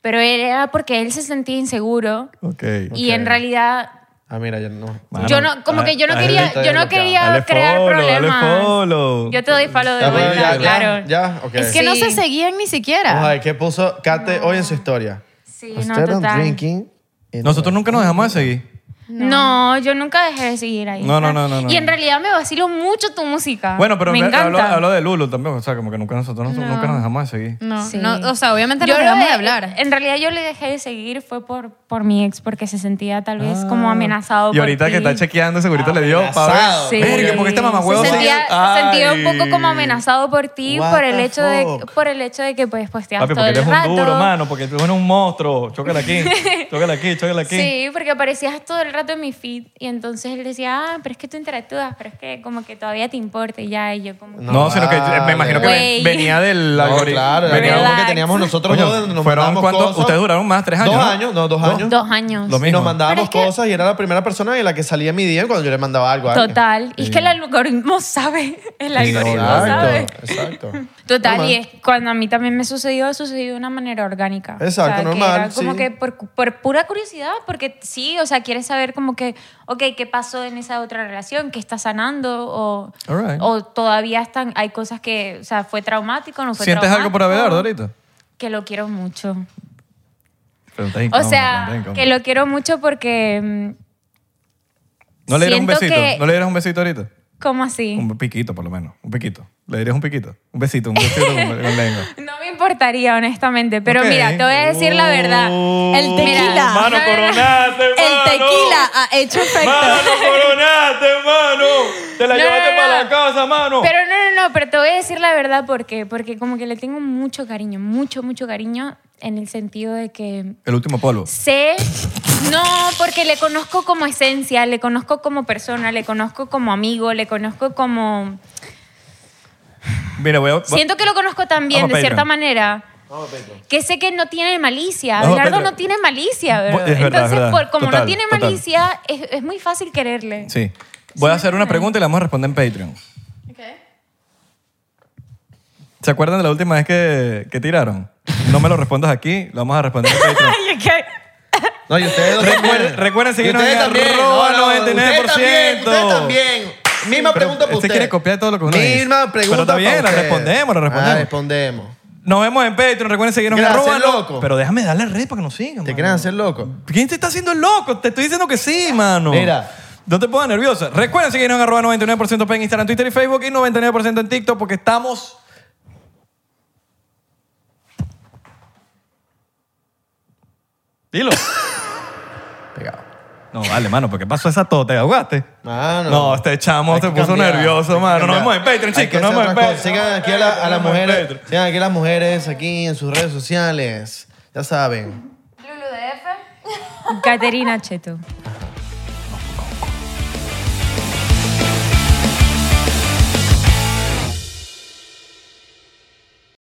S4: pero era porque él se sentía inseguro
S2: Ok.
S4: y en realidad
S1: Ah, mira, yo no.
S2: Mano,
S4: yo no como
S2: a-
S4: que yo no
S2: a él
S4: quería
S1: está
S4: yo no
S1: desbloqueado.
S4: quería
S2: Dale
S4: crear
S2: follow, dale
S4: problemas.
S2: follow.
S4: Yo te doy follow de
S1: Ya,
S4: vuelta,
S1: Ah, ya, ya,
S4: claro.
S1: ya, ok.
S5: Es que no
S4: Sí.
S5: se seguían ni siquiera.
S1: Ay, ¿qué puso Kate hoy en su historia?
S4: Sí, no,
S6: Instead of
S4: total.
S6: drinking. in-
S2: Nosotros nunca nos dejamos de seguir.
S4: No. yo nunca dejé de seguir ahí.
S2: No, no, no, no, no.
S4: Y en realidad me vacilo mucho tu música.
S2: Bueno, pero
S4: Ah. me
S2: me-
S4: encanta.
S2: hablo, hablo de Lulu también. O sea, como que nunca nosotros nos- nunca nos dejamos de seguir.
S5: No,
S4: Sí.
S5: no, o sea, obviamente no
S4: lo
S5: dejamos de
S4: de-
S5: hablar.
S4: En realidad yo le dejé de seguir fue por, por mi ex, porque se sentía tal vez como amenazado.
S2: Ah. Y
S4: por
S2: ahorita
S4: ti.
S2: que está chequeando, segurito le dio para
S1: Amenazado.
S4: Sí.
S2: Verga, porque este mamahuevo
S4: se sentía,
S2: sigue-
S4: se sentía un
S2: Ay.
S4: poco como amenazado por ti
S1: What
S4: por el
S1: the
S4: hecho de
S1: fuck?
S4: por el hecho de que pues posteas
S2: Papi,
S4: todo
S2: porque
S4: el
S2: eres un
S4: rato.
S2: duro, mano, porque tú eres un monstruo. Chócala aquí, chócala aquí, chócala aquí.
S4: Sí, porque aparecías todo el rato en mi feed y entonces él decía, ah, pero es que tú interactúas, pero es que como que todavía te importa y ya, y yo como... que-
S2: No, sino que eh, me imagino que
S4: Güey.
S2: ven- venía del
S1: No,
S2: algoritmo.
S1: claro, era
S2: venía
S1: algo
S4: Relax.
S1: que teníamos nosotros
S2: Coño,
S1: dos, donde nos
S2: ¿fueron
S1: mandábamos
S2: cuánto?
S1: cosas.
S2: Ustedes duraron más, tres años,
S1: Dos
S2: ¿no?
S1: años, no, dos
S2: Dos-
S1: años.
S4: Dos años.
S2: Lo
S1: Y
S2: mismo.
S1: nos mandábamos
S4: Pero es que-
S1: cosas y era la primera persona en la que salía mi día cuando yo le mandaba algo a alguien.
S4: Total. Y es que el algoritmo sabe. El algoritmo sabe.
S1: Exacto, exacto.
S4: Total,
S1: Normal.
S4: y es cuando a mí también me sucedió, sucedió de una manera orgánica.
S1: Exacto,
S4: que
S1: normal,
S4: era como
S1: sí.
S4: que por, por pura curiosidad, porque sí, o sea, quieres saber como que, ok, ¿qué pasó en esa otra relación? ¿Qué está sanando? O,
S2: Alright.
S4: o todavía están, hay cosas que, o sea, fue traumático, no fue
S2: ¿Sientes algo por
S4: traumático?
S2: Abelardo ahorita?
S4: Que lo quiero mucho.
S2: Preguntas
S4: O
S2: incómodas, preguntas
S4: sea,
S2: incómodas.
S4: que lo quiero mucho porque, mm,
S2: ¿No le dieras un
S4: siento
S2: besito?
S4: que-
S2: ¿No le dieras un besito ahorita?
S4: ¿cómo así?
S2: Un piquito, por lo menos. Un piquito. ¿Le dirías un piquito? Un besito, un besito con, con lengua.
S4: No me importaría, honestamente. Pero
S2: Ok. Oh.
S4: mira, te voy a decir la verdad.
S2: Uh,
S5: El tequila.
S4: Mira,
S5: Mano,
S4: no, no, no.
S5: El tequila ha hecho efecto.
S2: coronaste, mano! ¡Te la
S4: No, llevaste no, no. pa' la
S2: casa, mano!
S4: Pero no, no, no, pero te voy a decir la verdad porque, porque como que le tengo mucho cariño, mucho, mucho cariño en el sentido de que
S2: El último polvo.
S4: sé, no, porque le conozco como esencia, le conozco como persona, le conozco como amigo, le conozco como...
S2: Mira, voy a...
S4: Siento que lo conozco
S2: Vamos a
S4: también, de
S2: Patreon.
S4: cierta manera. Que sé que no tiene malicia.
S2: Vamos a
S4: Abelardo
S2: Patreon.
S4: no tiene malicia,
S2: Bu-
S4: ¿verdad?
S2: es verdad,
S4: Entonces,
S2: es verdad.
S4: por- como
S2: Total,
S4: no tiene
S2: total.
S4: malicia, es, es muy fácil quererle.
S2: Sí. Voy a hacer una pregunta y la vamos a responder en Patreon. ¿Se acuerdan de la última vez que, que tiraron? No me lo respondas aquí, lo vamos a responder en Patreon.
S4: Ay, es que-
S1: No, y ustedes dos
S2: Recuerden-
S1: también.
S2: recuerden seguirnos
S1: Y ustedes
S2: en
S1: también,
S2: arroba
S1: no, no,
S2: 99%.
S1: Ustedes también, ustedes también. Misma
S2: Pero
S1: pregunta para
S2: usted
S1: usted.
S2: quiere copiar todo lo que uno dice.
S1: Misma pregunta
S2: Pero está bien,
S1: para
S2: la
S1: usted.
S2: respondemos, la respondemos.
S1: Ah, respondemos.
S2: Nos vemos en Patreon, recuerden seguirnos en
S1: Gracias,
S2: arroba lo-
S1: loco.
S2: Pero déjame darle red para que nos sigan.
S1: ¿Te
S2: mano.
S1: quieren hacer loco?
S2: ¿Quién te está haciendo el loco? Te estoy diciendo que sí, mano.
S1: Mira.
S2: No te pongas nerviosa. Recuerden seguirnos en arroba 99% en Instagram, Twitter y Facebook y 99% en TikTok porque estamos... Dilo.
S1: Pegado.
S2: No, vale, mano, ¿por qué pasó esa tota? ¿Te ahogaste?
S1: Mano.
S2: No, este chamo
S1: Ah, Hay
S2: se
S1: que
S2: puso
S1: cambiar, hay
S2: nervioso,
S1: que
S2: mano. Nos
S1: cambiar.
S2: vemos en Patreon,
S1: Hay que
S2: chicos. Nos
S1: hacer
S2: vemos en
S1: otras
S2: Patreon.
S1: cosas. Sigan aquí a, la- a las
S2: Nos vemos en
S1: mujeres.
S2: Patreon.
S1: Sigan aquí a las mujeres aquí en sus redes sociales. Ya saben.
S4: Caterina Cheto.